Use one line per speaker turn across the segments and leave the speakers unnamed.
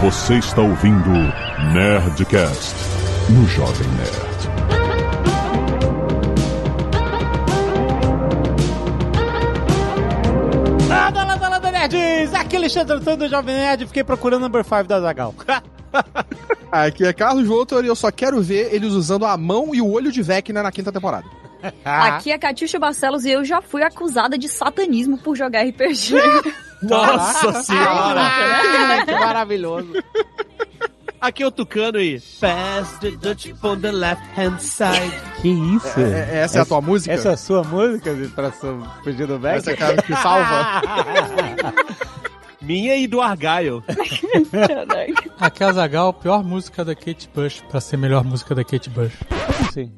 Você está ouvindo Nerdcast no Jovem Nerd.
Lado, lado, lado, nerds! Aqui é Alexandre Antônio do Jovem Nerd. Fiquei procurando o number 5 da Zagal.
Aqui é Carlos Voltor e eu só quero ver eles usando a mão e o olho de Vecna na quinta temporada.
Ah.
Aqui é Catiuxa Barcelos e eu já fui acusada de satanismo por jogar RPG.
Nossa senhora!
que maravilhoso.
Aqui é o Tucano e. Pass the Dutch on the left hand side.
Que isso?
É- é- essa é a tua música?
Essa é a sua música de- pra su- fugir do Beck?
Essa é a cara que salva?
Minha e do Argyle.
Caraca.
Aqui é a Zagal, pior música da Kate Bush, pra ser melhor música da Kate Bush.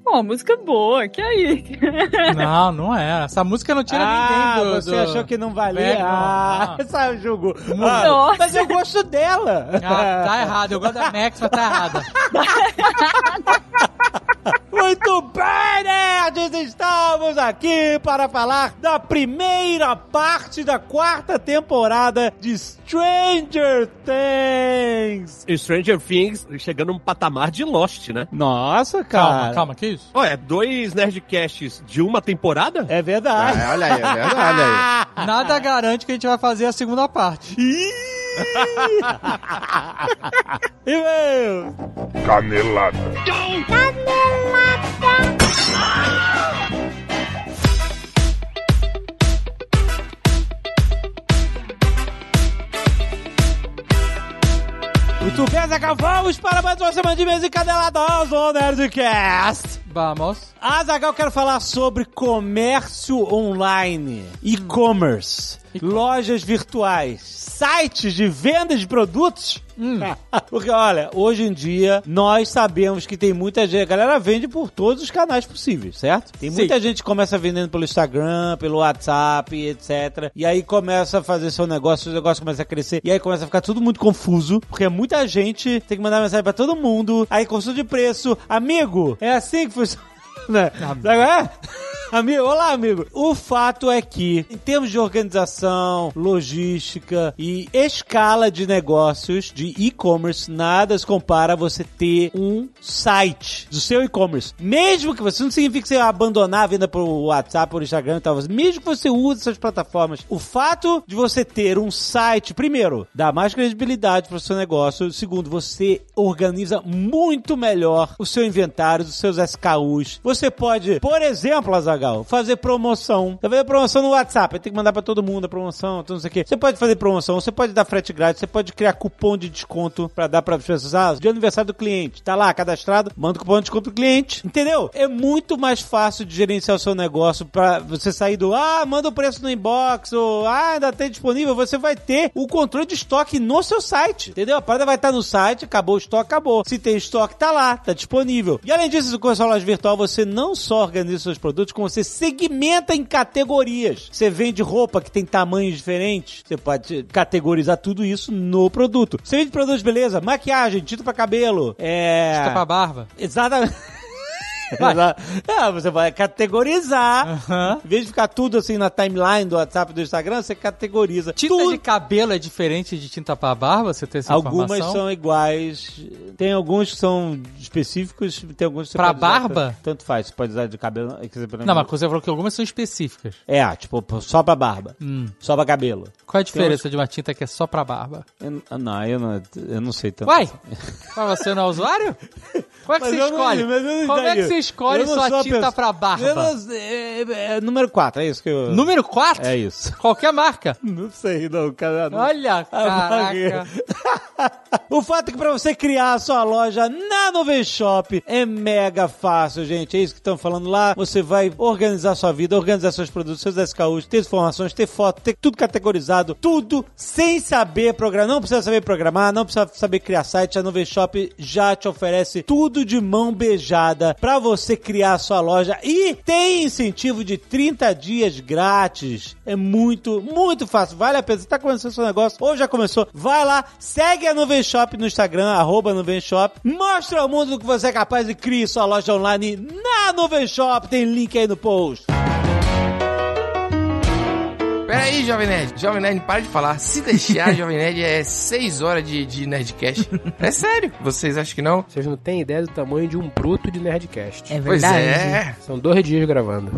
Pô, música boa, que aí?
Não, não é. Essa música não tira
Ah,
ninguém do.
você
do-
achou que não valia?
Pega, não.
Ah,
Ah.
sabe, julgo.
Nossa.
Ah, Mas eu gosto dela.
Ah, tá errado. Eu gosto da Max, mas tá errada.
Muito bem, nerds! Estamos aqui para falar da primeira parte da quarta temporada de Stranger Things.
Stranger Things chegando num patamar de Lost, né?
Nossa,
Calma, calma, que isso?
Ué, dois Nerdcasts de uma temporada?
É verdade.
É, olha aí, é verdade. Olha aí.
Nada garante que a gente vai fazer a segunda parte. É.
E meu,
Canelada.
muito bem, Zagal, vamos para mais uma semana de mesa encadeladas do Nerdcast.
Vamos.
Ah, Zagal, quero falar sobre comércio online, e-commerce, lojas virtuais, sites de vendas de produtos. Porque, olha, hoje em dia nós sabemos que tem muita gente. A galera vende por todos os canais possíveis, certo? Tem
Sim.
muita gente que começa vendendo pelo Instagram, pelo WhatsApp, etc. E aí começa a fazer seu negócio, o negócio começa a crescer. E aí começa a ficar tudo muito confuso, porque é muita gente, tem que mandar mensagem pra todo mundo. Aí consulta de preço. Amigo, é assim que funciona. Sabe qual é? Amigo, olá, amigo. O fato é que, em termos de organização, logística e escala de negócios de e-commerce, nada se compara a você ter um site do seu e-commerce. Mesmo que você não significa que você vai abandonar a venda por WhatsApp, por Instagram e tal, mas mesmo que você use essas plataformas, o fato de você ter um site, primeiro, dá mais credibilidade para o seu negócio. Segundo, você organiza muito melhor o seu inventário, os seus SKUs. Você pode, por exemplo, Azagal, fazer promoção. Tá fazendo promoção no WhatsApp, aí tem que mandar para todo mundo a promoção, tudo não sei o quê. Você pode fazer promoção, você pode dar frete grátis, você pode criar cupom de desconto para dar para as pessoas. Ah, dia de aniversário do cliente, tá lá cadastrado, manda o cupom de desconto do cliente. Entendeu? É muito mais fácil de gerenciar o seu negócio para você sair do ah, manda o preço no inbox ou ah, ainda tem disponível. Você vai ter o controle de estoque no seu site. Entendeu? A parada vai estar no site, acabou o estoque, acabou. Se tem estoque, tá lá, tá disponível. E além disso, com a sua loja virtual, você não só organiza seus produtos, como você segmenta em categorias. Você vende roupa que tem tamanhos diferentes, você pode categorizar tudo isso no produto. Você vende produtos de beleza, maquiagem, tinta pra cabelo, é...
Fica tá pra barba.
Exatamente. Exa- É, você vai categorizar.
Aham.
Em vez de ficar tudo assim na timeline do WhatsApp do Instagram, você categoriza.
Tinta
tudo.
de cabelo é diferente de tinta pra barba? Você tem essa
Algumas
informação?
são iguais. Tem alguns que são específicos, tem alguns que você
Pra
pode usar
barba?
tanto- Tanto faz, você pode usar de cabelo. é quer dizer, pra-
Não, mas você falou que algumas são específicas.
É, tipo, só pra barba.
Hum.
Só pra cabelo.
Qual é a diferença de uma tinta que é só pra barba?
Eu- ah, não, eu não, eu não sei tanto.
Uai! Mas você não é usuário? Como é que
Então, tá Mas
você
eu não-
escolhe?
mas eu não
Como é que
entendi.
você
Eu
escolhe
não
sua
sou a
tinta
pessoa-
pra
Eu
barba?
não- é, é- é número 4, é isso que eu.
Número 4?
É isso. Ah,
Qualquer marca.
Não sei, não, cara. não-
Olha, caraca.
o fato é que pra você criar a sua loja na Nuvem Shop é mega fácil, gente. É isso que estão falando lá. Você vai organizar sua vida, organizar seus produtos, seus SKUs, ter informações, ter foto, ter tudo categorizado, tudo sem saber programar. Não precisa saber programar, não precisa saber criar site. A Nuvem Shop já te oferece tudo de mão beijada pra você criar a sua loja e tem incentivo de 30 dias grátis. É muito, muito fácil. Vale a pena. Você tá começando seu negócio ou já começou, vai lá, segue a Nuvem Shop no Instagram, arroba Nuvem Shop. Mostra ao mundo do que você é capaz e crie sua loja online na Nuvem Shop. Tem link aí no post.
Peraí, Jovem Nerd. Jovem Nerd, para de falar. Se deixar, Jovem Nerd, é 6 horas de, de Nerdcast. É sério. Vocês acham que não?
Vocês não têm ideia do tamanho de um bruto de Nerdcast.
É
Pois
verdade.
é.
São dois dias gravando.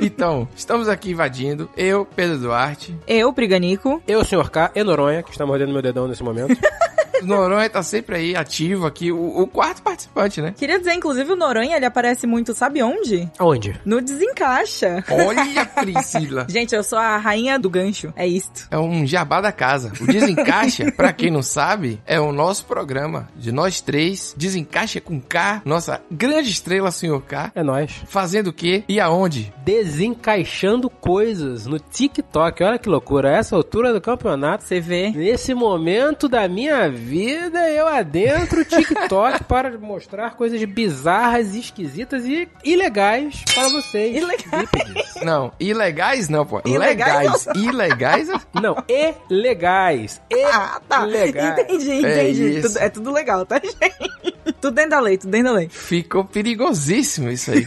Então, estamos aqui invadindo. Eu, Pedro Duarte.
Eu, Priganico.
Eu, Sr. K, e Noronha, que está mordendo meu dedão nesse momento.
Noronha tá sempre aí, ativo aqui. O, o quarto participante, né?
Queria dizer, inclusive, o Noronha, ele aparece muito, sabe onde?
Onde?
No Desencaixa.
Olha, Priscila.
Gente, eu sou a rainha do gancho. É isto.
É um jabá da casa. O Desencaixa, pra quem não sabe, é o nosso programa de nós três. Desencaixa com K, nossa grande estrela, senhor K.
É nós.
Fazendo o quê e aonde?
Desencaixando coisas no TikTok. Olha que loucura. A essa altura do campeonato.
Você vê.
Nesse momento da minha vida, eu adentro o TikTok para mostrar coisas bizarras, esquisitas e ilegais para vocês.
Ilegais.
Bípedes.
Não, ilegais não, pô.
Ilegais
Legais. Ilegais? é-
Não, ilegais.
Ah, tá.
Ilegais.
Entendi,
É
entendi.
isso.
Tudo- é tudo legal, tá, gente? Tudo dentro da lei, tudo dentro da lei.
Ficou perigosíssimo isso aí.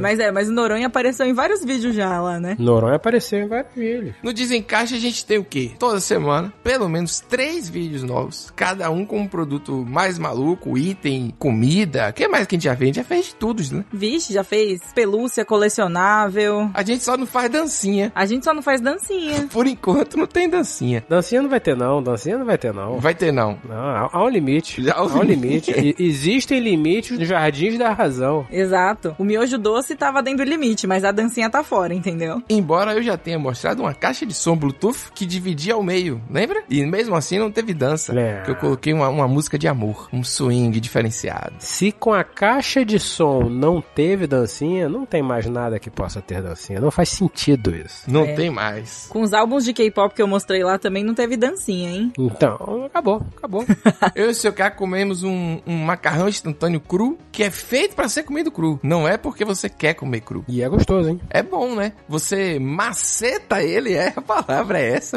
Mas é, mas o Noronha apareceu em vários vídeos já lá, né?
Noronha apareceu em vários vídeos.
No Desencaixa a gente tem o quê? Toda semana, pelo menos três vídeos novos, cada um com um produto mais maluco, item, comida. O que mais que a gente já fez? A gente já fez de tudo, né?
Vixe, já fez pelúcia colecionável.
A gente só não faz dancinha.
A gente só não faz dancinha.
Por enquanto não tem dancinha.
Dancinha não vai ter não, dancinha não vai ter não.
Vai ter não.
Não, há, há um limite.
Já há
há
um
um limite. E- existem limites nos jardins da razão.
Exato. O miojo doce tava dentro do limite, mas a dancinha tá fora, entendeu?
Embora eu já tenha mostrado uma caixa de som Bluetooth que dividia ao meio, lembra? E mesmo assim não teve dança.
Lembra.
Que eu coloquei uma, uma música de amor, um swing diferenciado.
Se com a caixa de som não teve dancinha, não tem mais nada que possa ter dancinha. Não faz sentido isso.
Não
É.
tem mais.
Com os álbuns de K-pop que eu mostrei lá também não teve dancinha, hein?
Então, acabou, acabou.
Eu e o seu cara comemos um, um macarrão instantâneo cru que é feito pra ser comido cru. Não é porque você quer comer cru.
E é gostoso, hein?
É bom, né? Você maceta ele, é a palavra é essa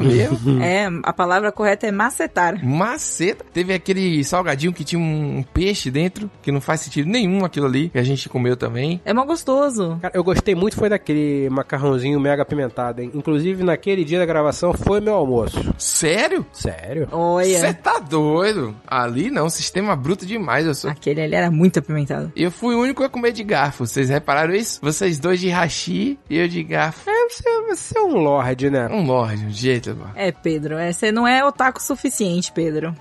mesmo.
É, a palavra correta é macetar.
Maceta. Teve aquele salgadinho que tinha um peixe dentro, que não faz sentido nenhum aquilo ali, que a gente comeu também.
É mó gostoso.
Cara, eu gostei muito foi daquele macarrãozinho mega apimentado, hein? Inclusive, naquele dia da gravação foi meu almoço.
Sério?
Sério?
Olha.
Você tá doido? Ali não, sistema bruto demais, eu sou.
Aquele ali era muito apimentado.
Eu fui o único a comer de garfo, vocês repararam isso? Vocês dois de hashi e eu de garfo.
É, você, você é um lorde, né?
Um lorde, um jeito, mano.
É, Pedro, é, você não é otaku suficiente, Pedro.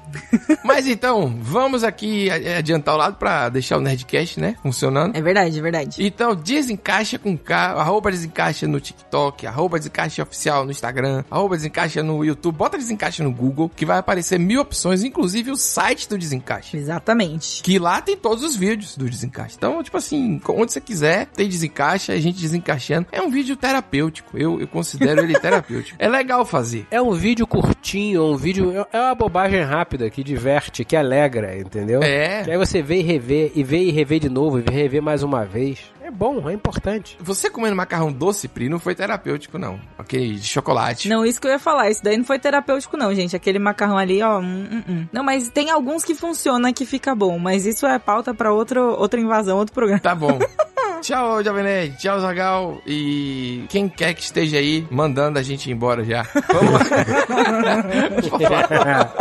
Mas então, vamos aqui a- adiantar o lado pra deixar o Nerdcast, né, funcionando.
É verdade, é verdade.
Então, desencaixa com K, arroba desencaixa no TikTok, arroba desencaixa oficial no Instagram, arroba desencaixa no YouTube, bota desencaixa no Google, que vai aparecer mil opções, inclusive o site do desencaixa.
Exatamente.
Que lá tem todos os vídeos do desencaixe. Então, tipo assim, onde você quiser, tem desencaixa, a gente desencaixando. É um vídeo terapêutico. Eu, eu considero ele terapêutico. É legal fazer.
É um vídeo curtinho, um vídeo. É uma bobagem rápida que diverte, que alegra, entendeu? Que
É.
aí você vê e rever, e vê e rever de novo, e vê e rever mais uma vez. É bom, é importante.
Você comendo macarrão doce, Pri, não foi terapêutico, não. Aquele de chocolate.
Não, isso que eu ia falar. Isso daí não foi terapêutico, não, gente. Aquele macarrão ali, ó. hum, hum, hum. Não, mas tem alguns que funciona que fica bom. Mas isso é pauta pra outro, outra invasão, outro programa.
Tá bom. Tchau, Jovem Nerd. Tchau, Zagal. E quem quer que esteja aí, mandando a gente embora já. Vamos lá.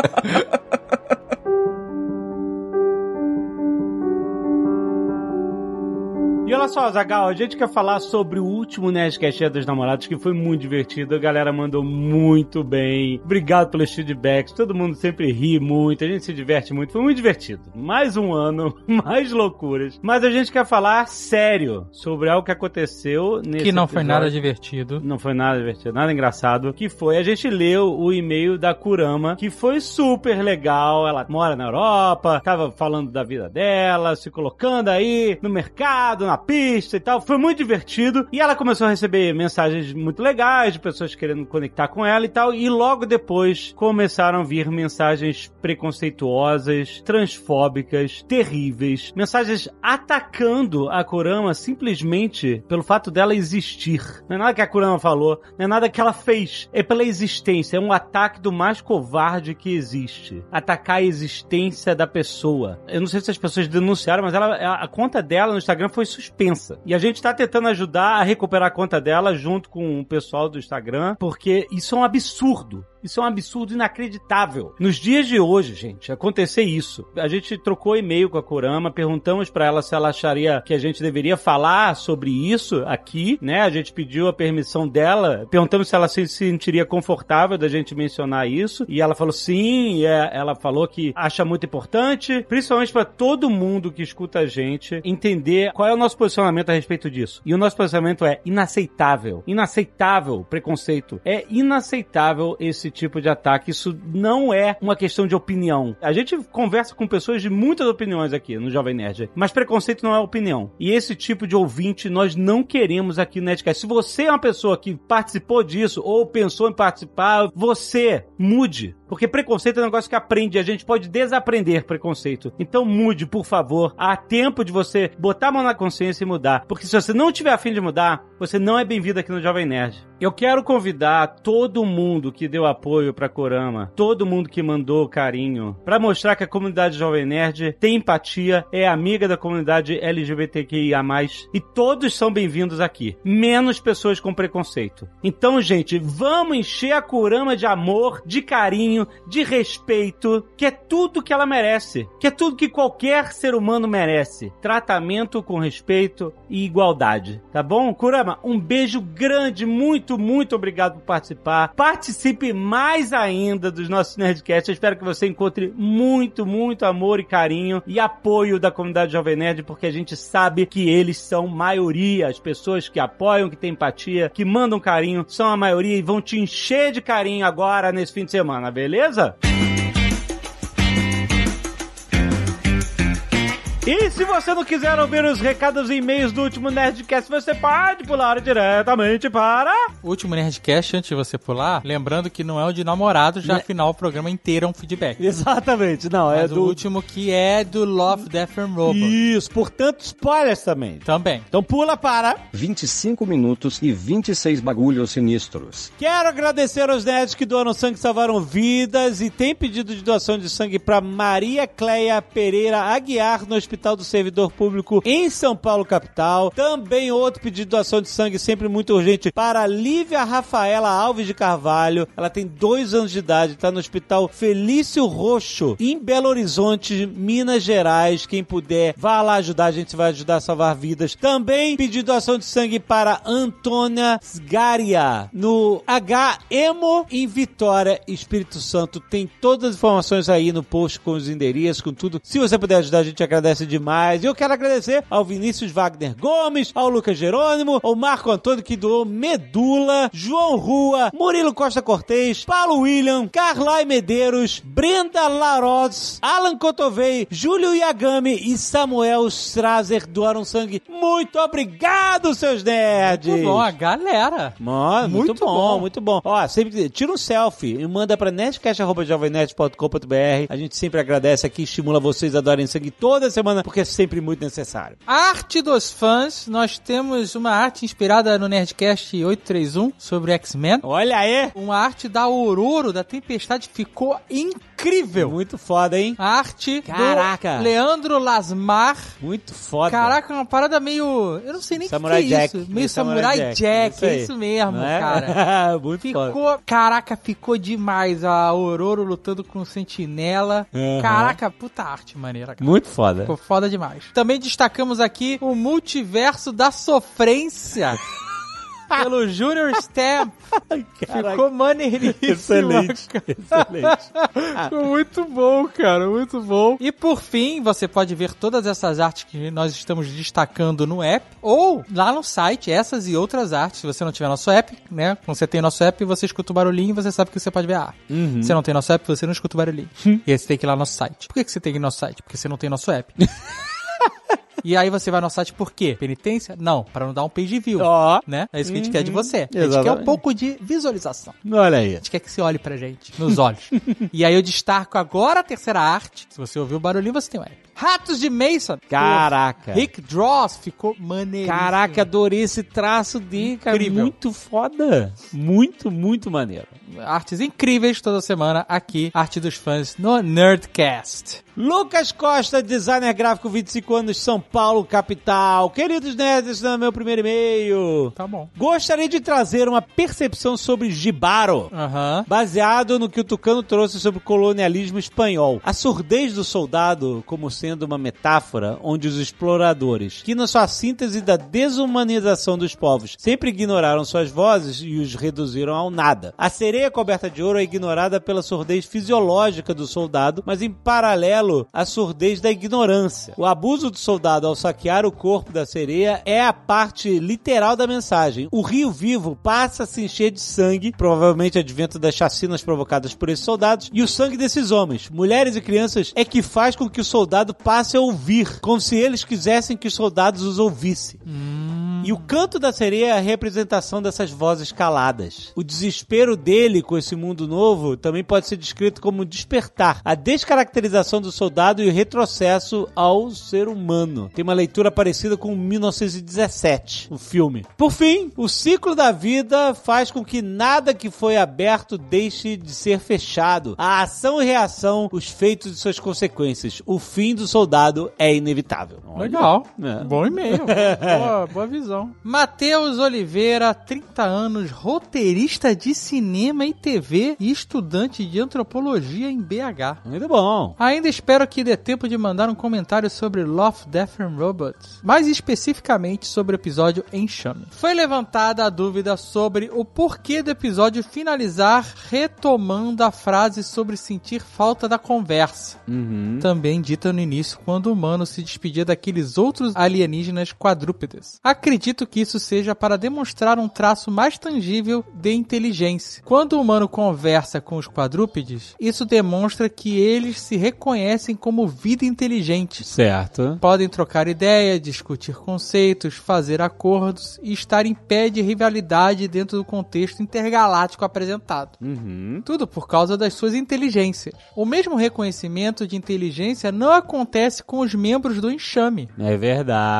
E olha só, Zagal, a gente quer falar sobre o último Nerdcast Dia dos Namorados, que foi muito divertido, a galera mandou muito bem. Obrigado pelos feedbacks, todo mundo sempre ri muito, a gente se diverte muito, foi muito divertido. Mais um ano, mais loucuras. Mas a gente quer falar sério sobre algo que aconteceu nesse
Que não foi
episódio.
nada divertido.
Não foi nada divertido, nada engraçado. Que foi, a gente leu o e-mail da Kurama, que foi super legal. Ela mora na Europa, tava falando da vida dela, se colocando aí no mercado, na pista e tal. Foi muito divertido. E ela começou a receber mensagens muito legais de pessoas querendo conectar com ela e tal. E logo depois começaram a vir mensagens preconceituosas, transfóbicas, terríveis. Mensagens atacando a Kurama simplesmente pelo fato dela existir. Não é nada que a Kurama falou, não é nada que ela fez. É pela existência. É um ataque do mais covarde que existe. Atacar a existência da pessoa. Eu não sei se as pessoas denunciaram, mas ela, a a conta dela no Instagram foi suspensa imensa. E a gente tá tentando ajudar a recuperar a conta dela junto com o pessoal do Instagram, porque isso é um absurdo. Isso é um absurdo inacreditável. Nos dias de hoje, gente, acontecer isso. A gente trocou e-mail com a Kurama, perguntamos pra ela se ela acharia que a gente deveria falar sobre isso aqui, né? A gente pediu a permissão dela, perguntamos se ela se sentiria confortável da gente mencionar isso, e ela falou sim, é, ela falou que acha muito importante, principalmente pra todo mundo que escuta a gente entender qual é o nosso posicionamento a respeito disso. E o nosso posicionamento é inaceitável, inaceitável preconceito. É inaceitável esse tipo de ataque. Isso não é uma questão de opinião. A gente conversa com pessoas de muitas opiniões aqui no Jovem Nerd, mas preconceito não é opinião. E esse tipo de ouvinte nós não queremos aqui no Nerdcast. Se você é uma pessoa que participou disso ou pensou em participar, você mude. Porque preconceito é um negócio que aprende, a gente pode desaprender preconceito. Então mude, por favor. Há tempo de você botar a mão na consciência e mudar. Porque se você não tiver afim de mudar, você não é bem-vindo aqui no Jovem Nerd. Eu quero convidar todo mundo que deu apoio pra Corama, todo mundo que mandou carinho, pra mostrar que a comunidade Jovem Nerd tem empatia, é amiga da comunidade LGBTQIA+, e todos são bem-vindos aqui, menos pessoas com preconceito. Então, gente, vamos encher a Corama de amor, de carinho, de respeito, que é tudo que ela merece, que é tudo que qualquer ser humano merece. Tratamento com respeito e igualdade, tá bom? Kurama, um beijo grande, muito, muito obrigado por participar. Participe mais ainda dos nossos Nerdcasts. Eu espero que você encontre muito, muito amor e carinho e apoio da comunidade Jovem Nerd, porque a gente sabe que eles são maioria. As pessoas que apoiam, que têm empatia, que mandam carinho, são a maioria e vão te encher de carinho agora nesse fim de semana, beleza? E se você não quiser ouvir os recados e e-mails do último Nerdcast, você pode pular diretamente para.
O último Nerdcast, antes de você pular, lembrando que não é o de namorado, já afinal o programa inteiro é um feedback.
Exatamente, não, Né? é
Mas o
do.
último que é do Love, Death and Robots.
Isso, portanto, spoilers também.
Também. Tá
Então pula para.
25 minutos e 26 bagulhos sinistros.
Quero agradecer aos nerds que doaram sangue e salvaram vidas. E tem pedido de doação de sangue para Maria Cleia Pereira Aguiar, no Hospital do Servidor Público, em São Paulo, capital. Também outro pedido de doação de sangue, sempre muito urgente, para Lívia Rafaela Alves de Carvalho. Ela tem dois anos de idade, está no Hospital Felício Roxo, em Belo Horizonte, Minas Gerais. Quem puder, vá lá ajudar, a gente vai ajudar a salvar vidas. Também pedido de doação de sangue para Antônia Sgaria, no H Emo em Vitória, Espírito Santo. Tem todas as informações aí no post com os endereços, com tudo. Se você puder ajudar, a gente agradece demais. E eu quero agradecer ao Vinícius Wagner Gomes, ao Lucas Jerônimo, ao Marco Antônio que doou Medula, João Rua, Murilo Costa Cortez, Paulo William, Carlai Medeiros, Brenda Laroz, Alan Cotovei, Júlio Yagami e Samuel Strazer doaram sangue. Muito obrigado, seus nerds!
Muito bom, a galera.
Mano, muito,
Muito
bom,
bom.
muito bom. Ó, sempre que- tira um selfie e manda pra nerdcast.jovemnerd.com.br. A gente sempre agradece aqui, estimula vocês a doarem sangue toda semana, porque é sempre muito necessário.
A arte dos fãs, nós temos uma arte inspirada no Nerdcast 831 sobre X-Men.
Olha aí!
Uma arte da Ororo, da Tempestade, ficou incrível.
Muito foda, hein?
A arte
Caraca.
do Leandro Lasmar.
Muito foda.
Caraca, é uma parada meio... Eu não sei nem o que, que é
Samurai Jack.
isso. Meio Samurai Jack, é
aí.
isso mesmo,
Não é?
cara.
muito foda.
Ficou, caraca, ficou demais a Aurora lutando com o Sentinela.
Uhum.
Caraca, puta arte maneira, cara.
Muito foda.
Ficou foda demais. Também destacamos aqui o multiverso da sofrência. Pelo Junior Stamp.
Caraca,
Ficou maneiríssimo.
excelente. excelente.
Ficou muito bom, cara. Muito bom. E por fim, você pode ver todas essas artes que nós estamos destacando no app ou lá no site, essas e outras artes. Se você não tiver nosso app, né? Quando você tem nosso app, você escuta o barulhinho e você sabe que você pode ver a arte. Se você não tem nosso app, você não escuta o barulhinho. e aí você tem que ir lá no nosso site. Por que, que você tem que ir no nosso site? Porque você não tem nosso app. E aí você vai no nosso site por quê? Penitência? Não, pra não dar um page view,
Ó,
né? É isso que a gente quer de você. A gente quer um
Uhum. Exatamente.
pouco de visualização.
olha aí.
A gente quer que você olhe pra gente, nos olhos. e aí eu destaco agora a terceira arte. Se você ouviu o barulhinho, você tem um app. Ratos de Mason.
Caraca.
Rick Dross ficou maneiríssimo.
Caraca, adorei esse traço de cara.
Incrível.
Muito foda. Muito, muito maneiro.
Artes incríveis toda semana aqui, Arte dos Fãs, no Nerdcast.
Lucas Costa, designer gráfico, 25 anos, São Paulo, capital. Queridos nerds, esse não é meu primeiro e-mail.
Tá bom.
Gostaria de trazer uma percepção sobre Gibaro, baseado no que o Tucano trouxe sobre o colonialismo espanhol. A surdez do soldado como sendo uma metáfora onde os exploradores, que na sua síntese da desumanização dos povos, sempre ignoraram suas vozes e os reduziram ao nada. A sereia coberta de ouro é ignorada pela surdez fisiológica do soldado, mas em paralelo à surdez da ignorância. O abuso do soldado ao saquear o corpo da sereia é a parte literal da mensagem. O rio vivo passa a se encher de sangue, provavelmente advento das chacinas provocadas por esses soldados, e o sangue desses homens, mulheres e crianças, é que faz com que o soldado passe a ouvir, como se eles quisessem que os soldados os ouvissem. E o canto da sereia é a representação dessas vozes caladas. O desespero dele com esse mundo novo também pode ser descrito como despertar, a descaracterização do soldado e o retrocesso ao ser humano. Tem uma leitura parecida com 1917, o filme. Por fim, o ciclo da vida faz com que nada que foi aberto deixe de ser fechado. A ação e reação, os feitos e suas consequências. O fim do soldado é inevitável.
Legal.
É.
Bom e-mail. boa, boa visão. Matheus Oliveira, 30 anos, roteirista de cinema e TV e estudante de antropologia em BH.
Muito bom.
Ainda espero que dê tempo de mandar um comentário sobre Love, Death and Robots, mais especificamente sobre o episódio Enxame. Foi levantada a dúvida sobre o porquê do episódio finalizar retomando a frase sobre sentir falta da conversa, também dita no início quando o humano se despedia daqueles outros alienígenas quadrúpedes. Acredito que isso seja para demonstrar um traço mais tangível de inteligência. Quando o humano conversa com os quadrúpedes, isso demonstra que eles se reconhecem como vida inteligente.
Certo.
Podem trocar ideia, discutir conceitos, fazer acordos e estar em pé de rivalidade dentro do contexto intergaláctico apresentado. Tudo por causa das suas inteligências. O mesmo reconhecimento de inteligência não acontece com os membros do enxame.
É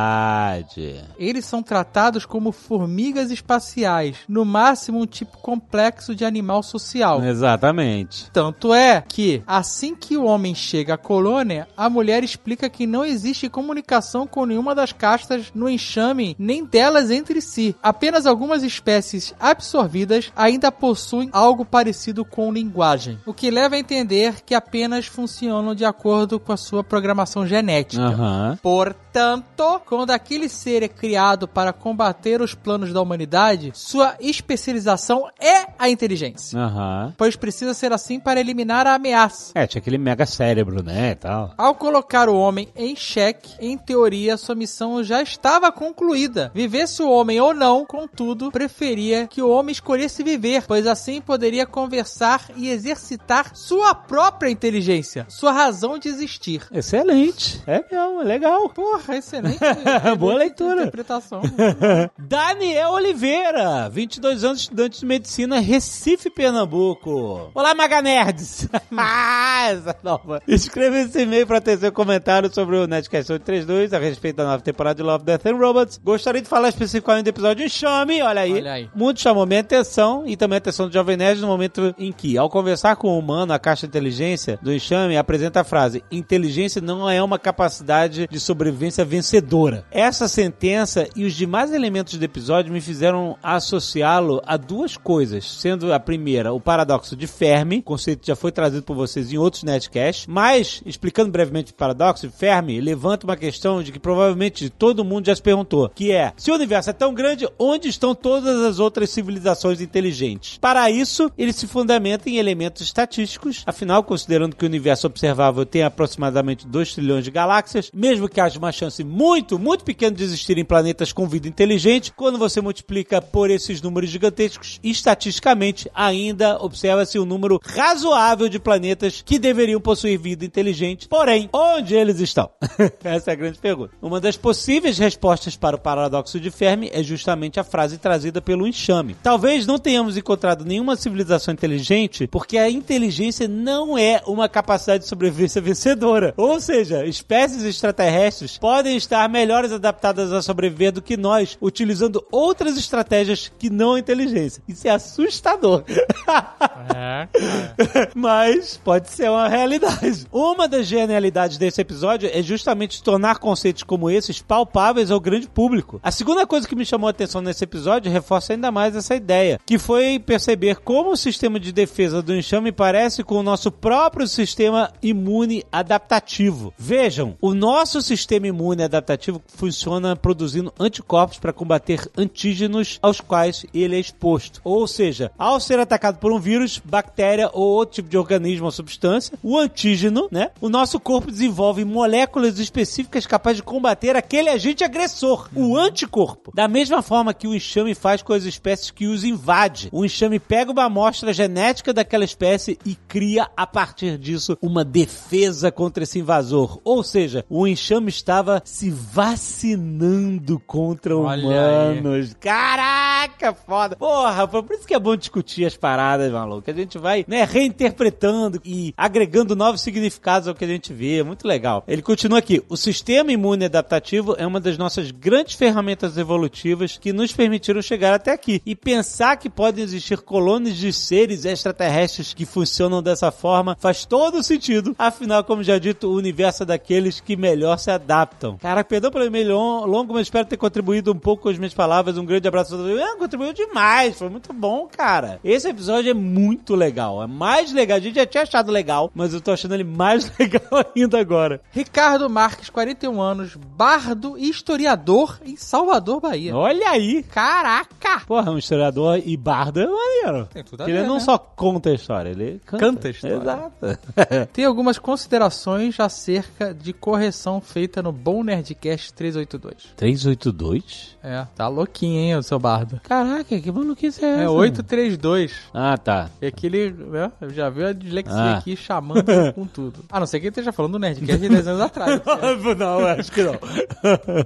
verdade.
Eles são tratados como formigas espaciais, no máximo um tipo complexo de animal social.
Exatamente.
Tanto é que, assim que o homem chega à colônia, a mulher explica que não existe comunicação com nenhuma das castas no enxame, nem delas entre si. Apenas algumas espécies absorvidas ainda possuem algo parecido com linguagem, o que leva a entender que apenas funcionam de acordo com a sua programação genética.
Aham.
Portanto, quando aquele ser é criado para combater os planos da humanidade, sua especialização é a inteligência.
Aham.
Pois precisa ser assim para eliminar a ameaça.
É, tinha aquele mega cérebro, né, e tal.
Ao colocar o homem em xeque, em teoria sua missão já estava concluída. Vivesse o homem ou não, contudo, preferia que o homem escolhesse viver, pois assim poderia conversar e exercitar sua própria inteligência, sua razão de existir.
Excelente. É mesmo, é legal.
Porra, excelente.
Boa leitura.
Interpretação.
Daniel Oliveira, 22 anos, estudante de medicina, Recife, Pernambuco. Olá, Maganerds! Essa nova. Escreva esse e-mail para ter seu comentário sobre o Nerdcast 832 a respeito da nova temporada de Love, Death and Robots. Gostaria de falar especificamente do episódio Enxame, olha aí.
Olha aí.
Muito chamou minha atenção e também a atenção do Jovem Nerd no momento em que, ao conversar com o humano, a caixa de inteligência do Enxame apresenta a frase inteligência não é uma capacidade de sobrevivência vencedora. Essa sentença e os demais elementos do episódio me fizeram associá-lo a duas coisas, sendo a primeira o paradoxo de Fermi, conceito que já foi trazido por vocês em outros netcasts, mas, explicando brevemente o paradoxo, Fermi levanta uma questão de que provavelmente todo mundo já se perguntou, que é, se o universo é tão grande, onde estão todas as outras civilizações inteligentes? Para isso, ele se fundamenta em elementos estatísticos, afinal, considerando que o universo observável tem aproximadamente 2 trilhões de galáxias, mesmo que haja uma chance muito, muito pequena de existirem planetas com ouvido inteligente, quando você multiplica por esses números gigantescos, estatisticamente ainda observa-se um número razoável de planetas que deveriam possuir vida inteligente. Porém, onde eles estão? Essa é a grande pergunta. Uma das possíveis respostas para o paradoxo de Fermi é justamente a frase trazida pelo enxame. Talvez não tenhamos encontrado nenhuma civilização inteligente porque a inteligência não é uma capacidade de sobrevivência vencedora. Ou seja, espécies extraterrestres podem estar melhores adaptadas a sobreviver do que nós, utilizando outras estratégias que não a inteligência. Isso é assustador. Mas pode ser uma realidade. Uma das genialidades desse episódio é justamente tornar conceitos como esses palpáveis ao grande público. A segunda coisa que me chamou a atenção nesse episódio reforça ainda mais essa ideia, que foi perceber como o sistema de defesa do enxame parece com o nosso próprio sistema imune adaptativo. Vejam, o nosso sistema imune adaptativo funciona produzindo anticorpos para combater antígenos aos quais ele é exposto. Ou seja, ao ser atacado por um vírus, bactéria ou outro tipo de organismo ou substância, o antígeno, né? O nosso corpo desenvolve moléculas específicas capazes de combater aquele agente agressor, o anticorpo. Da mesma forma que o enxame faz com as espécies que os invade. O enxame pega uma amostra genética daquela espécie e cria, a partir disso, uma defesa contra esse invasor. Ou seja, o enxame estava se vacinando contra
Olha
humanos. Caraca, foda. Porra, por isso que é bom discutir as paradas, maluco. A gente vai, né, reinterpretando e agregando novos significados ao que a gente vê. É Muito legal. Ele continua aqui. O sistema imune adaptativo é uma das nossas grandes ferramentas evolutivas que nos permitiram chegar até aqui. E pensar que podem existir colônias de seres extraterrestres que funcionam dessa forma faz todo sentido. Afinal, como já dito, o universo é daqueles que melhor se adaptam. Cara, perdão pelo e-mail lon- longo, mas espero ter contribuído um pouco com as minhas palavras. Um grande abraço a todos. Ah, contribuiu demais. Foi muito bom, cara. Esse episódio é muito legal. É mais legal. A gente já tinha achado legal, mas eu tô achando ele mais legal ainda agora.
Ricardo Marques, 41 anos, bardo e historiador em Salvador, Bahia.
Olha aí!
Caraca!
Porra, um historiador e bardo é maneiro.
Tem tudo a
Porque ele
ver,
não
né?
só conta a história, ele é, canta.
Canta a história.
Exato.
Tem algumas considerações acerca de correção feita no Bom Nerdcast 382.
382?
É, tá louquinho, hein, o seu bardo.
Caraca, que maluquice é essa?
É 832.
Ah, tá.
E aquele, né, eu já vi a dislexia
Ah.
aqui chamando com tudo. A não ser que ele esteja falando do Nerdcast de 10 anos atrás. né?
não, acho que não.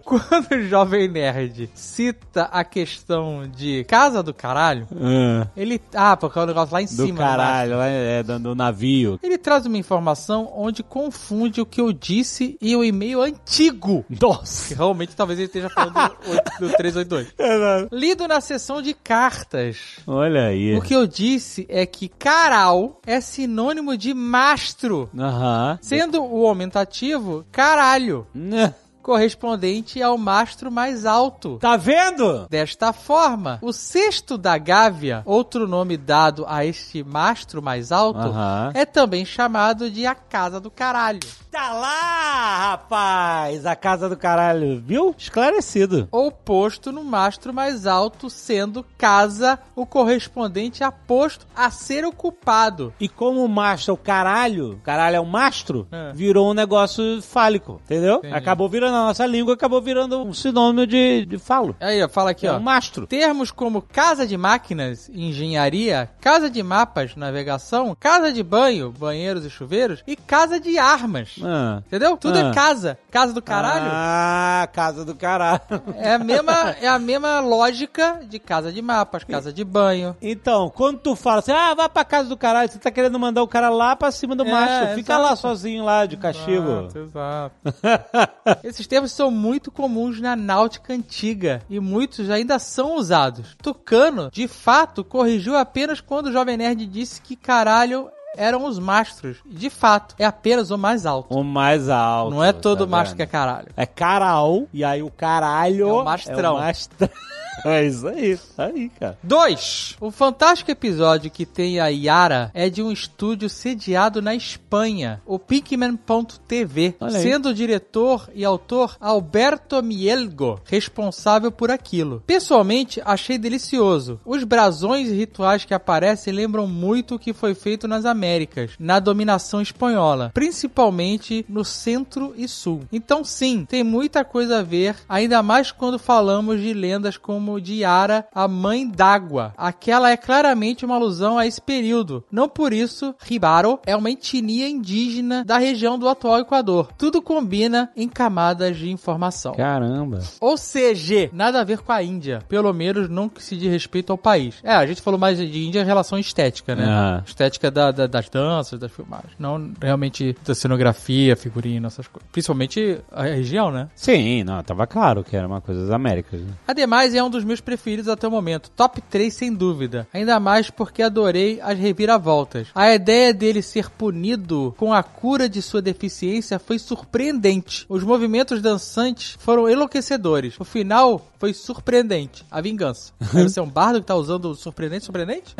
Quando o Jovem Nerd cita a questão de casa do caralho,
Ah.
ele... Ah, porque é o negócio lá em
Do
cima. lá embaixo.
caralho, lá é, do, do navio.
Ele traz uma informação onde confunde o que eu disse e o e-mail antigo.
Nossa! É,
Que realmente talvez ele esteja falando do, oito- do 382.
né?
Lido na sessão de cartas.
Olha aí.
O que eu disse é que caral é sinônimo de mastro,
Aham.
sendo o aumentativo caralho,
Né?
correspondente ao mastro mais alto.
Tá vendo?
Desta forma, o cesto da Gávea, outro nome dado a este mastro mais alto,
Aham.
é também chamado de a casa do caralho.
Tá lá, rapaz! A casa do caralho, viu? Esclarecido.
ou posto no mastro mais alto, sendo casa o correspondente a posto a ser ocupado.
E como o mastro é o caralho, caralho é o mastro,
É.
virou um negócio fálico, entendeu?
Entendi.
Acabou virando, a nossa língua acabou virando um sinônimo de, de falo.
Aí, ó, fala aqui,
É
ó.
um mastro.
Termos como casa de máquinas, engenharia, casa de mapas, navegação, casa de banho, banheiros e chuveiros e casa de armas.
Ah.
Entendeu? Tudo
Ah.
é casa. Casa do caralho.
Ah, casa do caralho.
É a, mesma, é a mesma lógica de casa de mapas, casa de banho.
Então, quando tu fala assim, ah, vá pra casa do caralho, você tá querendo mandar o cara lá pra cima do
É,
mastro. Fica
exato.
lá sozinho lá, de castigo.
Exato, exato. Esses termos são muito comuns na náutica antiga e muitos ainda são usados. Tucano, de fato, corrigiu apenas quando o Jovem Nerd disse que caralho eram os mastros. De fato, é apenas o mais alto.
O mais alto.
Não é todo
tá
mastro que é
vendo?
caralho.
É caral, e aí o caralho.
É o mastrão.
É o mastrão. É isso aí, aí, cara.
Dois. O fantástico episódio que tem a Yara é de um estúdio sediado na Espanha, o Pinkman.tv,
Olha aí.
sendo o diretor e autor Alberto Mielgo, responsável por aquilo. Pessoalmente, achei delicioso. Os brasões e rituais que aparecem lembram muito o que foi feito nas Américas, na dominação espanhola, principalmente no centro e sul. Então, sim, tem muita coisa a ver, ainda mais quando falamos de lendas como Diara, a mãe d'água. Aquela é claramente uma alusão a esse período. Não por isso, Ribaro é uma etnia indígena da região do atual Equador. Tudo combina em camadas de informação.
Caramba.
Ou seja, nada a ver com a Índia. Pelo menos não que se diz respeito ao país. É, a gente falou mais de Índia em relação à estética, né?
Ah.
Estética da- da- das danças, das filmagens. Não realmente da cenografia, figurino, essas coisas. Principalmente a região, né?
Sim, não, tava claro que era uma coisa das Américas. né?
Ademais, é um dos meus preferidos até o momento. Top 3, sem dúvida. Ainda mais porque adorei as reviravoltas. A ideia dele ser punido com a cura de sua deficiência foi surpreendente. Os movimentos dançantes foram enlouquecedores. O final foi surpreendente. A vingança. Aí você é um bardo que tá usando o surpreendente, surpreendente?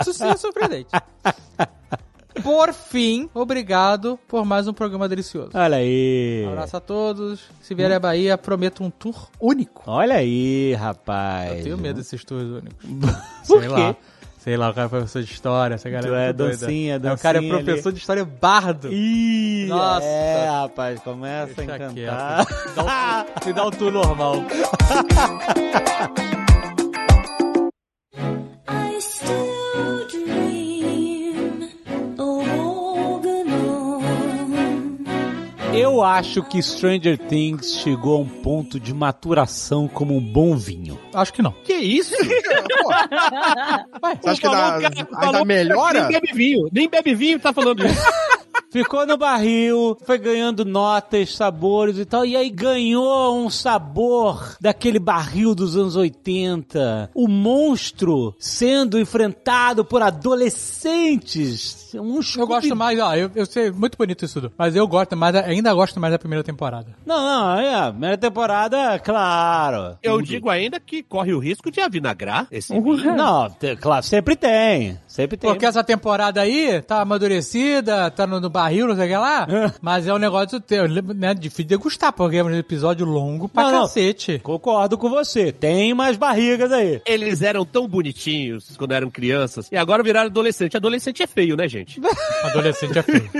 Isso sim é surpreendente. Por fim, obrigado por mais um programa delicioso.
Olha aí.
Abraço a todos. Se vier à Bahia, prometo um tour único.
Olha aí, rapaz.
Eu tenho medo desses tours únicos.
né? Por
Sei
quê?
lá. Sei lá, o cara é professor de história, essa galera
Tu é
muito doida.
dancinha,
Aí O cara é
dancinha ali.
professor de história bardo.
Ih,
Nossa.
É, rapaz, começa a
Deixa
encantar.
quieto. Me dá um- Me dá um tour normal.
I still dream of walking on.
Eu acho que Stranger Things chegou a um ponto de maturação como um bom vinho.
Acho que não.
Que isso?
Você acha que dá- ainda melhora?
Nem bebe vinho, nem bebe vinho tá falando isso.
Ficou no barril, foi ganhando notas, sabores e tal, e aí ganhou um sabor daquele barril dos anos 80. O monstro sendo enfrentado por adolescentes. Um
Eu gosto mais, ó, eu, eu sei, muito bonito isso tudo. Mas eu gosto mais, ainda gosto mais da primeira temporada.
Não, não, é, a primeira temporada, claro.
Eu digo ainda que corre o risco de avinagrar esse
Um
vinho.
Não, te- claro, sempre tem. Sempre tem. né?
Porque essa temporada aí tá amadurecida, tá no, no barril, não sei o que lá. Mas é um negócio teu, né, difícil de degustar, porque é um episódio longo pra
Não, não.
cacete.
Concordo com você. Tem mais barrigas aí.
Eles eram tão bonitinhos quando eram crianças e agora viraram adolescente. Adolescente é feio, né, gente?
Adolescente é feio.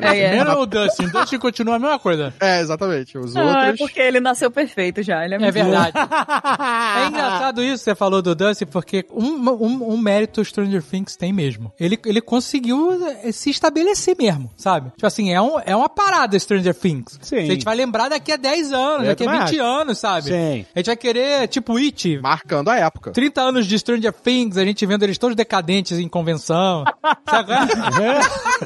É, é.
Primeiro o Dustin. O Dustin continua a mesma coisa.
É, exatamente.
Ah,
Os
Não, é
outros.
porque ele nasceu perfeito já. Ele é,
É
muito bom.
verdade. É engraçado isso que você falou do Dustin, porque um, um, um mérito o Stranger Things tem mesmo. Ele, ele conseguiu eh, se estabelecer mesmo, sabe? Tipo assim, é, um, é uma parada Stranger Things.
Sim.
A gente vai lembrar daqui a 10 anos,
Eu
daqui a
também
20
acho.
anos, sabe?
Sim.
A gente vai querer, tipo, It.
Marcando a época.
30 anos de Stranger Things, a gente vendo eles todos decadentes em convenção. Sabe?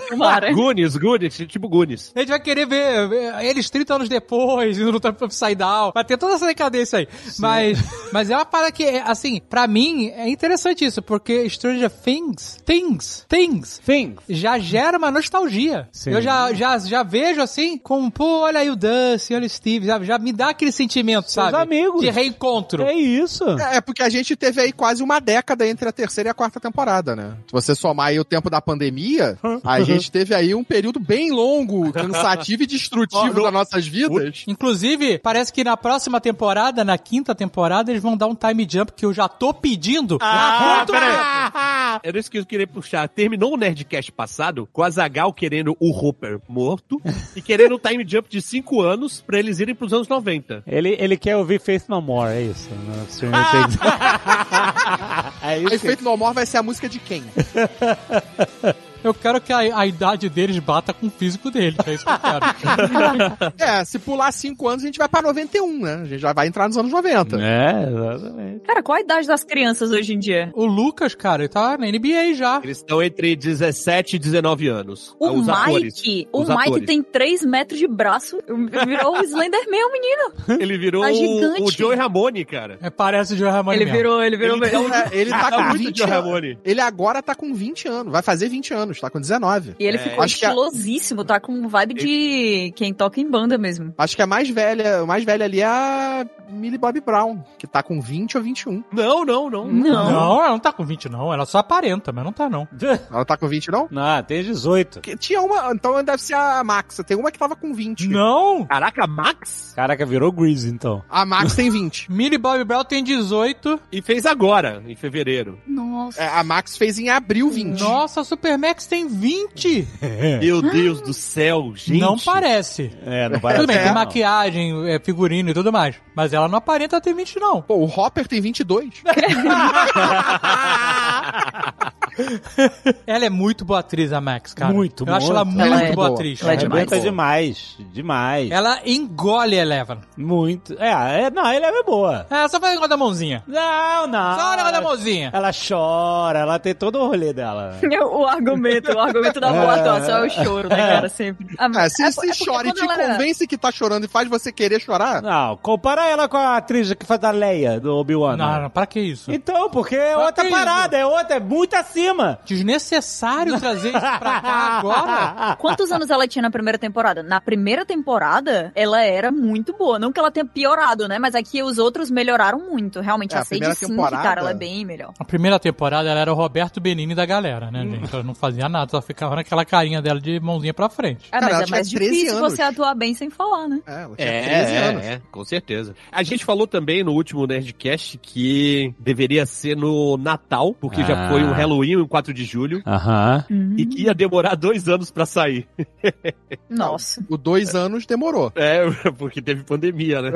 Tomara.
Gunis, Gunis, tipo Gunis.
A gente vai querer ver, ver eles 30 anos depois, indo lutar pro Upside Down. Vai ter toda essa decadência aí. Mas, mas é uma parada que, é, assim, pra mim, é interessante isso, porque Stranger Things, Things, Things,
Things.
já gera uma nostalgia.
Sim.
Eu já, já, já vejo, assim, como, pô, olha aí o Dusty, olha o Steve, sabe? Já me dá aquele sentimento,
Seus
sabe?
amigos.
De reencontro.
É isso.
É, porque a gente teve aí quase uma década entre a terceira e a quarta temporada, né? Se você somar aí o tempo da pandemia, a gente teve aí um período bem longo, cansativo e destrutivo das nossas vidas.
Inclusive, parece que na próxima temporada, na quinta temporada, eles vão dar um time jump que eu já tô pedindo.
Ah!
há muito tempo.
Ah, Eu não esqueci, eu queria puxar. Terminou o Nerdcast passado com a Zagal querendo o Hopper morto e querendo um time jump de 5 anos pra eles irem pros anos 90.
Ele, ele quer ouvir Faith No More, é isso. né? Stranger Things. é
O
isso.
Efeito No More vai ser a música de quem?
Eu quero que a, a idade deles bata com o físico deles. É isso que eu quero.
É, se pular 5 anos, a gente vai pra 91, né? A gente já vai entrar nos anos 90.
É, exatamente.
Cara, qual a idade das crianças hoje em dia?
o Lucas, cara, ele tá na NBA já.
Eles estão entre 17 e 19 anos.
O
Ah, Os atores.
Mike, o
Os
Mike
atores.
tem 3 metros de braço, virou o Slenderman, o menino.
Ele virou
Tá
o,
gigante.
o Joey Ramone, cara.
É, parece o Joe Ramone
Ele
mesmo.
virou, ele virou.
Ele,
É, ele tá
tá
com
muito
20
Joey
anos.
Ramone.
Ele agora tá com 20 anos, vai fazer 20 anos. anos, tá com 19.
E ele
É,
ficou
acho que a-
estilosíssimo, tá com vibe de quem toca em banda mesmo.
Acho que a mais velha, a mais velha ali é a Millie Bobby Brown, que tá com 20 ou 21.
Não, não, não.
um?
Não. não, ela não tá com 20, não. Ela só aparenta, mas não tá, não.
Ela tá com 20, não?
Ah, tem 18.
Que tinha uma, então deve ser a Maxa. Tem uma que tava com 20.
Não!
Caraca, a Max?
Caraca, virou Grease, então.
A Max tem 20.
Millie Bobby Brown tem 18.
E fez agora, em fevereiro.
Nossa.
É, a Max fez em abril 20.
Nossa, a Supermax tem 20!
Meu Deus do céu, gente.
Não parece.
É,
Tudo bem, tem maquiagem, é, figurino e tudo mais. Mas ela não aparenta ter 20, não.
Pô, o Hopper tem 22.
ela é muito boa atriz, a Max, cara.
Muito,
Eu acho ela
muito.
muito
Ela é
boa
boa.
atriz.
Ela é demais. Arrebenta
demais.
Demais.
Ela engole a Eleven.
Muito. É, é não, Eleven é boa.
É, só faz negócio da mãozinha.
Não, não.
Só o negócio da mãozinha.
Ela chora, ela tem todo o rolê dela.
o argumento, o argumento da boa atuação é o choro, né, cara? Sempre. Ah,
É, se
é
se
por- é porque
chora e
quando
te
ela era-
convence que tá chorando e faz você querer chorar.
Não, compara ela com a atriz que faz a Leia do Obi-Wan.
Não, não, pra que isso?
Então, porque é outra
que
parada, é outra, é muito acima.
Desnecessário trazer isso pra cá agora.
Quantos anos ela tinha na primeira temporada? Na primeira temporada, ela era muito boa. Não que ela tenha piorado, né? Mas aqui os outros melhoraram muito. Realmente,
É,
a
a
Sage
primeira
Sink,
temporada-
cara, ela é bem melhor.
A primeira temporada ela era o Roberto Benini da galera, né, gente? Ela não fazia nada, só ficava naquela carinha dela de mãozinha pra frente.
É, mas é mais
três
difícil você atuar bem sem falar, né?
É, ela
É, é, com certeza. A gente falou também no último Nerdcast que deveria ser no Natal, porque
Ah.
já foi um Halloween, um 4 de julho.
Aham.
Uhum.
E que ia demorar dois anos pra sair.
Nossa.
O dois anos demorou.
É, porque teve pandemia, né?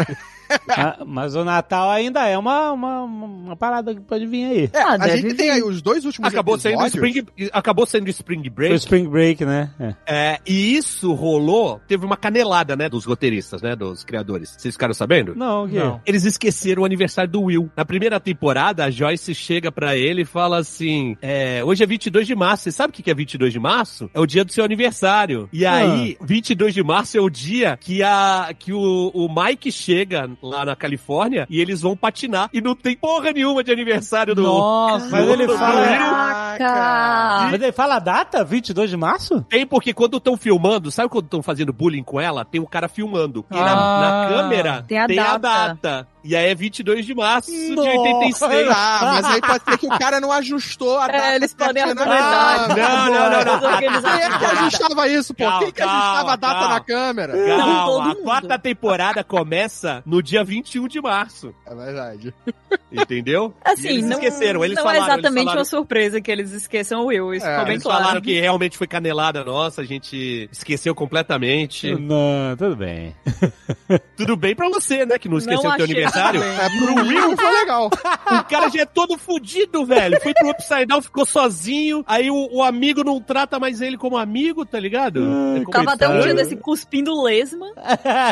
Ah, mas o Natal ainda é uma, uma, uma parada que pode vir aí.
É, a gente tem aí os dois últimos
Acabou saindo
episódios.
Spring, acabou saindo Spring Break.
O Spring Break, né? É.
É, e isso rolou, teve uma canelada, né, dos roteiristas, né, dos criadores. Vocês ficaram sabendo?
Não, o quê? Não.
Eles esqueceram o aniversário do Will. Na primeira temporada, a Joyce chega pra ele e fala assim, é, hoje é 22 de março, você sabe o que que é 22 de março? É o dia do seu aniversário. E
Ah.
aí, 22 de março é o dia que a, que o, o Mike chega lá na Califórnia e eles vão patinar e não tem porra nenhuma de aniversário do...
Nossa!
Mas ele
do
fala-
Will.
Caraca!
Mas ele fala a data? 22 de março?
Tem porque quando estão filmando, sabe quando estão fazendo bullying com ela? Tem um cara filmando. E na- na,
Ah.
câmera
Tem a data.
data. E aí é 22 de março de
Nossa.
86.
Ah, mas aí pode ser que o cara não ajustou a data.
É, eles
da
podem
cena.
argumentar.
ah,
Não, não, não, não.
Quem é que ajustava isso, pô? Quem que
Calma,
ajustava a data
calma.
na câmera?
Calma, a quarta temporada começa no dia 21 de março.
É verdade.
Entendeu?
Assim,
E eles
não,
esqueceram. Eles
não
falaram,
é exatamente
eles falaram,
uma surpresa que eles esqueçam o Will,
É,
isso ficou bem
eles
claro.
falaram que realmente foi canelada nossa, a gente esqueceu completamente.
Não, tudo bem.
Tudo bem pra você, né? Que não esqueceu o teu
achei
aniversário.
tudo bem.
É, pro Will foi legal.
O cara já é todo fudido, velho. Foi pro Upside Down, ficou sozinho. Aí o, o amigo não trata mais ele como amigo, tá ligado? É
Tava até um
complicado.
dia desse cuspindo lesma.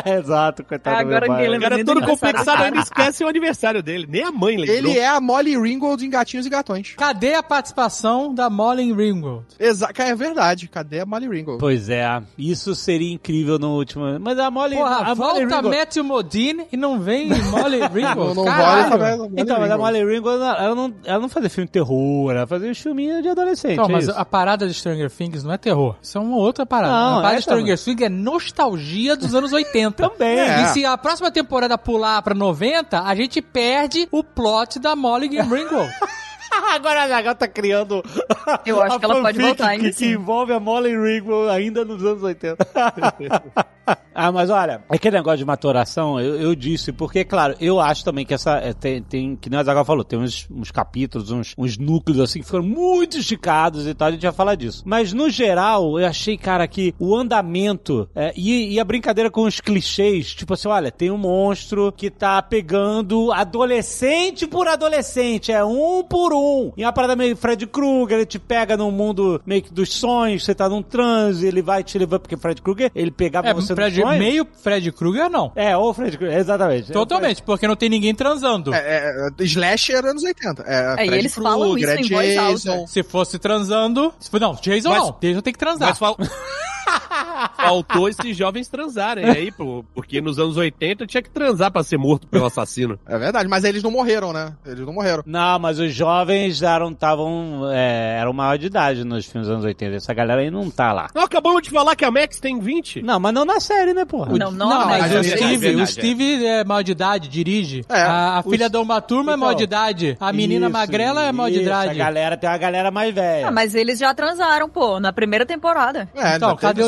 É, Exato, coitado do
Agora
meu pai.
ninguém
O cara é todo compensado, ainda esquece o aniversário dele. Nem a mãe lembrou.
Ele é a Molly Ringwald em Gatinhos e Gatões.
Cadê a participação da Molly Ringwald?
Exa é verdade. Cadê a Molly Ringwald?
Pois é, isso seria incrível no último. Mas a Molly.
Porra,
a Molly
volta
Ringwald-
Matthew Modine e não vem Molly Ringwald.
Não, não
Caralho.
rola essa-
Então, mas a Molly Ringwald, ela não, ela não fazia filme de terror, ela fazia uns filminhos de adolescente.
Então,
é
mas
isso.
a parada de Stranger Things não é terror. Isso é uma outra parada.
Não,
a parada de
essa-
Stranger Things é nostalgia dos anos 80. Também.
É.
E se a próxima temporada pular pra 90, a gente perde o plot da Molly Ringwald. É,
Agora a Zagal tá criando.
Eu acho que ela pode
fanfic
voltar ainda
Que, que
assim.
envolve a Molly Ringwald ainda nos anos 80. ah, mas olha, aquele negócio de maturação, eu, eu disse, porque, claro, eu acho também que essa. é, tem, tem- que nem a Zagal falou, tem uns, uns capítulos, uns, uns núcleos assim que foram muito esticados e tal, a gente vai falar disso. Mas no geral, eu achei, cara, que o andamento é, e, e a brincadeira com os clichês, tipo assim, olha, tem um monstro que tá pegando adolescente por adolescente, é um por um. E é uma parada meio Fred Krueger, ele te pega num mundo meio que dos sonhos, você tá num transe, ele vai te levar, porque Fred Krueger, ele pegava
É,
você
Fred-
no sonho.
meio Fred Krueger, não.
É, ou Fred Krueger, exatamente.
Totalmente, porque não tem ninguém transando.
É, é, slasher anos 80. É, Fred Krueger, é Jason.
Se fosse transando. se for- Não, Jason
Mas-
não. Jason tem que transar.
Mas fal- Faltou esses jovens transarem aí, pô, porque nos anos 80 tinha que transar pra ser morto pelo assassino.
É verdade, mas eles não morreram, né? Eles não morreram.
Não, mas os jovens eram, tavam, é, eram maior de idade nos filmes dos anos 80. Essa galera aí não tá lá.
Não, acabamos de falar que a Max tem 20.
Não, mas não na série, né, porra?
Não, não, não, mas
é
o Steve, o Steve é mal de idade, dirige. a a
o
filha
S-
da uma turma é mal de idade. A menina
Isso,
magrela é mal de
isso,
idade.
A galera tem uma galera mais velha.
Ah, mas eles já transaram, pô, na primeira temporada.
É,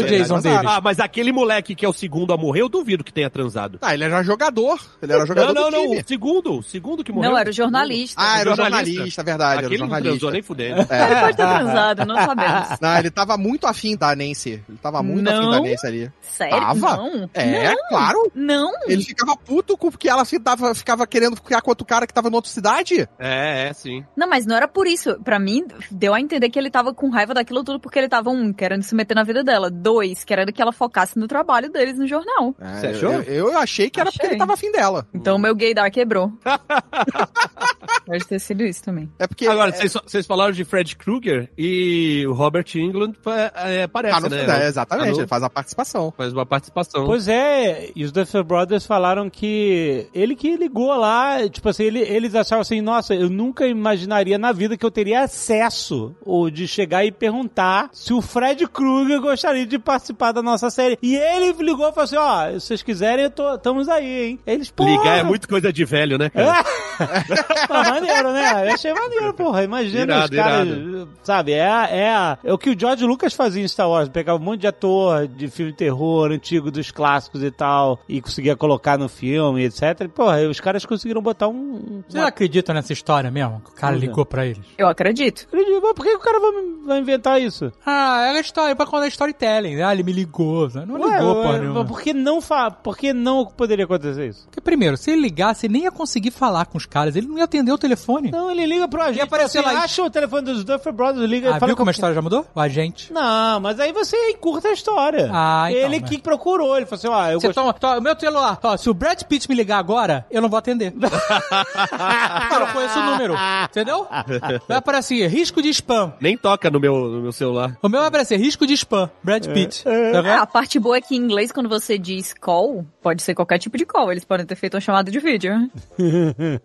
Ah, mas aquele moleque que é o segundo a morrer, eu duvido que tenha transado.
Ah, ele era jogador. Ele era jogador
Não, não,
do
não.
time.
O segundo, o segundo que morreu.
Não, era o jornalista.
Ah, era o jornalista, verdade.
É, Aquele
era o
não
jornalista.
transou nem fudendo.
É.
Ele pode
Ah,
ter transado, não sabemos.
Não, ele tava muito afim da Nancy. Ele tava muito
Não?
afim da Nancy ali.
Sério?
Tava?
Não?
É,
Não?
claro.
Não.
Ele ficava puto com porque ela ficava, ficava querendo ficar com outro cara que tava em outra cidade.
É, é, sim.
Não, mas não era por isso. Pra mim, deu a entender que ele tava com raiva daquilo tudo porque ele tava, um, querendo se meter na vida dela. Dois, querendo que ela focasse no trabalho deles no jornal.
Você achou? É, Eu, eu achei que era porque ele tava afim dela.
Então meu gaydar quebrou. Pode ter sido isso também.
É porque.
Agora, vocês vocês falaram de Fred Krueger e o Robert England pa- é, aparece,
Tá no
né?
final, é, exatamente, ele
faz
a participação.
Faz uma participação.
Pois é, e os Duffer Brothers falaram que ele que ligou lá, tipo assim, ele- eles achavam assim, nossa, eu nunca imaginaria na vida que eu teria acesso ou de chegar e perguntar se o Fred Krueger gostaria de participar da nossa série. E ele ligou e falou assim, ó, se vocês quiserem, eu tô, estamos aí, hein? Eles, porra,
Ligar é muito coisa de velho, né, cara?
Pô, maneiro, né? Eu achei maneiro, porra. Imagina os
Irado,
caras.
irado.
Sabe, é, a- é, a- é o que o George Lucas fazia em Star Wars. Pegava um monte de ator de filme de terror, antigo, dos clássicos e tal, e conseguia colocar no filme, etc. E, porra, os caras conseguiram botar um.
Vocês acreditam nessa história mesmo? Que o cara
Olha.
ligou pra eles.
Eu acredito.
Acredito, mas por que o cara vai, vai inventar isso?
Ah, era história, pra contar storytelling. né? Ah, ele me ligou. né? Não ligou, porra nenhuma.
é, por que não fa... Por que não poderia acontecer isso?
Porque primeiro, se ele ligasse, ele nem ia conseguir falar com os caras. Ele não ia atender o telefone.
Não, Então ele liga pro agente. E assim,
apareceu lá,
Acha o telefone dos Duffer Brothers, liga e
Ah,
fala
viu
com
como a história já mudou? O agente.
Não, mas aí você encurta a história.
Ah, então,
Ele
né?
que procurou, ele falou assim, ó, eu
Você
gost-
toma, toma, meu celular, ó, se o Brad Pitt me ligar agora, eu não vou atender. Cara, eu conheço o número, entendeu? Vai aparecer risco de spam.
Nem toca no meu, no meu celular.
O meu vai aparecer risco de spam, Brad
É.
Pitt. Tá
Ah,
vendo?
a parte boa é que em inglês, quando você diz call, pode ser qualquer tipo de call. Eles podem ter feito uma chamada de vídeo.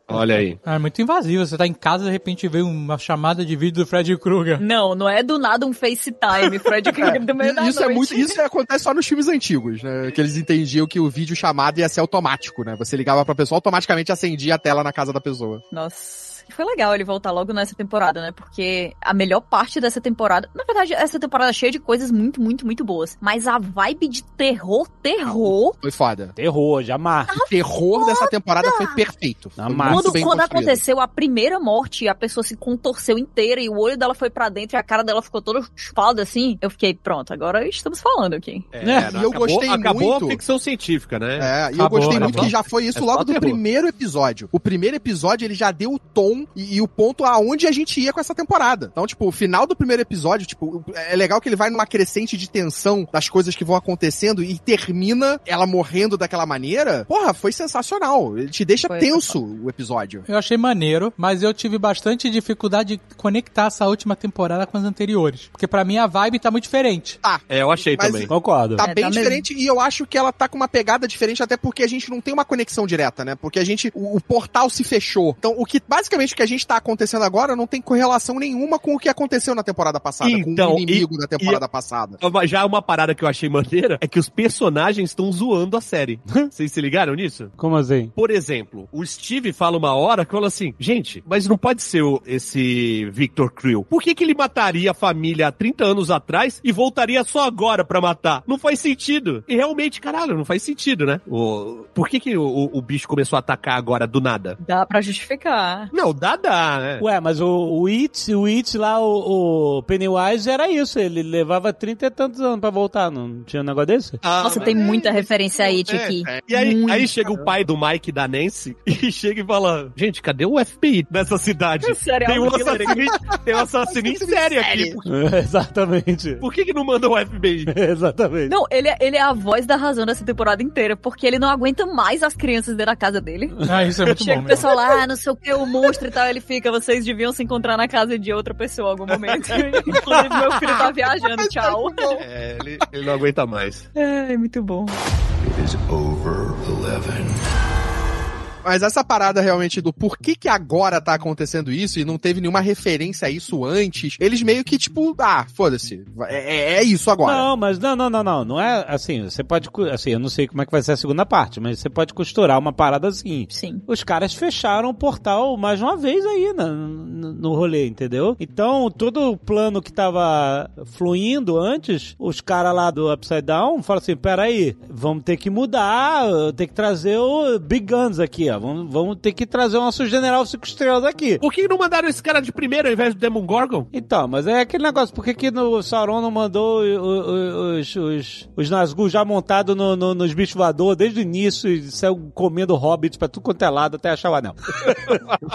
Olha aí.
Ah, é muito invasivo. Você tá em casa de repente vê uma chamada de vídeo do Fred Krueger.
Não, não é do nada um FaceTime, Fred Krueger do meio da
Isso é
noite.
muito, isso acontece só nos filmes antigos, né? Que eles entendiam que o vídeo chamado ia ser automático, né? Você ligava pra pessoa, automaticamente acendia a tela na casa da pessoa.
Nossa. Foi legal ele voltar logo nessa temporada, né? Porque a melhor parte dessa temporada. Na verdade, essa temporada é cheia de coisas muito, muito, muito boas. Mas a vibe de terror, terror.
Foi foda.
Terror, já marca.
O terror dessa temporada foi perfeito. Foi
Ah,
muito
Quando,
bem
quando
construído.
aconteceu a primeira morte, a pessoa se contorceu inteira e o olho dela foi pra dentro e a cara dela ficou toda chupada assim, eu fiquei, pronto, agora estamos falando aqui.
É,
Né?
não,
E eu
acabou-
gostei
acabou
muito.
a ficção científica, né?
É, e eu gostei muito que já foi isso
É só
logo do
terror.
primeiro episódio. O primeiro episódio, ele já deu o tom e, e o ponto aonde a gente ia com essa temporada. Então, tipo, o final do primeiro episódio, tipo, é legal que ele vai numa crescente de tensão das coisas que vão acontecendo e termina ela morrendo daquela maneira. Porra, foi sensacional. Ele te deixa tenso o episódio.
Eu achei maneiro, mas eu tive bastante dificuldade de conectar essa última temporada com as anteriores. Porque pra mim a vibe tá muito diferente.
Tá.
É, eu achei
Mas-
também.
Concordo.
Tá bem diferente e eu acho que ela tá com uma pegada diferente, até porque a gente não tem uma conexão direta, né? Porque a gente. O, o portal se fechou. Então, o que basicamente o que a gente tá acontecendo agora não tem correlação nenhuma com o que aconteceu na temporada passada,
Então,
com o inimigo
e-
da temporada
e-
passada.
Uma- Então, Já uma parada que eu achei maneira é que os personagens estão zoando a série. Vocês se ligaram nisso?
Como assim?
Por exemplo, o Steve fala uma hora que fala assim: gente, mas não pode ser o- esse Victor Creel. Por que, que ele mataria a família há 30 anos atrás e voltaria só agora pra matar? Não faz sentido. E realmente, caralho, não faz sentido, né? O- Por que, que o- o, o bicho começou a atacar agora do nada?
Dá pra justificar.
Não, dá, dá, né?
Ué, mas o, o It, o It lá, o, o Pennywise era isso, ele levava 30 e tantos anos pra voltar, não tinha um negócio desse?
Ah,
Nossa, tem muita referência aí, Tiki.
E aí,
Muito.
aí chega o pai do Mike e da Nancy e chega e fala: Gente, cadê o FBI nessa cidade?
É Sério,
tem, um
algo que eu
assassino, em- tem um assassino em série aqui. Por,
Exatamente.
por que, que não mandou o FBI?
Exatamente.
Não, ele é, ele é a voz da razão dessa temporada inteira, porque ele não aguenta mais as crianças dentro da casa dele.
Ah, isso é muito
Chega
bom
o
mesmo.
pessoal lá, ah, não sei o que, o monstro Frital ele fica, vocês deviam se encontrar na casa de outra pessoa em algum momento. Inclusive, meu filho tá viajando, tchau.
É, ele, ele não aguenta mais.
Ai, muito bom.
Mas essa parada realmente do por que que agora tá acontecendo isso e não teve nenhuma referência a isso antes, eles meio que tipo, ah, foda-se, é, é- é isso agora.
Não, mas não, não, não, não. Não é assim, você pode. cu- Assim, eu não sei como é que vai ser a segunda parte, mas você pode costurar uma parada assim.
Sim.
Os caras fecharam o portal mais uma vez aí na- no, no rolê, entendeu? Então, todo o plano que tava fluindo antes, os caras lá do Upside Down falam assim: peraí, vamos ter que mudar, tem que trazer o Big Guns aqui, ó. Vamos, vamos ter que trazer o nosso general cinco estrelas aqui.
Por que não mandaram esse cara de primeiro ao invés do Demon Gorgon?
Então, mas é aquele negócio, por que, que no Sauron não mandou o- o- os, os, os Nazgûl já montados no, no- nos bichos voador desde o início e saiu comendo hobbits pra tudo quanto é lado até achar o anel?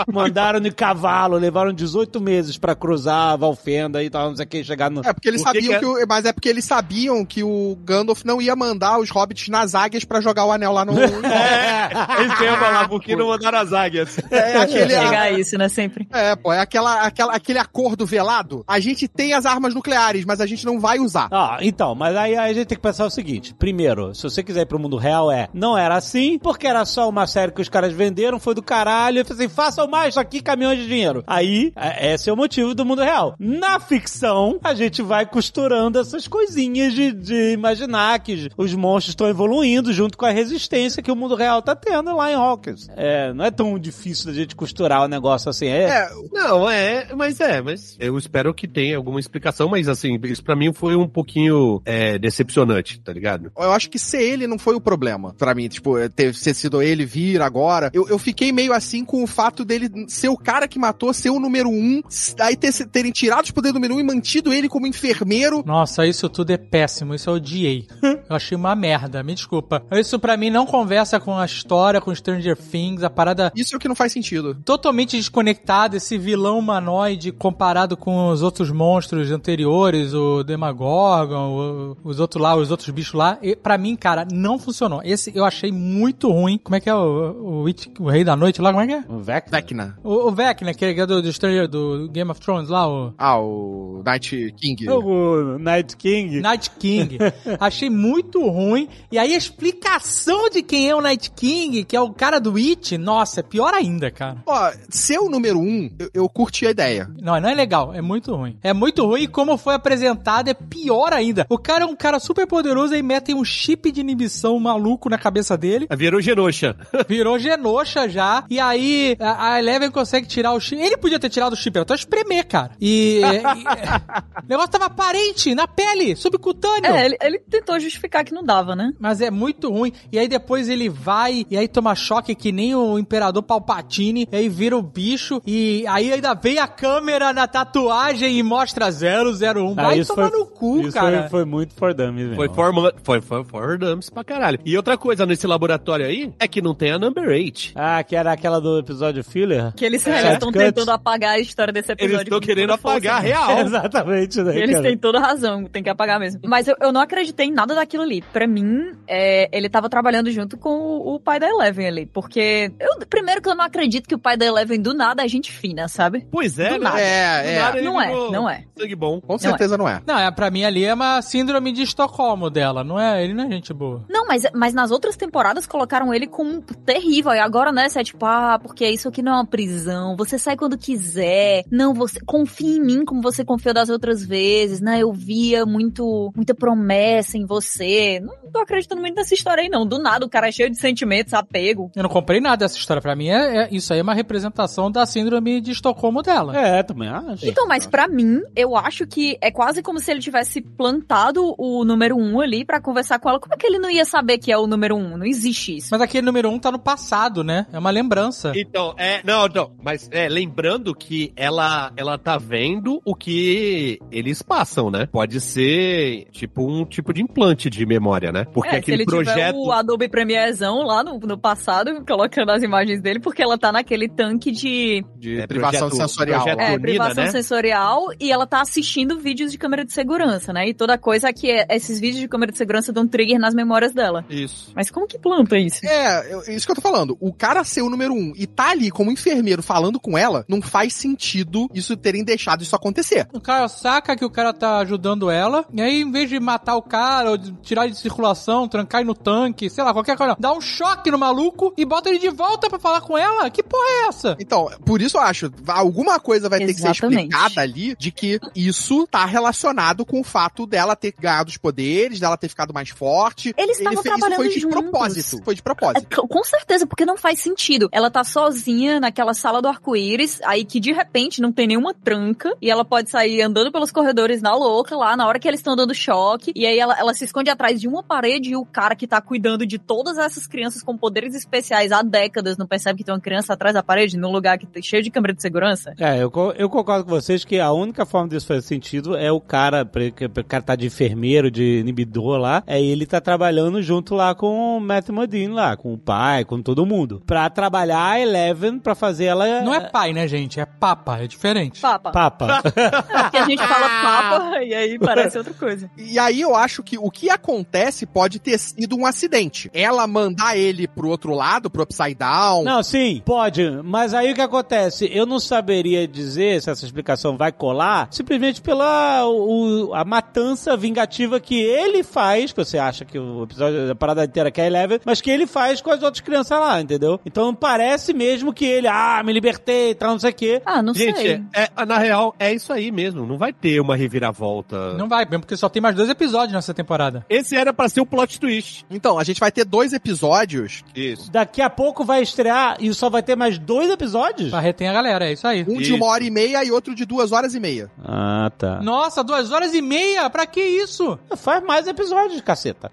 Mandaram de cavalo, levaram 18 meses pra cruzar a Valfenda e tal, não sei o que, chegar no...
É porque eles sabiam que, o- mas é porque eles sabiam que o Gandalf não ia mandar os hobbits nas águias pra jogar o anel lá no.
É, eles iam falar, por que não mandaram as águias?
É aquele.
Pegar isso, né? Sempre.
É, pô, é aquela, aquela, aquele acordo velado. A gente tem as armas nucleares, mas a gente não vai usar.
Ah, então, mas aí, aí a gente tem que pensar o seguinte. Primeiro, se você quiser ir pro mundo real, é, não era assim, porque era só uma série que os caras venderam, foi do caralho, eu falei assim, façam mais, só que caminhões de dinheiro. Aí, é- esse é o motivo do mundo real. Na ficção, a gente vai costurando essas coisinhas de, de imaginar que os- os monstros estão evoluindo junto com a resistência que o mundo real tá tendo lá em Hawkins. É, não é tão difícil da gente costurar o negócio assim, é...
Não, é, mas é, mas eu espero que tenha alguma explicação, mas assim, isso pra mim foi um pouquinho é, decepcionante, tá ligado?
Eu acho que ser ele não foi o problema pra mim, tipo, é, ter, ter sido ele vir agora. Eu, eu fiquei meio assim com o fato dele ser o cara que matou, ser o número um, s- aí ter, se- terem tirado os poderes do número um e mantido ele como enfermeiro.
Nossa, isso tudo é péssimo, isso eu odiei. Eu achei uma merda, me desculpa. Isso pra mim não conversa com a história, com Stranger Things, a parada.
Isso é o que não faz sentido.
Totalmente desconectado, esse vilão humanoide comparado com os outros monstros anteriores, o Demagorgon, o- os outros lá, os outros bichos lá. E, pra mim, cara, não funcionou. Esse eu achei muito ruim. Como é que é o, o, It- o Rei da Noite lá? Como é que é?
O Vecna.
Vecna.
O, o Vecna, que é do, do Stranger do Game of Thrones lá, o.
Ah, o Night King.
O Night King.
Night King. Achei muito ruim. E aí a explicação de quem é o Night King, que é o cara do It, nossa, é pior ainda, cara.
Ó, ser o número um, eu, eu curti a ideia.
Não, não é legal, é muito ruim. É muito ruim e como foi apresentado é pior ainda. O cara é um cara super poderoso e metem um chip de inibição maluco na cabeça dele.
Virou Genosha.
Virou genoxa já. E aí a a Eleven consegue tirar o chip. Ele podia ter tirado o chip, era só espremer, cara. E. e- o negócio tava aparente, na pele, subcutâneo.
É, ele, ele tentou justificar que não dava, né?
Mas é muito ruim. E aí depois ele vai e aí toma choque que nem o Imperador Palpatine. E aí vira o bicho. E aí ainda vem a câmera na tatuagem e mostra 001.
Ah,
Vai tomar no cu,
isso
cara.
Foi, foi muito for dummies mesmo.
Foi Fórmula. Foi, foi for Dumps pra caralho. E outra coisa nesse laboratório aí é que não tem a number 8.
Ah, que era aquela do episódio filler?
Que eles
É.
estão
Cut.
tentando apagar a história desse episódio.
Eles estão
com
querendo
toda a força.
apagar a real.
Exatamente, né,
Eles
cara?
têm toda razão, tem que apagar mesmo. Mas eu, eu não acreditei em nada daquilo ali. Pra mim, é, ele tava trabalhando junto com o, o pai da Eleven ali. Porque, eu- primeiro que eu não acredito que o pai da Eleven do nada é gente fina, sabe?
Pois
Do nada.
É, é.
ele
Não é,
virou
não é.
Sangue bom.
Com certeza não é.
Não, é, pra mim ali é uma síndrome de Estocolmo dela. Não é, ele não é gente boa.
Não, mas, mas nas outras temporadas colocaram ele como um terrível. E agora, né, você é tipo, ah, porque isso aqui não é uma prisão. Você sai quando quiser. Não, você confia em mim como você confiou das outras vezes. Né? Eu via muito, muita promessa em você. Não tô acreditando muito nessa história aí, não. Do nada, o cara é cheio de sentimentos, apego.
Eu não comprei nada dessa história. Pra mim, é, é- isso aí é uma representação da síndrome de Estocolmo dela.
É, também acho.
Então, mas pra mim, eu acho que é quase como se ele tivesse plantado o número um ali pra conversar com ela. Como é que ele não ia saber que é o número um? Não existe isso.
Mas aquele número um tá no passado, né? É uma lembrança.
Então, é, não, não, mas é, lembrando que ela, ela tá vendo o que eles passam, né? Pode ser, tipo, um tipo de implante de memória, né? Porque
É, se
aquele
ele tiver
projeto.
o Adobe Premierezão lá no, no passado, colocando as imagens dele, porque ela tá naquele tanque de...
de
privação sensorial.
Projeto
É,
Unida,
privação
né?
sensorial e ela tá assistindo vídeos de câmera de segurança, né? E toda coisa que é, esses vídeos de câmera de segurança dão trigger nas memórias dela.
Isso.
Mas como que planta isso?
É, eu- isso que eu tô falando. O cara ser o número um e tá ali como enfermeiro falando com ela, não faz sentido isso terem deixado isso acontecer.
O cara saca que o cara tá ajudando ela, e aí em vez de matar o cara, ou de tirar ele de circulação, trancar ele no tanque, sei lá, qualquer coisa, dá um choque no maluco e bota ele de volta pra falar com ela? Que porra é essa?
Então, por isso eu acho, alguma coisa vai ter que ser
Exatamente.
explicada ali de que isso tá relacionado com o fato dela ter ganhado os poderes, dela ter ficado mais forte.
Eles
Ele
estavam
fez- isso
trabalhando
foi de
juntos.
propósito. Foi de propósito.
É, Com com certeza, porque não faz sentido. Ela tá sozinha naquela sala do arco-íris, aí que de repente não tem nenhuma tranca, e ela pode sair andando pelos corredores na louca lá, na hora que eles estão dando choque, e aí ela, ela se esconde atrás de uma parede e o cara que tá cuidando de todas essas crianças com poderes especiais há décadas não percebe que tem uma criança atrás da parede, num lugar que tá cheio de câmera de segurança?
É, eu, co- eu concordo com vocês que a única forma disso fazer sentido é o cara, pre- que- o cara tá de enfermeiro, de inibidor lá, é ele tá trabalhando junto lá com o Matt Modine lá, com o pai, com todo mundo. Pra trabalhar a Eleven, pra fazer ela...
Não é pai, né, gente? É papa, é diferente.
Papa.
Papa.
Porque a gente fala papa e aí parece outra coisa.
E aí eu acho que o que acontece pode ter sido um acidente. Ela mandar ele pro outro lado, pro upside down.
Não, sim, pode. Mas aí o que acontece? Eu não saberia dizer se essa explicação vai colar, simplesmente pela o- a matança vingativa que ele faz, que você acha que o episódio, a parada inteira que é Eleven, mas que ele faz com as outras crianças lá, entendeu? Então parece mesmo que ele, ah, me libertei, tal, não sei o quê.
Ah, não
Gente, é- é- na real, é isso aí mesmo. Não vai ter uma reviravolta.
Não vai, mesmo porque só tem mais dois episódios nessa temporada.
Esse era pra ser o plot twist.
Então, a gente vai ter dois episódios.
Isso.
Daqui a pouco vai estrear e só vai ter mais dois episódios?
Pra reter a galera, é isso aí.
Um de uma hora e meia e outro de duas horas e meia.
Ah, tá.
Nossa, duas horas e meia? Pra que isso?
Faz mais episódios, caceta.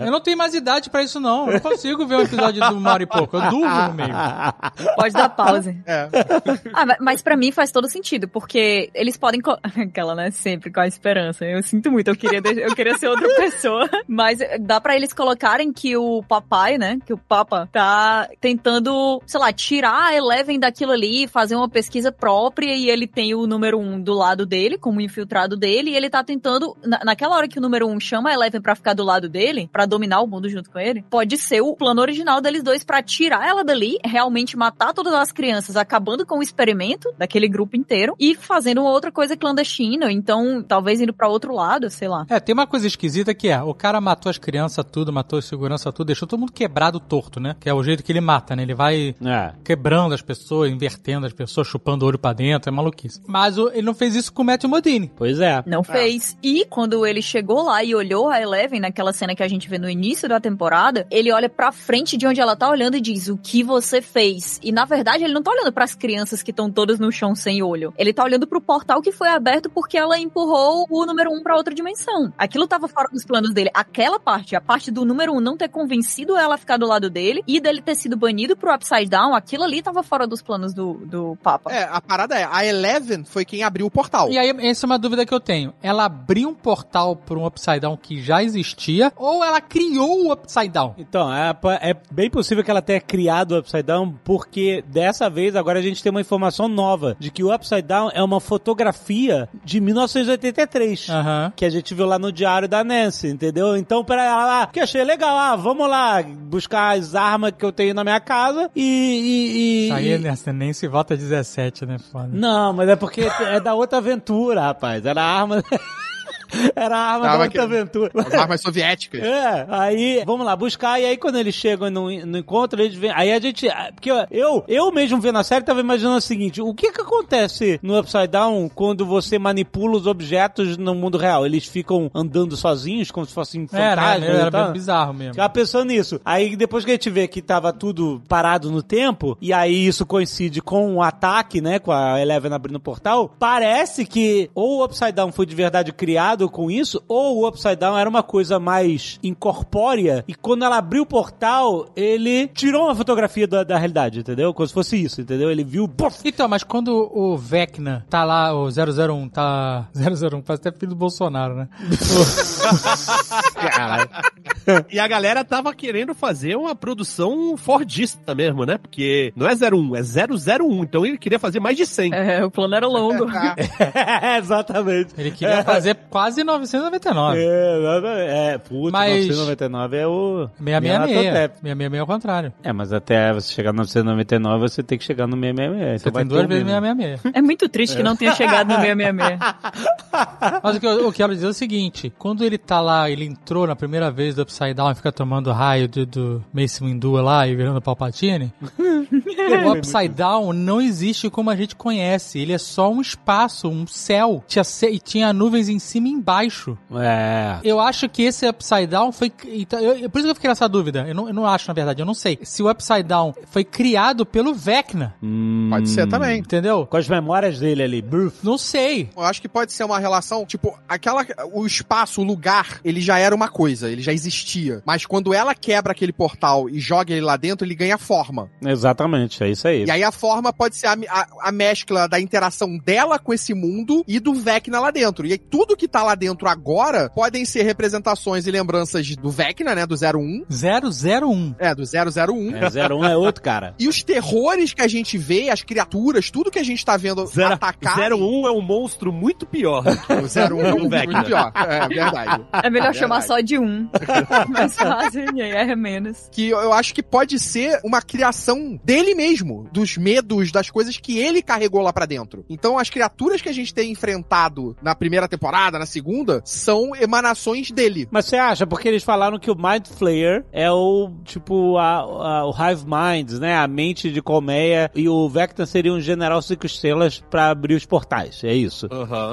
Eu não tenho mais idade pra isso, não. Eu não consigo ver um episódio de uma hora e pouco. Eu durmo no meio.
Pode dar pause.
É.
Ah, ma- mas pra mim faz todo sentido, porque eles podem. co- Aquela, né? Sempre com a esperança. Eu sinto muito, eu queria, deix- eu queria ser outra pessoa. Mas eh, dá pra eles colocarem que o papai, né? Que o papa tá tentando, sei lá, tirar a Eleven daquilo ali, fazer uma pesquisa própria e ele tem o número um do lado dele, como infiltrado dele, e ele tá tentando. na- naquela hora que o número um chama a Eleven pra ficar do lado dele, pra dominar o mundo junto com ele, pode ser o plano original deles dois pra tirar ela dali, realmente matar todas as crianças, acabando com o experimento daquele grupo inteiro e fazendo uma outra coisa clandestina, então talvez indo pra outro lado, sei lá.
É, tem uma coisa esquisita que é, o cara matou as crianças tudo, matou os segurança tudo, deixou todo mundo quebrado torto, né? Que é o jeito que ele mata, né? Ele vai
É,
quebrando as pessoas, invertendo as pessoas, chupando o olho pra dentro, é maluquice. Mas o- ele não fez isso com o Matthew Modine.
Pois é.
Não fez. E quando ele chegou lá e olhou a Eleven, naquela cena que a gente vê no início da temporada, ele olha pra frente de onde ela tá olhando e diz: O que você fez? E na verdade, ele não tá olhando pras crianças que estão todas no chão sem olho. Ele tá olhando pro portal que foi aberto porque ela empurrou o número um pra outra dimensão. Aquilo tava fora dos planos dele. Aquela parte, a parte do número um não ter convencido ela a ficar do lado dele e dele ter sido banido pro Upside Down, aquilo ali tava fora dos planos do, do Papa.
É, a parada é, a Eleven foi quem abriu o portal.
E aí, essa é uma dúvida que eu tenho. Ela abriu um portal pra um Upside Down que já existia, ou ela criou o Upside Down?
Então, é, pa- é bem possível que ela tenha criado o Upside Down, porque dessa vez agora a gente tem uma informação nova de que o Upside Down é uma fotografia de 1983, que a gente viu lá no diário da Nancy, entendeu? Então, para ela, ah, que achei legal, ah, vamos lá buscar as armas que eu tenho na minha casa e. e, e-
Isso aí,
e-
né, você nem se volta 17, né? Foda.
Não, mas é porque é da outra aventura, rapaz. Era a arma. Era a arma
Ah,
da
mas
outra aventura.
As armas soviéticas.
É, aí vamos lá buscar, e aí quando eles chegam no, no encontro, eles vêm. Aí a gente. ah, Porque ó, eu, eu mesmo vendo a série, tava imaginando o seguinte: o que que acontece no Upside Down quando você manipula os objetos no mundo real? Eles ficam andando sozinhos, como se fossem
Era,
fantasmas?
É, né? era,
e
era
tal?
meio bizarro mesmo.
Ficava pensando nisso. Aí depois que a gente vê que tava tudo parado no tempo, e aí isso coincide com o ataque, né? Com a Eleven abrindo o portal, parece que ou o Upside Down foi de verdade criado incomodado com isso, ou o Upside Down era uma coisa mais incorpórea, e quando ela abriu o portal, ele tirou uma fotografia da, da realidade, entendeu? Como se fosse isso, entendeu? Ele viu.
Então, mas quando o Vecna tá lá, o 001 tá. 001, parece até filho do Bolsonaro, né?
Caralho. E a galera tava querendo fazer uma produção fordista mesmo, né? Porque não é 01, é 001. Então ele queria fazer mais de 100.
É, o plano era longo.
exatamente.
Ele queria fazer quase 999.
É, exatamente. é putz,
Mas-
999 é o.
666. 666 é o contrário.
É, mas até você chegar no 999, você tem que chegar no 666.
Você tem duas vezes 666.
É muito triste que não tenha chegado no 666.
Mas o que eu, eu quero dizer é o seguinte: quando ele tá lá, ele entrou na primeira vez do Upside Down e fica tomando raio do, do Mace Windu lá e virando Palpatine. o Upside Down não existe como a gente conhece. Ele é só um espaço, um céu. Tinha ce- e tinha nuvens em cima e embaixo.
É.
Eu acho que esse Upside Down foi. então, eu- por isso que eu fiquei nessa dúvida. Eu não, eu não acho, na verdade, eu não sei. Se o Upside Down foi criado pelo Vecna.
Pode
Hum.
ser também.
Entendeu?
Com as memórias dele ali.
Não sei.
Eu acho que pode ser uma relação, tipo, aquela o espaço, o lugar, ele já era uma coisa, ele já existia. Mas quando ela quebra aquele portal e joga ele lá dentro, ele ganha forma.
Exatamente, é isso aí.
E aí a forma pode ser a, a, a mescla da interação dela com esse mundo e do Vecna lá dentro. E aí tudo que tá lá dentro agora podem ser representações e lembranças do Vecna, né? Do 01.
001.
É, do 001.
É, 01 é outro cara.
E os terrores que a gente vê, as criaturas, tudo que a gente tá vendo
Zero-
atacar.
01 é um monstro muito pior.
O 01 é um muito pior. É verdade.
É melhor
É
chamar
verdade.
só de um. Mais fácil, e aí é menos.
que eu- eu acho que pode ser uma criação dele mesmo, dos medos, das coisas que ele carregou lá pra dentro. Então as criaturas que a gente tem enfrentado na primeira temporada, na segunda, são emanações dele.
Mas você acha? Porque eles falaram que o Mind Flayer é o, tipo, a, a- o Hive Minds, né? A mente de colmeia. E o Vecna seria um general cinco estrelas pra abrir os portais. É isso.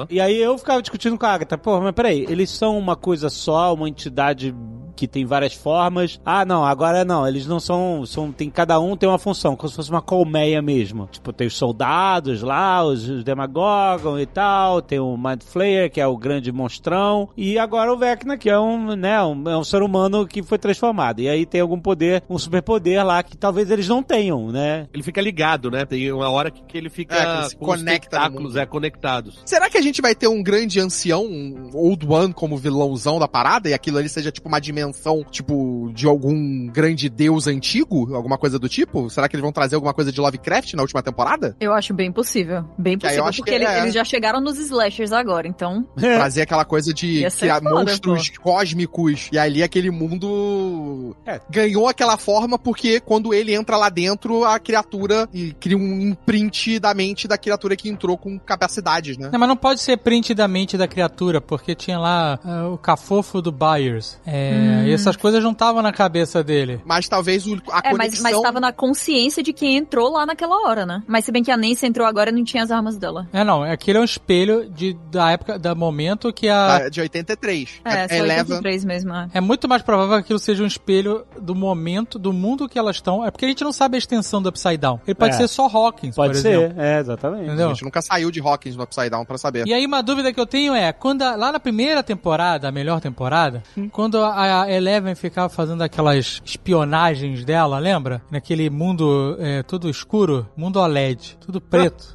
E aí eu ficava discutindo com a Agatha, pô, mas peraí, eles são uma coisa só, uma entidade que tem várias formas. Ah, não, agora não, eles não são, são tem cada um tem uma função, como se fosse uma colmeia mesmo. Tipo, tem os soldados lá, os, os Demagogon e tal, tem o Mind Flayer, que é o grande monstrão, e agora o Vecna, que é um, né, um, é um ser humano que foi transformado. E aí tem algum poder, um superpoder lá que talvez eles não tenham, né?
Ele fica ligado, né? Tem uma hora que que ele fica
É, que ele se
com os
conecta no
tentáculos, é, conectados.
Será que a gente vai ter um grande ancião, um Old One, como vilãozão da parada? E aquilo ali seja tipo uma dimensão, tipo, de algum grande deus antigo? Alguma coisa do tipo? Será que eles vão trazer alguma coisa de Lovecraft na última temporada?
Eu acho bem possível. Bem
Que aí eu
possível,
acho
porque
que
ele-
é.
eles já chegaram nos slashers agora, então.
Trazer aquela coisa de
Ia ser
criar
foda,
monstros cósmicos. E ali aquele mundo é, ganhou aquela forma porque quando ele entra lá dentro, a criatura e cria um imprint da mente da criatura que entrou com capacidades, né?
Não, mas não pode ser print da mente da criatura, porque tinha lá ah, o cafofo do Byers. É,
Hum.
E essas coisas não estavam na cabeça dele.
Mas talvez o, a
É, mas,
conexão...
mas tava na consciência de quem entrou lá naquela hora, né? Mas se bem que a Nancy entrou agora e não tinha as armas dela.
É, não, aquele é um espelho de, da época, da momento que a.
é
Ah, De 83.
É, só
Eleven.
83 mesmo. é.
É muito mais provável que aquilo seja um espelho do momento, do mundo que elas estão. É porque a gente não sabe a extensão do Upside Down. Ele pode
É.
ser só Hawkins,
Pode
por
ser,
exemplo.
é, exatamente.
Entendeu?
A gente nunca saiu de Hawkins no Upside Down pra saber.
E aí uma dúvida que eu tenho é, quando a- lá na primeira temporada, a melhor temporada, quando a a Eleven ficava fazendo aquelas espionagens dela, lembra? Naquele mundo é, todo escuro, mundo OLED, tudo preto.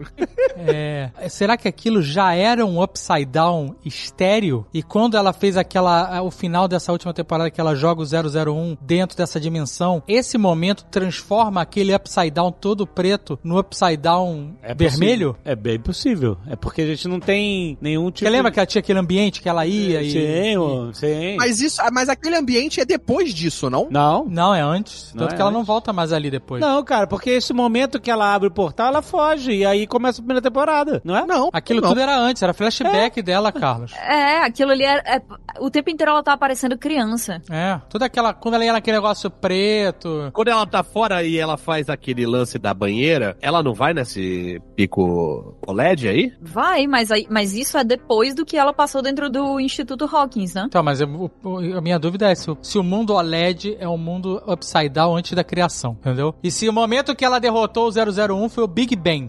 É, será que aquilo já era um upside down estéreo? E quando ela fez aquela a- o final dessa última temporada que ela joga o 001 dentro dessa dimensão, esse momento transforma aquele upside down todo preto no upside down vermelho?
possível. É bem possível. É porque a gente não tem nenhum tipo.
Você lembra que ela tinha aquele ambiente que ela ia e...
Sim, ô, sim.
Mas isso, ah, mas aquele ambiente é depois disso, não?
Não.
Não, é antes.
Não
Tanto
é
que ela não
antes.
volta mais ali depois.
Não, cara, porque esse momento que ela abre o portal, ela foge. E aí começa a primeira temporada, não é?
Não.
Aquilo
não.
tudo era antes, era flashback dela, Carlos.
É, aquilo ali era. é- o tempo inteiro ela tá aparecendo criança.
É, toda aquela... Quando ela ia naquele negócio preto...
Quando ela tá fora e ela faz aquele lance da banheira, ela não vai nesse pico OLED aí?
Vai, mas, aí, mas isso é depois do que ela passou dentro do Instituto Hawkins, né?
Então, mas eu- o- o- a minha dúvida dúvida é se, o- se o mundo OLED é um mundo upside down antes da criação, entendeu? E se o momento que ela derrotou o 001 foi o Big Bang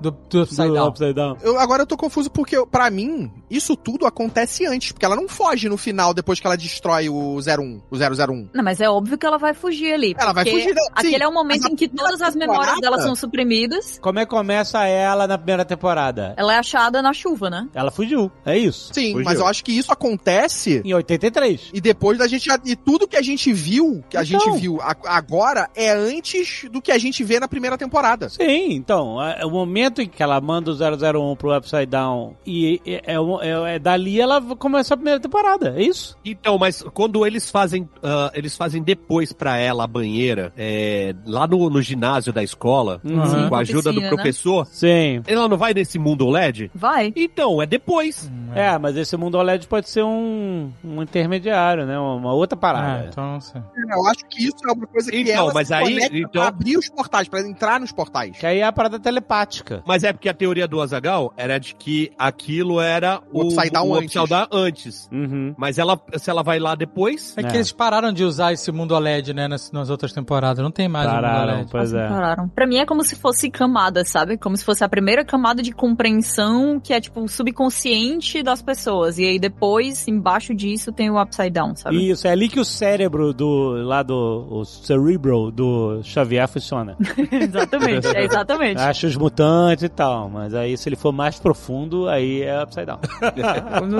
do, do upside
Do
down.
Upside Down.
Eu, agora eu tô confuso porque, eu- pra mim, isso tudo acontece antes, porque ela não foge no final depois que ela destrói o 01, o 001.
Não, mas é óbvio que ela vai fugir ali.
Ela vai
porque
fugir, né? não, sim.
Aquele é o momento
Mas
em que
primeira
todas as memórias
temporada-
dela são suprimidas.
Como é que começa ela na primeira temporada?
Ela é achada na chuva, né?
Ela fugiu, é isso.
Sim,
Fugiu.
mas eu acho que isso acontece.
Em 83.
E depois da gente. já- E tudo que a gente viu, que a
Então.
gente viu a- agora, é antes do que a gente vê na primeira temporada.
Sim, então, é- o momento em que ela manda o 001 pro Upside Down e e- é, um- é- é dali ela v- começa a primeira temporada, é isso?
Então, mas quando eles fazem, ah, eles fazem depois pra ela a banheira, é, lá no, no ginásio da escola,
Uhum. Sim,
com
com
a ajuda
piscina,
do
né?
professor,
Sim.
ela não vai nesse mundo LED?
Vai.
Então, é depois.
É. mas esse mundo OLED pode ser um, um intermediário, né? Uma outra parada.
Ah, então não sei.
Eu acho que isso é uma coisa que
Então,
ela
mas
se
aí-
conecta
então-
pra abrir os portais, pra entrar nos portais.
Que aí é a parada telepática.
Mas é porque a teoria do Azagal era de que aquilo era
O
o,
Upside Down
o
antes.
Upside Down antes.
Uhum.
Mas ela, se ela vai lá depois.
É, que eles pararam de usar esse mundo OLED, né, nas, nas outras temporadas. Não
Ah,
tem mais o mundo
Pararam,
OLED.
pois é.
Pararam. né? Pra mim é como se fosse camada, sabe? Como se fosse a primeira camada de compreensão que é, tipo, subconsciente das pessoas. E aí depois, embaixo disso, tem o upside down, sabe?
Isso, é ali que o cérebro do. lá do. o cerebro do Xavier funciona.
exatamente, é exatamente.
Acha os mutantes e tal, mas aí se ele for mais profundo, aí é upside down.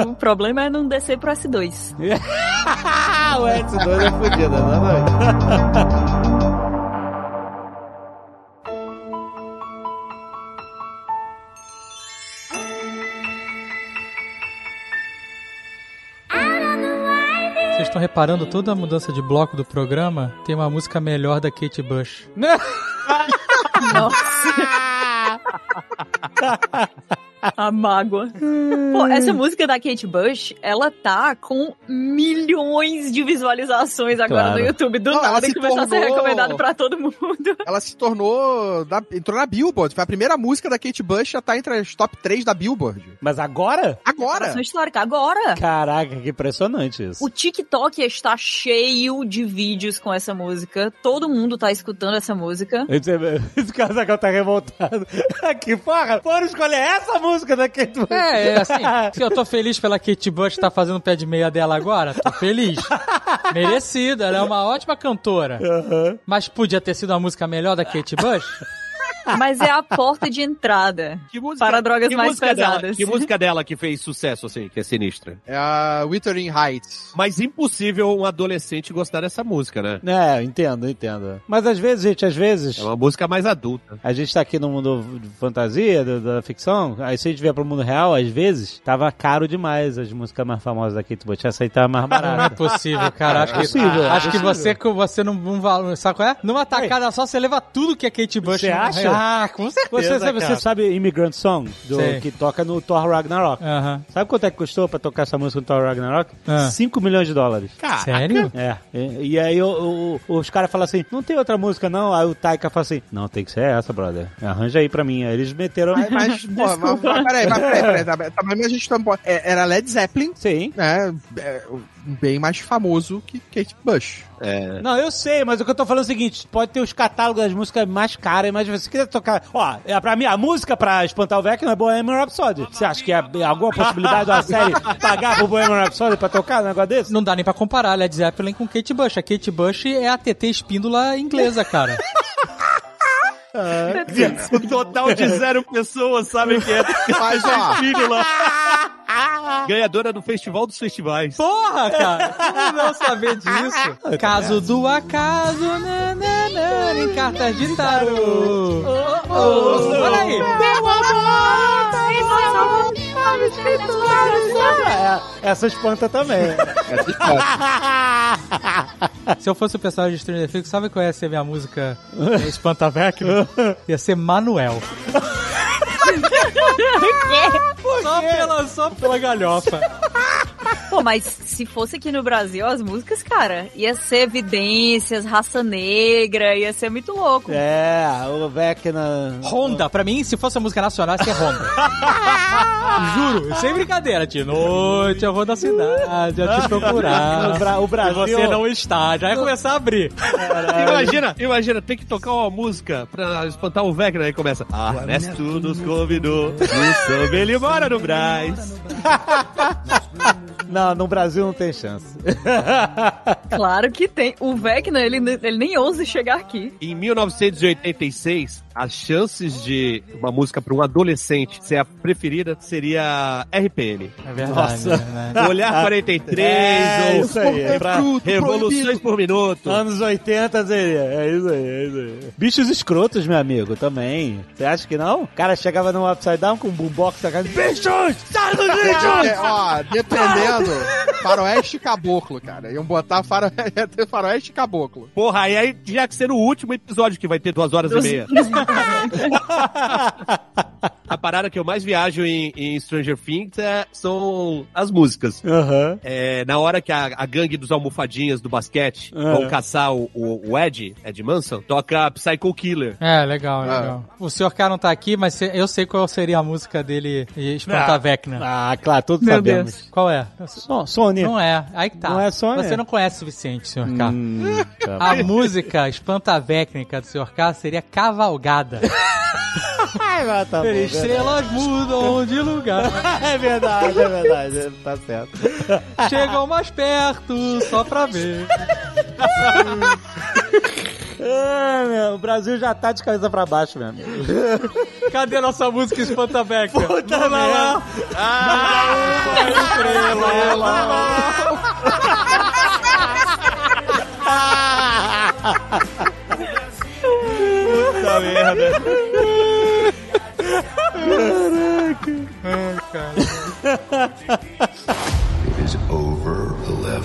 o problema é não descer pro S2.
Ah, o S2 é fodido, exatamente.
Vocês estão reparando toda a mudança de bloco do programa? Tem uma música melhor da Kate Bush.
A mágoa.
Hum.
Pô, essa música da Kate Bush, ela tá com milhões de visualizações agora
Claro.
no YouTube. Do
Não, ela
nada
se
começou a ser
tornou-
recomendado pra todo mundo.
Ela se tornou. da- entrou na Billboard. Foi a primeira música da Kate Bush já tá entre as top 3 da Billboard.
Mas agora?
Agora!
Declaração histórica. Agora!
Caraca, que impressionante isso.
O TikTok está cheio de vídeos com essa música. Todo mundo tá escutando essa música.
Esse, esse casaco tá revoltado. Aqui, porra, foram escolher essa música da Kate Bush.
É, é assim. se eu tô feliz pela Kate Bush tá fazendo pé de meia dela agora, tô feliz. Merecida, ela é uma ótima cantora. Mas podia ter sido uma música melhor da Kate Bush?
Ah.
Mas é a porta de entrada para drogas
Que
mais
música dela-
pesadas.
que música dela que fez sucesso, assim, que é sinistra?
É a Withering Heights.
Mas impossível um adolescente gostar dessa música, né?
É, entendo, entendo. Mas às vezes, gente, às vezes. É
uma música mais adulta.
A gente tá aqui no mundo de fantasia, da, da ficção. Aí se a gente vier pro mundo real, às vezes, tava caro demais as músicas mais famosas da Kate Bush. Essa aí tava mais barata.
Não é possível, cara. Acho que,
Possível,
acho
é
que
possível.
você, que você não, não valor. Sabe qual é? Numa tacada só você leva tudo que a Kate Bush
Você acha?
Ah, com certeza.
Você sabe,
cara.
você sabe Immigrant Song, do-
Sei.
que toca no Thor Ragnarok. Sabe quanto é que custou pra tocar essa música no Thor Ragnarok?
Ah.
5 milhões de dólares.
Caraca. Sério?
É. E, e aí o- o- os caras falam assim, não tem outra música não? Aí o Taika fala assim, não, tem que ser essa, brother. Arranja aí pra mim. Aí eles meteram...
Mas, mas, pô, mas, mas peraí, mas peraí, peraí, tá, tá, mas a gente tá, é, era Led Zeppelin.
Sim.
Né, é, bem mais famoso que Kate Bush.
É.
Não, eu sei, mas o que eu tô falando é o seguinte: pode ter os catálogos das músicas mais caras, mas se você quiser tocar. Ó, é, pra mim, a música pra espantar o Vecna é Bohemian Rhapsody. Você acha que é alguma possibilidade de uma série pagar pro Bohemian Rhapsody pra tocar um negócio desse?
Não dá nem pra comparar Led Zeppelin com Kate Bush. A Kate Bush é a TT espíndola inglesa, cara.
O total de zero pessoas sabe que é.
Mas, ó.
Ganhadora do Festival dos Festivais.
Porra, cara! Como não saber disso? Caso do acaso, na, na, na, em cartas de tarô. Oh, Olha aí!
É, essa espanta também.
Se eu fosse o personagem de Stranger Things, sabe qual ia ser a minha música eh, Espantavecno? Ia ser Manuel. Só pela, só pela galhofa.
Pô, mas se fosse aqui no Brasil, as músicas, cara, ia ser evidências, raça negra, ia ser muito louco.
É, o Vecna.
Honda, pra mim, se fosse a música nacional, ia ser Honda. Juro, sem brincadeira, de noite eu vou da cidade, eu te procurar.
Ah, O Bra- o Brasil- é
E você não está, já ia começar a abrir.
Imagina, imagina, tem que tocar uma música pra espantar o Vecna, aí começa.
Ah.
Ernesto nos convidou, no samba ele mora no Brás.
Não, no Brasil não tem chance.
Claro que tem. O Vecna, ele, ele nem ousa chegar aqui.
Em 1986, as chances de uma música pra um adolescente ser a preferida seria RPM. É
verdade, é verdade.
Olhar 43,
É,
ou
isso aí, é
pra
fruto proibido.
Revoluções
Ah,
por Minuto.
Anos 80 seria. É isso aí, é isso aí. Bichos escrotos, meu amigo, também. Você acha que não? O cara chegava no Upside Down com um boombox na casa. Bichos! Sai dos bichos!
É, ó, dependendo, faroeste e caboclo, cara. Iam botar faroeste, ia ter faroeste e caboclo.
Porra, aí, aí já que ser o último episódio que vai ter duas horas
Duas-
e meia. a parada que eu mais viajo em, em Stranger Things é- são as músicas.
Aham.
É, na hora que a, a gangue dos almofadinhas do basquete
Ah.
vão caçar o, o- o Ed, Ed Manson, toca Psycho Killer.
É, legal,
Ah.
legal. O senhor K não tá aqui, mas se- eu sei qual seria a música dele e espantar
Ah.
Vecna.
Ah, claro, todos
Meu
sabemos.
Deus. Qual é?
Sony.
Não é, aí que tá.
Não é Sony?
Você não conhece o suficiente, senhor K.
tá
a
bom.
música espantavécnica do senhor K seria Cavalgada.
Ai, mas tá bom,
Estrelas mudam de lugar.
É verdade, é verdade. Tá certo.
Chegam mais perto, só pra ver. É,
Ah, meu, o Brasil já tá de cabeça pra baixo mesmo.
Cadê a nossa música espantaveca? Puta lá, lá.
Puta merda.
Ai,
It is over 11.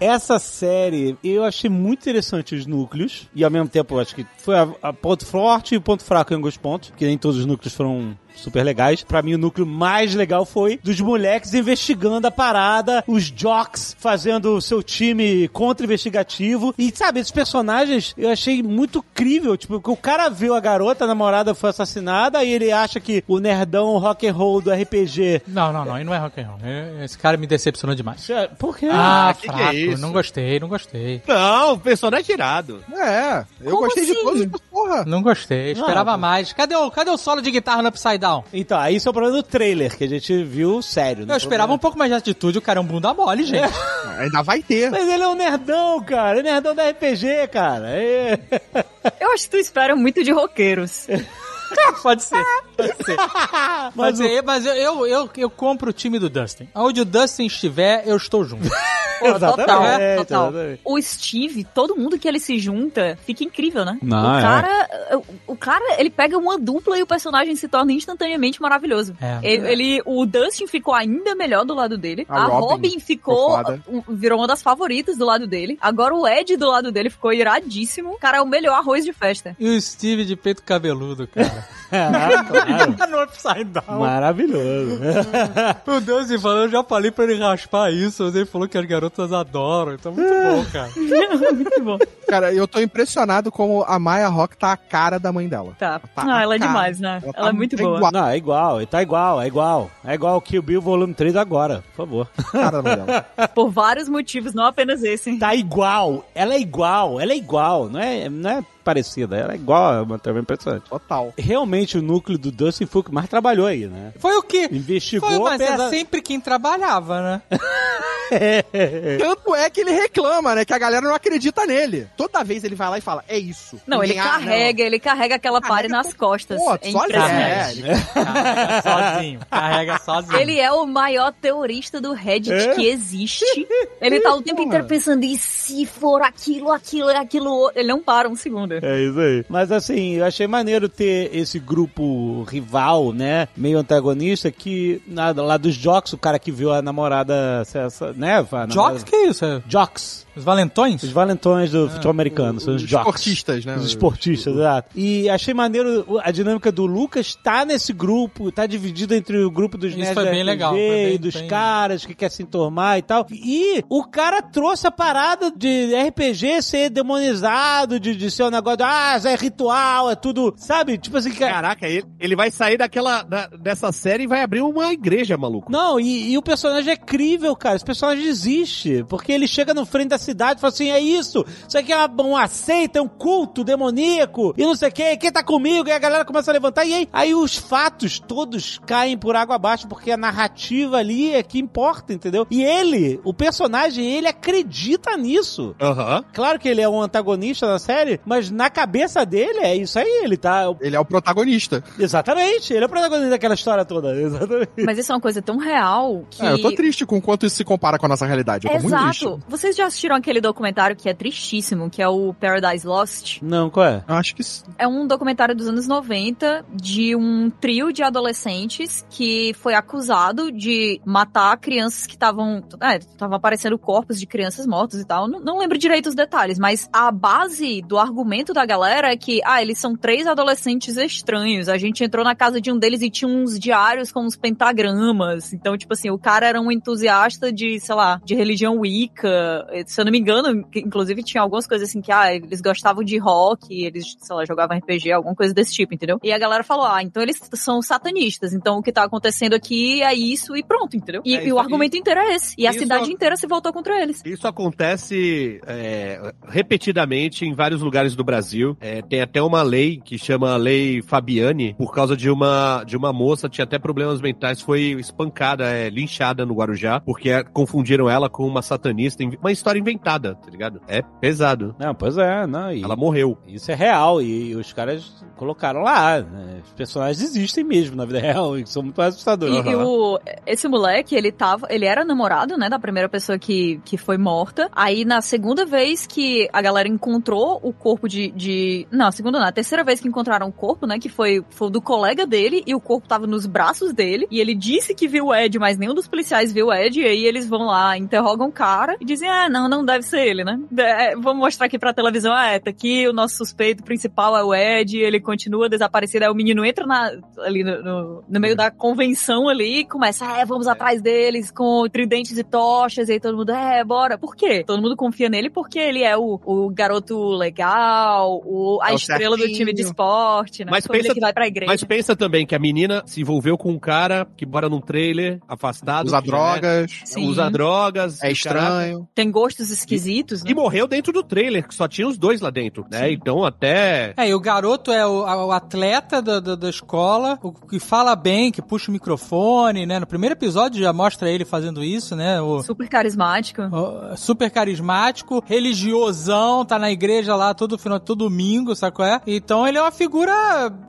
Essa série eu achei muito interessante os núcleos, e ao mesmo tempo eu acho que foi a, a ponto forte e o ponto fraco em alguns pontos, que nem todos os núcleos foram super legais. Pra mim, o núcleo mais legal foi dos moleques investigando a parada, os jocks fazendo o seu time contra-investigativo. E sabe, esses personagens eu achei muito crível. Tipo, que o cara viu a garota, a namorada foi assassinada, e ele acha que o nerdão rock and roll do RPG.
Não, não, não, ele não é rock and roll. Eu- Esse cara me decepcionou demais.
Por quê?
Ah,
que que é
fraco,
isso?
não gostei, não gostei.
Não, o personagem é irado.
É, eu gostei de todos, mas porra.
Não gostei, esperava mais. Cadê o, cadê o solo de guitarra no Upside Down?
Então, aí isso é o problema do trailer, que a gente viu sério. né?
Eu esperava um pouco mais de atitude, o cara é um bunda mole, gente.
Ainda vai ter.
Mas ele é um nerdão, cara. Ele é nerdão da RPG, cara. É.
Eu acho que tu espera muito de roqueiros.
Pode ser, pode ser.
Mas
Mas,
o-
é- mas eu, eu, eu, eu compro o time do Dustin. Onde o Dustin estiver, eu estou junto.
Pô, total,
É,
total.
exatamente.
O Steve, todo mundo que ele se junta, fica incrível, né?
Não,
o
é.
cara, o, o cara, ele pega uma dupla e o personagem se torna instantaneamente maravilhoso.
É.
Ele, ele- o Dustin ficou ainda melhor do lado dele.
A
A,
Robin
Robin,
ficou
ficou,
foda.
um- virou uma das favoritas do lado dele. Agora o Ed do lado dele ficou iradíssimo. O Cara, é o melhor arroz de festa.
E o Steve de peito cabeludo, cara. no é Upside Down.
É, Maravilhoso.
Meu Deus, e falando, eu já falei pra ele raspar isso, mas ele falou que as garotas adoram, então muito
É.
bom, cara.
Muito bom.
Cara, eu tô impressionado como a Maya Rock tá a cara da mãe dela.
Tá.
a
Ah, ela é
cara.
demais, né? Ela,
tá
é muito boa.
Igual. Não, é igual. Tá igual, é igual. É igual o Kill Bill Volume 3 agora, por favor.
Por vários motivos, não apenas esse.
Tá igual. Ela é igual. Ela é igual. Não é, não é parecida. Ela é igual. É uma trama impressionante.
Total.
Realmente o núcleo do Dustin foi o que mais trabalhou aí, né?
Foi o que?
Investigou.
Foi, mas assim-
pesa-
era sempre quem trabalhava, né?
Tanto é que ele reclama, né? Que a galera não acredita nele. Toda vez ele vai lá e fala, é isso.
Não, ele
Ninguém- ah, não.
carrega, ele carrega aquela pare nas costas.
Pô,
é
só
impressionante.
Carrega sozinho, carrega sozinho.
Ele é o maior teorista do Reddit
É?
que existe. Ele tá o tempo inteiro pensando, e se for aquilo, aquilo, aquilo, outro?" ele não para um segundo.
É isso aí. Mas assim, eu achei maneiro ter esse grupo rival, né? Meio antagonista, que na, lá dos jocks, o cara que viu a namorada ser assa- né? Vá, na-
Jocks? Que isso? É?
Jocks.
Os valentões?
Os valentões
É,
do futebol americano. São os, jocks.
esportistas, né?
Os esportistas, exato. E achei maneiro o- a dinâmica do Lucas tá nesse grupo, tá dividido entre o grupo dos
Isso
nerds
foi
da
bem
RPG
legal, foi bem-
e dos
bem-
caras que quer se enturmar e tal. E o cara trouxe a parada de RPG ser demonizado, de, de ser um negócio, de, ah, isso é ritual, é tudo, sabe? Tipo assim, cara,
Caraca, ele, ele vai sair daquela, da- dessa série e vai abrir uma igreja, maluco.
Não, e, e o personagem é crível, cara. Esse personagem existe. Porque ele chega no frente da cidade e fala assim: é isso, isso aqui é uma, uma seita, é um culto demoníaco, e não sei o quê, quem tá comigo? E a galera começa a levantar, e aí, aí os fatos todos caem por água abaixo, porque a narrativa ali é que importa, entendeu? E ele, o personagem, ele acredita nisso. Claro que ele é um antagonista da série, mas na cabeça dele é isso aí, ele tá.
Ele é o protagonista.
Exatamente, ele é o protagonista daquela história toda. Exatamente.
Mas isso é uma coisa tão real que.
É, eu tô triste com o quanto isso se compara com a nossa realidade. Eu tô muito triste.
Exato. Vocês já assistiram aquele documentário que é tristíssimo, que é o Paradise Lost?
Não, qual é?
Acho que sim.
É um documentário dos anos 90 de um trio de adolescentes que foi acusado de matar crianças que estavam. É, estavam aparecendo corpos de crianças mortas e tal. Não, não lembro direito os detalhes, mas a base do argumento da galera é que, ah, eles são três adolescentes estranhos. A gente entrou na casa de um deles e tinha uns diários com uns pentagramas. Então, tipo assim, o cara era um entusiasta de, sei lá, de religião Wicca. Se eu não me engano, que- inclusive tinha algumas coisas assim que, ah, eles gostavam de rock, eles, sei lá, jogavam RPG, alguma coisa desse tipo, entendeu? E a galera falou, ah, então eles são satanistas, então o que tá acontecendo aqui é isso e pronto, entendeu? E,
É,
e o
isso-
argumento inteiro é esse. E a
isso-
cidade inteira se voltou contra eles.
Isso acontece é, repetidamente em vários lugares do Brasil. É, tem até uma lei que chama Lei Fabiane, por causa de uma, de uma moça, tinha até problemas mentais, foi espancada, é, linchada no Guarujá, porque é, confundiram ela com uma satanista, inv- uma história inventada, tá ligado? É pesado.
Não, pois é, não.
Ela morreu.
Isso é real e os caras colocaram lá. né? Os personagens existem mesmo na vida real e são muito mais assustadores.
E, e o, esse moleque, ele tava. Ele era namorado, né? Da primeira pessoa que, que foi morta. Aí na segunda vez que a galera encontrou o corpo de. de não, segunda não. A terceira vez que encontraram o corpo, né? Que foi, foi o do colega dele e o corpo tava nos braços dele. E ele disse que viu o Ed, mas nenhum dos policiais viu o Ed. E aí eles vão lá, interrogam o cara e dizem: Ah, não, não deve ser ele, né? É, vamos mostrar aqui pra televisão. Ah, é, tá aqui o nosso suspeito principal é o Ed. Ele continua desaparecido. Aí o menino entra na, ali no, no- no meio da convenção ali e começa: Ah, é, vamos atrás deles com tridentes e tochas. E aí todo mundo: É, bora. Por quê? Todo mundo confia nele porque ele é o, o garoto legal, o, a
É o
estrela do time de
certinho.
esporte, né? Foi ele que vai pra igreja.
mas pensa também que a menina se envolveu com um cara que mora num trailer, afastado.
Usa
que
né?
já é-
drogas.
Sim.
Usa drogas.
É
e caraca.
estranho.
Tem gostos esquisitos, né?
E morreu dentro do trailer, que só tinha os dois lá dentro, né? Então até.
É, e o garoto é o, a- o atleta da, da, da escola, o que fala bem, que puxa o microfone, né? No primeiro episódio já mostra ele fazendo isso, né? O,
Super carismático.
o- super carismático, religiosão, tá na igreja lá todo final, todo domingo, sabe qual é? Então ele é uma figura,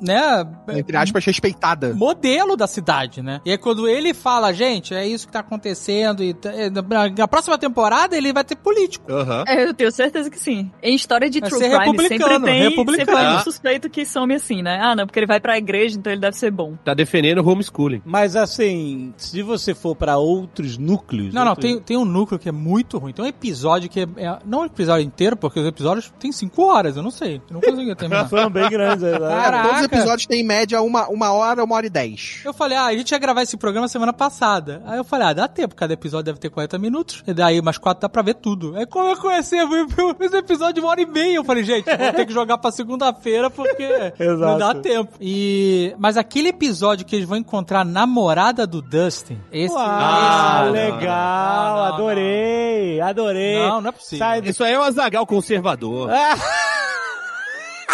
né?
É.
Entre aspas, respeitada.
Modelo da cidade, né? E aí quando ele fala, gente, é isso que tá acontecendo, e tá- é, na- na próxima temporada ele vai ter político.
Aham.
É, eu tenho certeza que sim. Em história de
Vai
True
ser
Crime sempre
republicano,
tem,
republicano.
sempre tem um
Ah.
suspeito que some assim, né? Ah, não, porque ele vai pra igreja, então ele deve ser bom.
Tá defendendo o homeschooling.
Mas assim, se você for pra outros núcleos.
Não, não,
outros-
tem, tem um núcleo que é muito ruim. Tem um episódio que é. é- não um episódio inteiro, porque os episódios tem cinco horas, eu não sei. Eu não consegui terminar.
Foi um bem grande.
Caraca.
Todos os episódios têm em média uma, uma hora, uma hora e dez.
Eu falei, ah, a gente ia gravar esse programa semana passada. Aí eu falei, ah, dá tempo, cada episódio deve ter 40 minutos. E daí, mais quatro, dá pra ver tudo. Aí como eu conheci esse um episódio de uma hora e meia, eu falei, gente, vou ter que jogar pra segunda-feira porque não dá
Exato.
tempo. E... Mas aquele episódio que eles vão encontrar a namorada do Dustin, esse...
Ah,
esse- Ah,
legal, adorei, adorei.
Não, não é possível.
Sai do...
Isso aí é o Azagal conservador.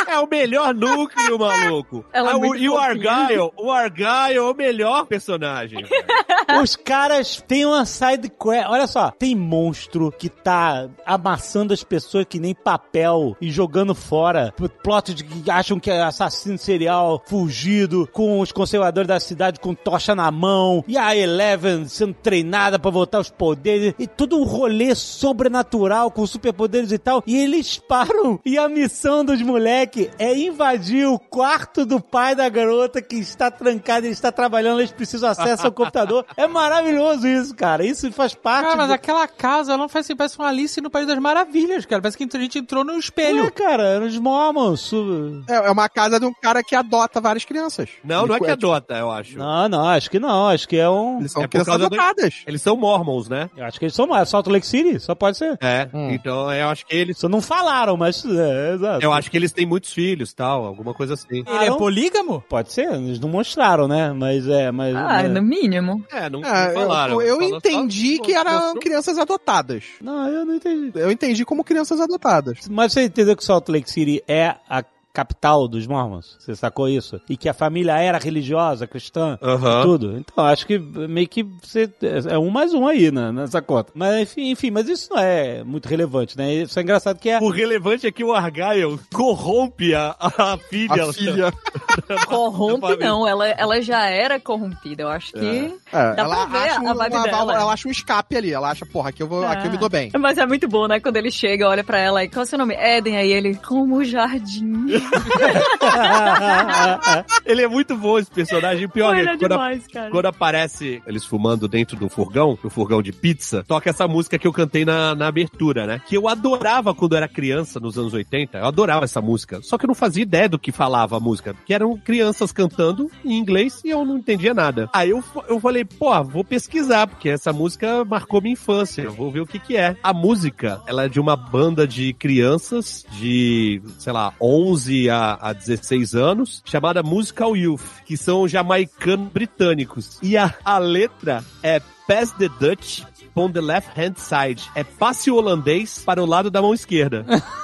É o melhor núcleo, maluco.
Ela é
Ah, o-
muito
e o
fofinha.
Argyle, o Argyle é o melhor personagem. cara.
Os caras têm uma side quest. Olha só, tem monstro que tá amassando as pessoas que nem papel e jogando fora. Plot de que acham que é assassino serial, fugido, com os conservadores da cidade com tocha na mão. E a Eleven sendo treinada pra voltar os poderes. E todo um rolê sobrenatural com superpoderes e tal. E eles param. E a missão dos moleques aqui. É invadir o quarto do pai da garota que está tá trancado, ele está trabalhando, eles precisam acesso ao computador. É maravilhoso isso, cara. Isso faz parte.
Cara, mas
do-
aquela casa, ela não faz assim, parece uma Alice no País das Maravilhas, cara. Parece que a gente entrou no espelho.
É, cara, nos Mormons.
É, é uma casa de um cara que adota várias crianças.
Não, não é que
adota.
adota, eu acho.
Não, não, acho que não. Acho que é um. Eles
são
É por crianças causa do-
adotadas.
Eles são mormons, né?
Eu acho que eles são mais. Só Lake City? Só pode ser.
É, então eu acho que eles.
Só não falaram, mas. É, exato.
Eu acho que eles têm muitos filhos, tal, alguma coisa assim.
é polígamo?
Pode ser, eles não mostraram, né? Mas é, mas.
Ah,
é.
no mínimo.
É, não,
É, eu- Eu, entendi que eram
mostrou.
crianças adotadas.
Não, eu não entendi.
Eu entendi como crianças adotadas.
Mas você entendeu que Salt Lake City é a capital dos mormons? Você sacou isso? E que a família era religiosa, cristã,
Aham.
e tudo? Então, acho que meio que você... É um mais um aí né, nessa conta. Mas, enfim, enfim, mas isso não é muito relevante, né? Isso é engraçado que é...
O relevante é que o Argyle corrompe a, a filha.
A filha.
Corrompe não, ela, ela já era corrompida, eu acho que. Dá
ela,
pra ver
acha
a
um,
vibe
uma
dela.
válvula- ela acha um escape ali. Ela acha, porra, aqui eu, vou, aqui eu me dou bem.
Ah, Mas é muito bom, né? Quando ele chega, olha pra ela e qual é o seu nome? Eden, aí ele, como jardim.
ele é muito bom esse personagem. O Pior,
Pô,
é
ele é
que quando,
demais, cara.
quando aparece eles fumando dentro do furgão, do furgão de pizza, toca essa música que eu cantei na, na abertura, né? Que eu adorava quando era criança, nos anos 80. Eu adorava essa música. Só que eu não fazia ideia do que falava a música. Que eram crianças cantando em inglês e eu não entendia nada. Aí eu, fa- eu falei, pô, vou pesquisar, porque essa música marcou minha infância. Eu vou ver o que que é. A música, ela é de uma banda de crianças de, sei lá, 11 a, a 16 anos, chamada Musical Youth, que são jamaicanos britânicos. E a, a letra é Pass the Dutch on the left hand side. É passe o holandês para o lado da mão esquerda.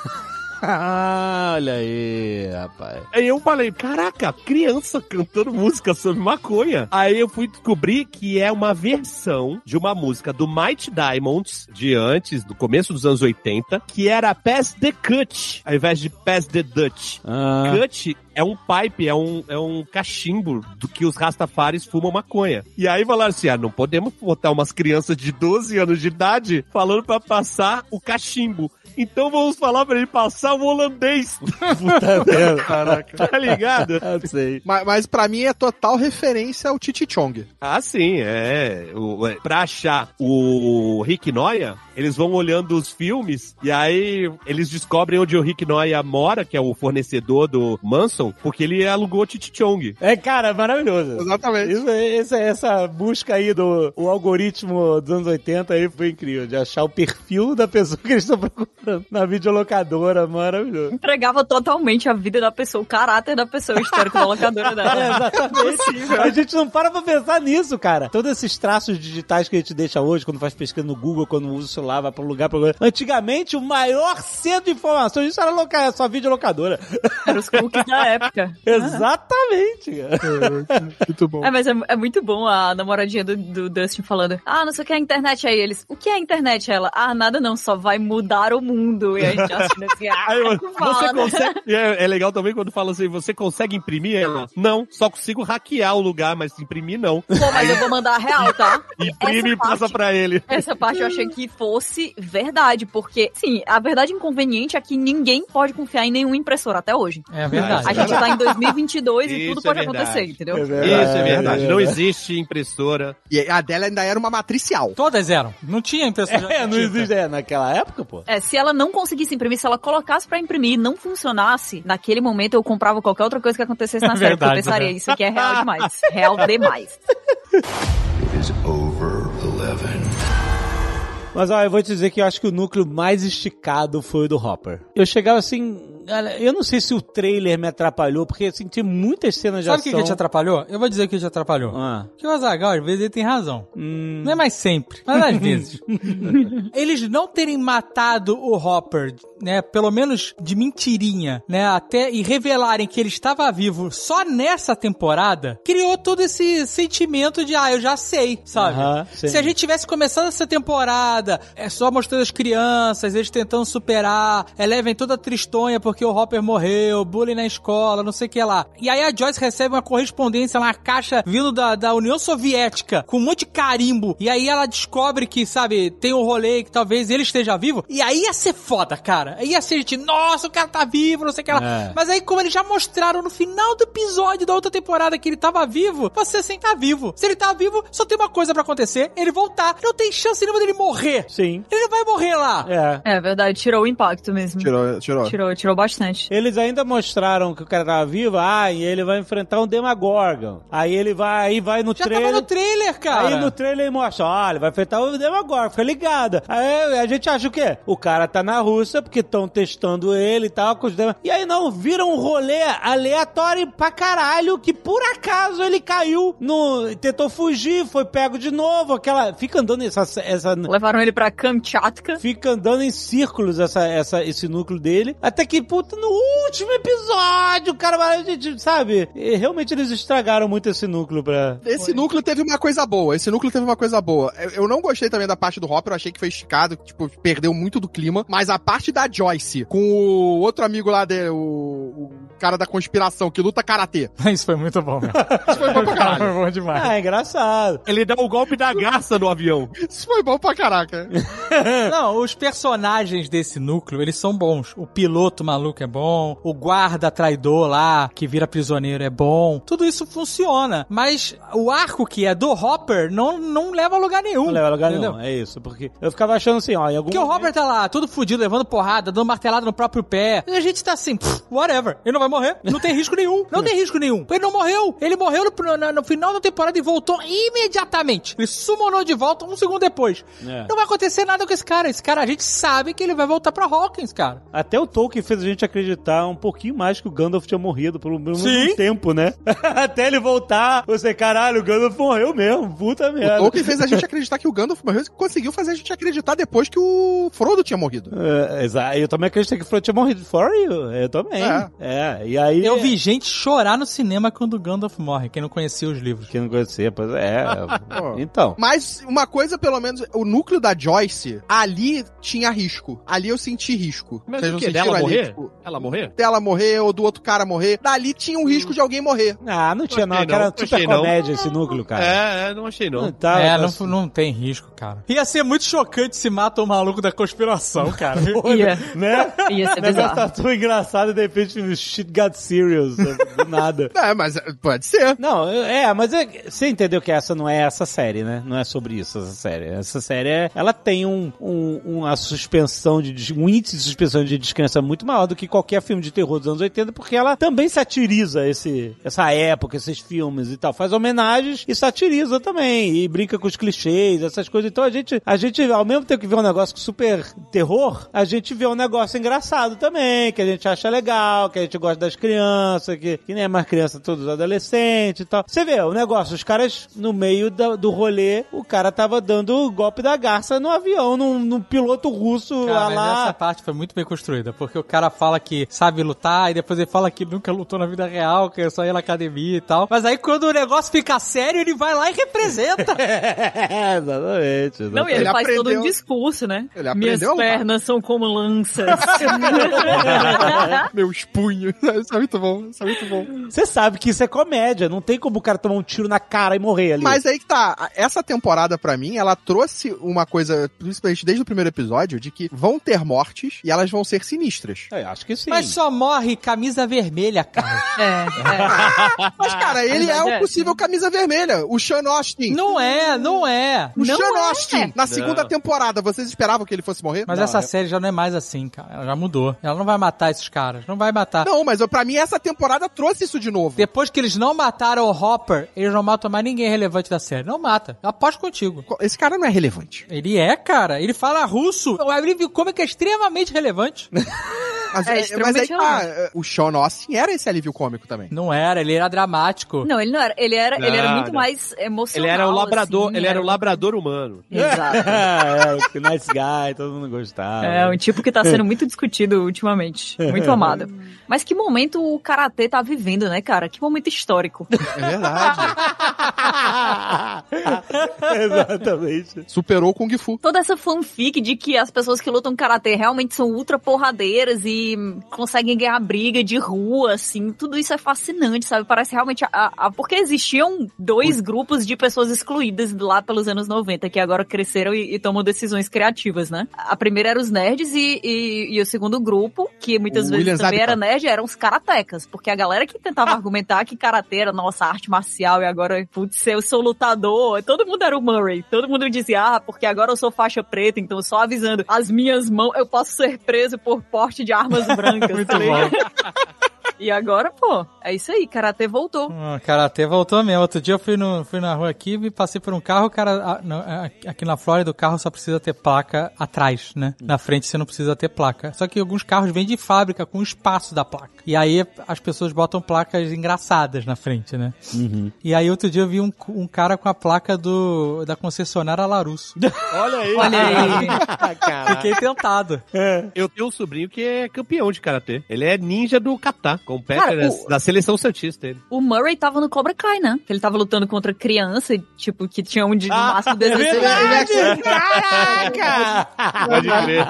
Ah, olha aí, rapaz.
Aí eu falei, caraca, criança cantando música sobre maconha. Aí eu fui descobrir que é uma versão de uma música do Mighty Diamonds, de antes, do começo dos anos 80, que era Pass the Cut, ao invés de Pass the Dutch.
Ah.
Cut é um pipe, é um, é um cachimbo do que os rastafares fumam maconha. E aí falaram assim, ah, não podemos botar umas crianças de 12 anos de idade falando pra passar o cachimbo. Então vamos falar pra ele passar o holandês.
Puta merda.
Caraca. Tá ligado?
sei.
Mas, mas pra mim é total referência ao Titi Chong.
Ah, sim, é. O, é. Pra achar o Rick Noia, eles vão olhando os filmes e aí eles descobrem onde o Rick Noia mora, que é o fornecedor do Manson, porque ele alugou o Titi Chong.
É, cara, maravilhoso.
Exatamente.
Isso, esse- essa busca aí do o algoritmo dos anos 80 aí foi incrível, de achar o perfil da pessoa que eles estão procurando na videolocadora, maravilhoso.
Entregava totalmente a vida da pessoa, o caráter da pessoa, o histórico da locadora dela.
É, exatamente.
Impossível.
A gente não para pra pensar nisso, cara. Todos esses traços digitais que a gente deixa hoje, quando faz pesquisa no Google, quando usa o celular, vai pra um lugar, pra um lugar. Antigamente, o maior centro de informações, isso era loca... só videolocadora.
Ah. Era os cookies da época.
Exatamente,
É, cara. Muito bom.
É, mas é, é muito bom a namoradinha do, do Dustin falando: Ah, não sei o que é a internet aí. Eles, o que é a internet? Ela, ah, nada não, só vai mudar o mundo. E a gente assistindo assim, ah,
Aí, mano,
com
você
bala, né?
consegue. E É, é legal também quando fala assim: você consegue imprimir ela? Não, só consigo hackear o lugar, mas imprimir não.
Pô, mas eu vou mandar a real, tá?
Imprime e passa pra ele.
Essa parte eu achei que fosse verdade, porque, sim, a verdade inconveniente é que ninguém pode confiar em nenhum impressor até hoje.
É
verdade.
A gente tá em 2022 e
Isso
tudo
é
pode
verdade.
acontecer, entendeu?
Isso é verdade. Não
é.
existe impressora.
E a dela ainda era uma matricial.
Todas eram. Não tinha impressão
É, não existe, é, naquela época, pô.
É, se ela não conseguisse imprimir, se ela colocasse pra imprimir e não funcionasse, naquele momento eu comprava qualquer outra coisa que acontecesse na
É
série, porque eu
verdade,
pensaria,
né?
isso aqui é real demais. Real demais.
It is over 11.
Mas ó, eu vou te dizer que eu acho que o núcleo mais esticado foi o do Hopper. Eu chegava assim. cara, Eu não sei se o trailer me atrapalhou, porque assim, tinha muitas cenas de
Sabe o que,
ação. Ah,
que te atrapalhou? Eu vou dizer o que te atrapalhou. Que o Azagal, às vezes, ele tem razão. Não é mais sempre, mas às vezes. Eles não terem matado o Hopper, né? Pelo menos de mentirinha, né? Até e revelarem que ele estava vivo só nessa temporada, criou todo esse sentimento de, ah, eu já sei, sabe?
Aham, sim.
Se a gente tivesse começado essa temporada, é só mostrando as crianças, eles tentando superar, elevem é, toda a tristonha por porque o Hopper morreu, bullying na escola, não sei o que lá. E aí a Joyce recebe uma correspondência, uma caixa vindo da, da União Soviética, com um monte de carimbo. E aí ela descobre que, sabe, tem um rolê que talvez ele esteja vivo. E aí ia ser foda, cara. Ia ser gente, nossa, o cara tá vivo, não sei o que lá.
É.
Mas aí, como eles já mostraram no final do episódio da outra temporada que ele tava vivo, você assim, tá vivo. Se ele tá vivo, só tem uma coisa pra acontecer, ele voltar. Não tem chance nenhuma dele morrer.
Sim.
Ele não vai morrer lá.
É.
É verdade, tirou o impacto mesmo.
Tirou, tirou.
Tirou, tirou bastante.
Eles ainda mostraram que o cara tava vivo, ah, e ele vai enfrentar um Demagorgon. Aí ele vai, aí vai no
Já
trailer.
tava no trailer, cara.
Aí no trailer ele mostra, olha, vai enfrentar o Demagorgon, fica ligada. Aí a gente acha o quê? O cara tá na Rússia porque estão testando ele e tal, com os Demag- E aí não, vira um rolê aleatório pra caralho que por acaso ele caiu no... tentou fugir, foi pego de novo, aquela... fica andando essa... essa...
Levaram ele pra Kamchatka.
Fica andando em círculos essa, essa, esse núcleo dele. Até que, puta, no último episódio, cara, mas a gente, sabe? E Realmente eles estragaram muito esse núcleo pra.
Esse núcleo teve uma coisa boa. Esse núcleo teve uma coisa boa. Eu- Eu não gostei também da parte do Hopper, eu achei que foi esticado, que, tipo, perdeu muito do clima. Mas a parte da Joyce, com o outro amigo lá, de, o, o cara da conspiração, que luta karatê.
Isso foi muito bom, meu.
Isso foi bom pra caralho.
bom demais.
Ah, é engraçado.
Ele dá o golpe da garça no avião.
Isso foi bom pra caraca.
Não, os personagens desse núcleo, eles são bons. O piloto maluco é bom, o guarda traidor lá, que vira prisioneiro, é bom. Tudo isso funciona, mas o arco que é do Hopper não, não leva a lugar nenhum.
Não leva a lugar
entendeu?
nenhum, é isso. Porque eu ficava achando assim, ó, em algum
Porque o Robert tá lá, todo fudido, levando porrada, dando martelada no próprio pé. E a gente tá assim, "Pff, whatever. Ele não vai morrer. Não tem risco nenhum. Não tem risco nenhum. Ele não morreu. Ele morreu no, no- no final da temporada e voltou imediatamente. Ele sumonou de volta um segundo depois.
É.
Não vai acontecer nada com esse cara. Esse cara, a gente sabe que ele vai voltar pra Hawkins, cara.
Até o Tolkien fez a gente acreditar um pouquinho mais que o Gandalf tinha morrido por um, por um
Sim.
tempo, né? Até ele voltar, você, caralho, o Gandalf morreu mesmo, puta
O
merda.
Tolkien fez a gente acreditar que o Gandalf morreu e conseguiu fazer a gente acreditar depois que o Frodo tinha morrido.
É, exa- eu também acreditei que o Frodo tinha morrido. For you? Eu também.
É.
É, e aí...
Eu vi gente chorar no cinema quando o Gandalf morre, quem não conhecia os livros.
Quem não conhecia, pois é. então.
Mas uma coisa, pelo menos, o núcleo da Joyce, ali tinha risco. Ali eu senti risco.
Mas
Vocês
o
não
quê?
sentiram
Dela
ali,
morrer?
tipo,
Ela morrer?
dela morrer ou do outro cara morrer. Dali tinha um risco de alguém morrer.
Ah, não tinha não,
Achei
cara,
não,
super
achei não.
comédia esse núcleo, cara.
É, é, não achei não.
Tá,
é,
mas-
não, não tem risco, cara. Ia ser muito chocante se mata o maluco da conspiração, cara.
Ia.
Né?
Ia
É
ser
O negócio
bizarro.
tá tão engraçado e de repente um shit got serious. né? Do nada.
É, mas é, pode ser.
Não, é, mas é- você entendeu que essa não é essa série, né? Não é sobre isso essa série. Essa série, é- ela tem um, um- uma suspensão de des- um índice de suspensão de descrença muito maior do que qualquer filme de terror dos anos 80, porque ela também satiriza esse, essa época, esses filmes e tal. Faz homenagens e satiriza também e brinca com os clichês, essas coisas. Então a gente, a gente ao mesmo tempo que vê um negócio super terror, a gente vê um negócio engraçado também, que a gente acha legal, que a gente gosta das crianças, que, que nem é mais criança, todos adolescentes e tal. Você vê o negócio, os caras, no meio da- do rolê, o cara tava dando o golpe da garça no avião, num, num piloto russo
Cara,
lá
mas
lá.
essa parte foi muito bem construída, porque o cara fala que sabe lutar e depois ele fala que nunca lutou na vida real, que é só ia na academia e tal. Mas aí quando o negócio fica sério, ele vai lá e representa.
É, exatamente.
Não,
exatamente.
e ele,
Ele
faz todo um
aprendeu-
discurso, né?
Ele aprendeu
Minhas
a lutar.
pernas são como lanças.
Meus punhos. Isso é muito bom, isso é muito bom.
Você sabe que isso é comédia, não tem como o cara tomar um tiro na cara e morrer ali.
Mas aí que tá, essa temporada pra mim, ela trouxe uma coisa, principalmente desde o primeiro episódio, de que vão ter mortes e elas vão ser sinistras.
É, acho que sim.
Mas só morre camisa vermelha, cara.
é,
Mas, cara, ele é o
Verdade.
possível camisa vermelha, o Sean Austin.
não é, não é.
O
Não
Sean
é.
Austin, na segunda temporada, vocês esperavam que ele fosse morrer?
Mas
não.
essa série já não é mais assim, cara. Ela já mudou. Ela não vai matar esses caras. Não vai matar.
Não, mas eu- pra mim essa temporada trouxe isso de novo.
Depois que eles não mataram o Hopper, eles não matam mais ninguém relevante da série. Não mata. Eu aposto contigo.
Esse cara não é relevante.
Ele é, cara. Ele fala russo. O Alívio Cômico é extremamente relevante.
Mas,
É,
é, mas aí
extremamente
tá, o Sean Austin era esse alívio cômico também.
Não era, ele era dramático.
Não, ele não era. Ele era, ele era
Não,
muito
não.
mais
Ele
emocional.
era um labrador,
assim, né?
ele era um labrador humano.
Exato.
é, o nice guy, todo mundo gostava.
É, um tipo que tá sendo muito discutido ultimamente. Muito amado. Mas que momento o
É
Karatê tá vivendo, né, cara? Que momento histórico.
É verdade.
Exatamente.
Superou o Kung Fu.
Toda essa fanfic de que as pessoas que lutam karatê realmente são ultra porradeiras e conseguem ganhar briga de rua, assim, tudo isso é fascinante, sabe? Parece realmente. A, a- porque existiam dois grupos de pessoas excluídas lá pelos anos 90, que agora cresceram e, e tomam decisões criativas, né? A primeira era os nerds e, e- e o segundo grupo, que muitas
O
vezes
Williams
também era
Zabka.
nerd, eram os karatecas. Porque a galera que
Ah.
tentava argumentar que karatê era nossa arte marcial e agora, putz, eu sou lutador, todo mundo era o Murray. Todo mundo dizia, ah, porque agora eu sou faixa preta, então só avisando, as minhas mãos, eu posso ser preso por porte de armas brancas. Muito E agora, pô, é isso aí, karatê voltou.
Ah, Karatê voltou mesmo. Outro dia eu fui, no, fui na rua aqui e passei por um carro, o cara. ah, não, ah, aqui na Flórida o carro só precisa ter placa atrás, né? Na frente você não precisa ter placa. Só que alguns carros vêm de fábrica com o espaço da placa. E aí as pessoas botam placas engraçadas na frente, né? E aí outro dia eu vi um, um cara com a placa do da concessionária Larusso.
Olha aí.
Fiquei tentado.
Eu tenho um sobrinho que é campeão de karatê. Ele é ninja do kata, compete
Cara,
na-
o-
da seleção santista. Ele.
O Murray tava no Cobra Kai, né? Que ele tava lutando contra criança, tipo, que tinha um de no
Ah,
máximo
é
16
verdade!
anos.
Caraca!
Pode crer.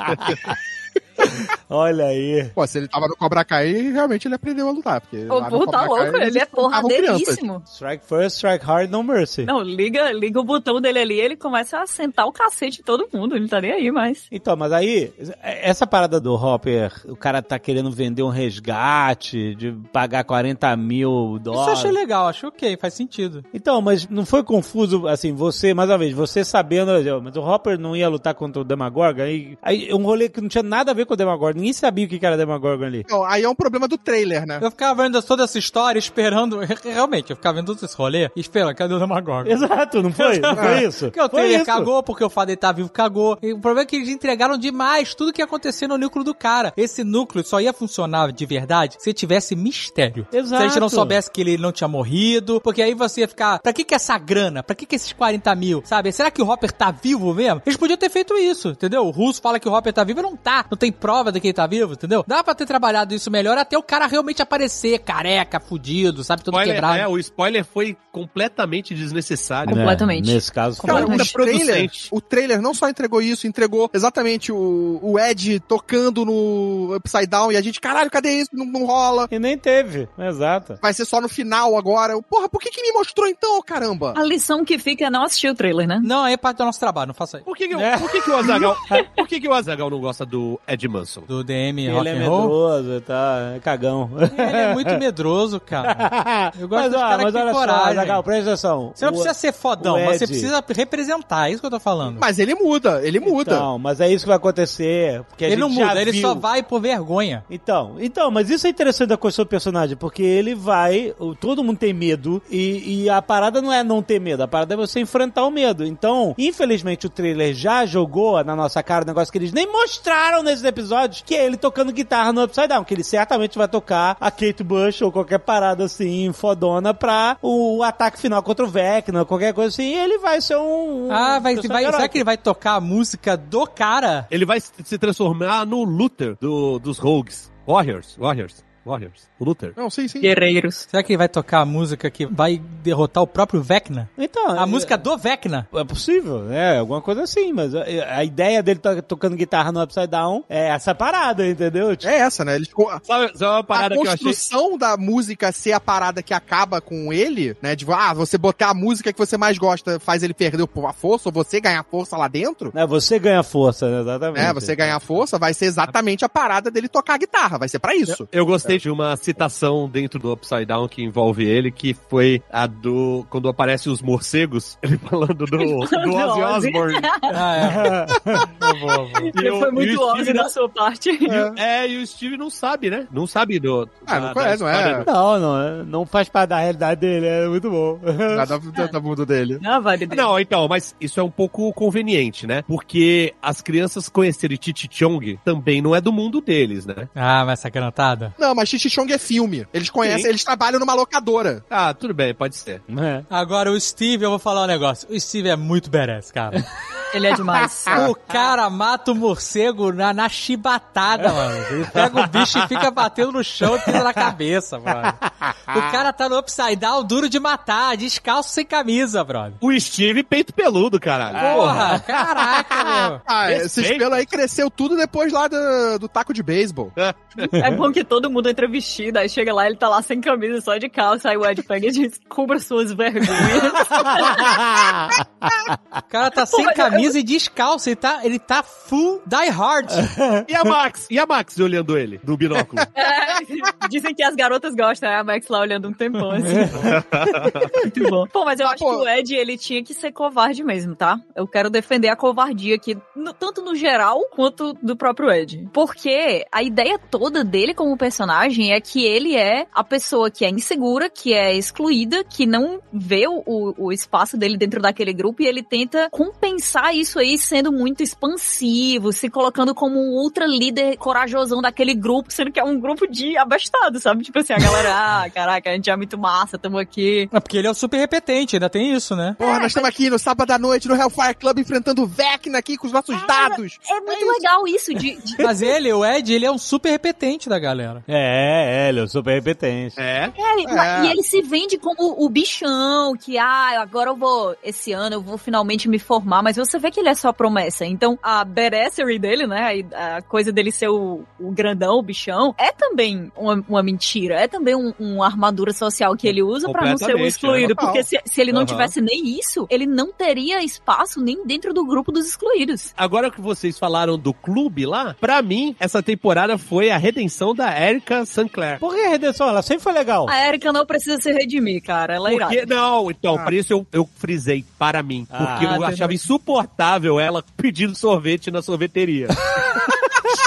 Olha aí.
Pô, se ele tava no Cobra Kai, realmente ele aprendeu a lutar. Porque
O
lá no
burro tá
Cobra Kai,
louco, ele
eles
é
matavam crianças.
porradeiríssimo.
Strike first, strike hard, no mercy.
Não, liga, liga o botão dele ali, ele começa a sentar o cacete em todo mundo, ele não tá nem aí mais.
Então, mas aí, essa parada do Hopper, o cara tá querendo vender um resgate, de pagar 40 mil
Isso eu
dólares.
achei legal, achei ok, faz sentido.
Então, mas não foi confuso, assim, você, mais uma vez, você sabendo, mas o Hopper não ia lutar contra o Demagorgon, aí, aí um rolê que não tinha nada a ver com o Demagorgon, ninguém sabia o que que era Demagorgon ali.
Não, aí é um problema do trailer, né?
Eu ficava vendo toda essa história esperando. Realmente, eu ficava vendo todo esse rolê e esperando, cadê o Demagorgon?
Exato, não foi? Não foi isso?
Porque o
Foi
trailer
isso.
cagou, porque o Fadei tá vivo, cagou. E o problema é que eles entregaram demais tudo que acontecia no núcleo do cara. Esse núcleo só ia funcionar de verdade se tivesse mistério. Se a gente não
Exato.
soubesse que ele não tinha morrido, porque aí você ia ficar, pra que que essa grana? Pra que que esses 40 mil? Sabe? Será que o Hopper tá vivo mesmo? Eles podiam ter feito isso, entendeu? O russo fala que o Hopper tá vivo e não tá. Não tem prova de que ele tá vivo, entendeu? Dá pra ter trabalhado isso melhor até o cara realmente aparecer, careca, fudido, sabe? Todo
Spoiler-
quebrado.
é, o spoiler foi completamente desnecessário.
Completamente. É, nesse caso, foi.
Cara, o
Completamente.
trailer,
Producente.
o trailer não só entregou isso, entregou exatamente o, o Ed tocando no Upside Down e a gente, caralho, cadê isso? Não, não rola.
E nem teve, exato.
Vai ser só no final agora. Eu, Porra, por que que me mostrou então, caramba?
A lição que fica é não assistir o trailer, né?
Não, aí é parte do nosso trabalho, não faça isso.
Por que, que, o- por que, que o Azagal, por que, que o Azagal não gosta do Ed Manson?
Do DM
Ele é medroso, tá, é cagão.
Ele é muito medroso, cara. Eu gosto
mas,
dos
ó,
caras que
mas
têm
olha só,
coragem.
Azaghal, presta atenção.
Você não
O-
precisa ser fodão,
o
mas você
Ed-
precisa representar, é isso que eu tô falando.
Mas ele muda, ele muda.
Então, mas é isso que vai acontecer. Porque a
ele
gente
não
já
muda, ele
viu.
só vai por vergonha.
Então, então, mas isso é interessante da questão do personagem, porque ele vai, o- todo mundo tem medo, e, e a parada não é não ter medo, a parada é você enfrentar o medo. Então, infelizmente, o trailer já jogou na nossa cara um negócio que eles nem mostraram nesses episódios, que é ele tocando guitarra no Upside Down, que ele certamente vai tocar a Kate Bush ou qualquer parada assim, fodona, pra o ataque final contra o Vecna, qualquer coisa assim, e ele vai ser um... um
Ah, vai,
personagem
vai, será
heróico.
que ele vai tocar a música do cara?
Ele vai se se transformar no Luther do, dos Rogues. Warriors, Warriors, Warriors. O Luther.
Não, sim, sim.
Guerreiros.
Será que ele vai tocar a música que vai derrotar o próprio Vecna?
Então,
A
é-
música do Vecna?
É possível, né? Alguma coisa assim, mas a, a ideia dele to- tocando guitarra no Upside Down é essa parada, entendeu? Tipo,
É essa, né? Eles, a
Sabe, sabe uma parada que eu achei?
construção da música ser a parada que acaba com ele, né? De ah, você botar a música que você mais gosta faz ele perder a força, ou você ganhar força lá dentro.
né? Você ganha força, né? exatamente.
Né, você ganhar força vai ser exatamente a parada dele tocar a guitarra, vai ser pra é isso.
Eu gostei de uma citação dentro do Upside Down que envolve ele, que foi a do. Quando aparecem os morcegos, ele falando do, do Ozzy Osbourne.
é.
Ah,
E eu-
Foi
e
muito né?
o Steve né?
óbvio
não-
da sua parte.
É, e o Steve não sabe, né? Não sabe do.
Ah, não conhece, não é?
história do-
Não, não, é- não faz parte da realidade dele, é muito bom.
Nada Ah,
É.
da mundo dele.
Não, vale dele.
Não, então, mas isso é um pouco conveniente, né? Porque as crianças conhecerem Titi Chong também não é do mundo deles, né?
ah mas essa cantada.
Não, mas Xixi Chong é filme. Eles conhecem,
Sim.
eles trabalham numa locadora.
Ah, tudo bem, pode ser.
É.
Agora o Steve, eu vou falar um negócio. O Steve é muito badass, cara.
Ele é demais.
O cara mata o morcego na, na chibatada, mano. Ele pega o bicho e fica batendo no chão e pisa na cabeça, mano. O cara tá no upside down, duro de matar, descalço sem camisa, brother.
O Steve peito peludo, caralho.
Porra, caraca, meu.
Ah, esse espelho aí cresceu tudo depois lá do, do taco de beisebol.
É bom que todo mundo entra vestido, aí chega lá, ele tá lá sem camisa, só de calça, aí o Ed pega e diz, cubra suas vergonhas.
Ah.
O cara tá sem camisa e descalço, ele tá, ele tá full die hard.
E a Max? E a Max olhando ele do binóculo?
É, dizem que as garotas gostam, né? A Max lá olhando um tempão, assim. Muito bom. Pô, mas eu acho que o Ed, ele tinha que ser covarde mesmo, tá? Eu quero defender a covardia aqui, no- tanto no geral, quanto do próprio Ed. Porque a ideia toda dele como personagem é que ele é a pessoa que é insegura, que é excluída, que não vê o, o espaço dele dentro daquele grupo e ele tenta compensar isso aí sendo muito expansivo, se colocando como um ultra líder corajosão daquele grupo, sendo que é um grupo de abastado, sabe? Tipo assim, a galera, ah, caraca, a gente é muito massa, tamo aqui.
É porque ele é o super repetente, ainda tem isso, né?
Porra, nós estamos aqui no sábado à noite no Hellfire Club enfrentando o Vecna aqui com os nossos dados.
É muito legal isso de. de-
Mas ele, o Ed, ele é um super repetente da galera.
É, é, ele é um super repetente.
É?
É, mas- E ele se vende como o bichão, que ah, agora eu vou, esse ano eu vou finalmente me formar, mas você vê que ele é só promessa. Então a badassery dele, né, a a coisa dele ser o, o grandão, o bichão, é também uma, uma mentira, é também um- uma armadura social que ele usa pra não ser o
Completamente,
excluído,
é, total.
porque se, se ele não
Aham.
tivesse nem isso, ele não teria espaço nem dentro do grupo dos excluídos.
Agora que vocês falaram do clube lá, pra mim, essa temporada foi a redenção da Erika Sinclair.
Por que a redenção? Ela sempre foi legal.
A Erika não precisa se redimir, cara, ela é irada.
Porque, não, então, por isso eu, eu frisei para mim. Porque
Ah,
eu
entendi.
achava insuportável ela pedindo sorvete na sorveteria.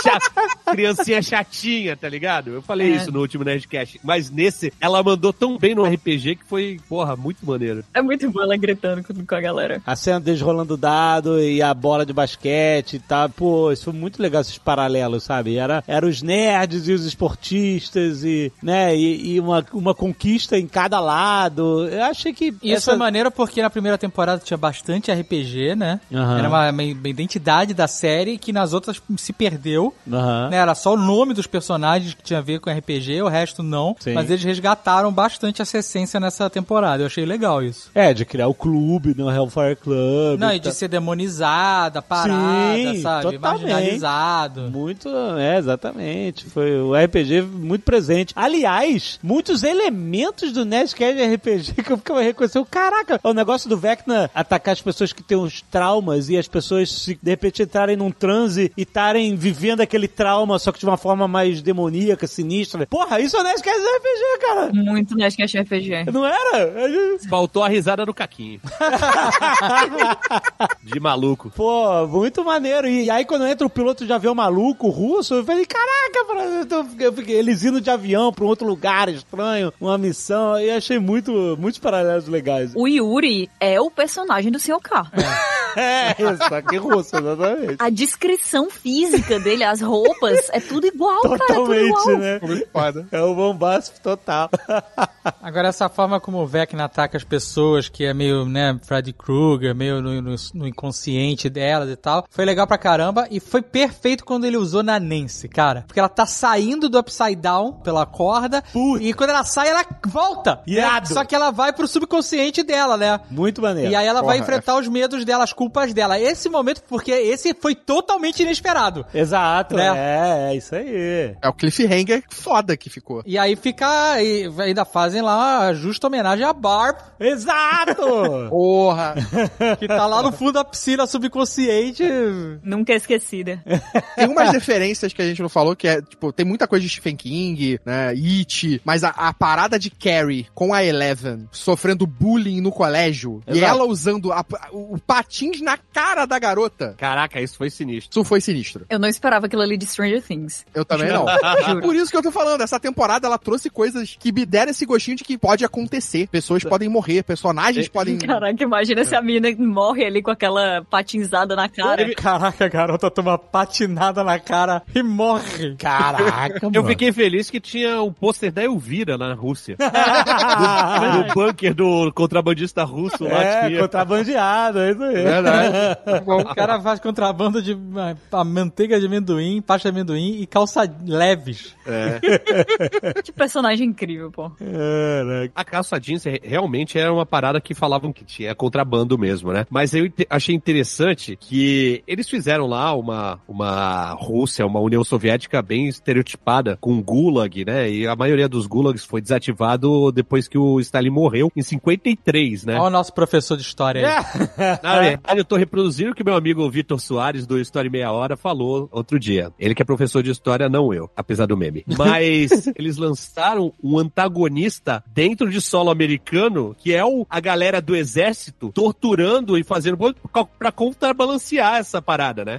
Cha- Criancinha chatinha, tá ligado? Eu falei
É.
isso no último Nerdcast. Mas nesse, ela mandou tão bem no RPG que foi, porra, muito maneiro.
É muito bom ela gritando com- com a galera.
A cena deles rolando dado e a bola de basquete e tal. Pô, isso foi muito legal, esses paralelos, sabe? Era, era os nerds e os esportistas e, né, e, e uma, uma conquista em cada lado. Eu achei que...
E isso é maneiro porque na primeira temporada tinha bastante RPG, né?
Aham.
Era uma, uma identidade da série que nas outras se perdeu.
Aham.
né? Era só o nome dos personagens que tinha a ver com RPG, o resto não.
Sim.
Mas eles resgataram bastante essa essência nessa temporada. Eu achei legal isso.
É, de criar o clube, né? O Hellfire Club.
Não,
e
e de
tal.
ser demonizada, parada,
tá Sim,
sabe?
totalmente.
Marginalizado.
Muito, é, exatamente. Foi o RPG muito presente. Aliás, muitos elementos do Nerdcast de RPG que eu ficava reconhecendo. Caraca, é o negócio do Vecna atacar as pessoas que têm uns traumas e as pessoas se, de repente entrarem num transe e estarem vivendo aquele trauma, só que de uma forma mais demoníaca, sinistra. Porra, isso é o Nerdcast de RPG, cara.
Muito Nerdcast RPG.
Não era?
Faltou a risada do Caquinho. De maluco.
Pô, muito maneiro. E aí quando entra o piloto de avião maluco, russo, eu falei, caraca, mano, eu tô- eu fiquei- eles indo de avião pra um outro lugar estranho, uma missão, e achei muito, muitos paralelos legais.
O Yuri é o personagem do Sr. K.
É, isso aqui russo, exatamente.
A descrição física dele, as roupas, é tudo igual, cara. É tudo
Totalmente,
igual.
né? É o bombástico total.
Agora, essa forma como o Vecna ataca as pessoas, que é meio, né, Freddy Krueger, meio no, no- no inconsciente delas e tal, foi legal pra caramba e foi perfeito quando ele usou na Nancy, cara. Porque ela tá saindo do Upside Down pela corda e quando ela sai, ela volta. né?
Irado.
Só que ela vai pro subconsciente dela, né?
Muito maneiro.
E aí ela
Porra,
vai
é.
enfrentar os medos dela, as culpas dela. Esse momento, porque esse foi totalmente inesperado.
Exato,
Né?
é, é isso aí.
É o cliffhanger foda que ficou.
E aí fica. E ainda fazem lá a justa homenagem à Barb.
Exato!
Porra!
que tá lá no fundo da piscina subconsciente.
Nunca esquecida.
Tem umas referências que a gente não falou, que é, tipo, tem muita coisa de Stephen King, né, It, mas a, a parada de Carrie com a Eleven sofrendo bullying no colégio e
Exato.
ela usando a- o, o patins na cara da garota.
Caraca, isso foi sinistro.
Isso foi sinistro.
Eu não esperava aquilo ali de Stranger Things.
Eu também não.
Juro.
Por isso que eu tô falando, essa temporada ela trouxe coisas que me deram esse gostinho de que pode acontecer. Pessoas podem morrer, personagens podem.
Caraca, imagina se a mina morre ali com aquela patinzada na cara.
Caraca, a garota toma patinada na cara e morre.
Caraca,
Eu fiquei feliz que tinha um pôster da Elvira lá na Rússia. no, no bunker do contrabandista russo lá
É,
tinha.
contrabandeado, é isso aí.
Caralho. o cara faz contrabando de ah, a manteiga de amendoim, pasta de amendoim e calça leves.
que personagem incrível, pô.
A calça jeans é- realmente era uma parada que falavam que tinha é contrabando mesmo, né? Mas eu inte- achei interessante que eles fizeram lá uma, uma Rússia, uma União Soviética bem estereotipada com gulag, né? E a maioria dos gulags foi desativado depois que o Stalin morreu em 53, né?
Olha o nosso professor de história aí.
Na verdade, eu tô reproduzindo o que meu amigo Vitor Soares, do História em Meia Hora, falou outro dia. Ele que é professor de história, não eu, apesar do meme. Mas eles lançaram um antagonista dentro de solo americano, que é o, a galera do exército torturando e fazendo co- pra contrabalancear essa parada, né?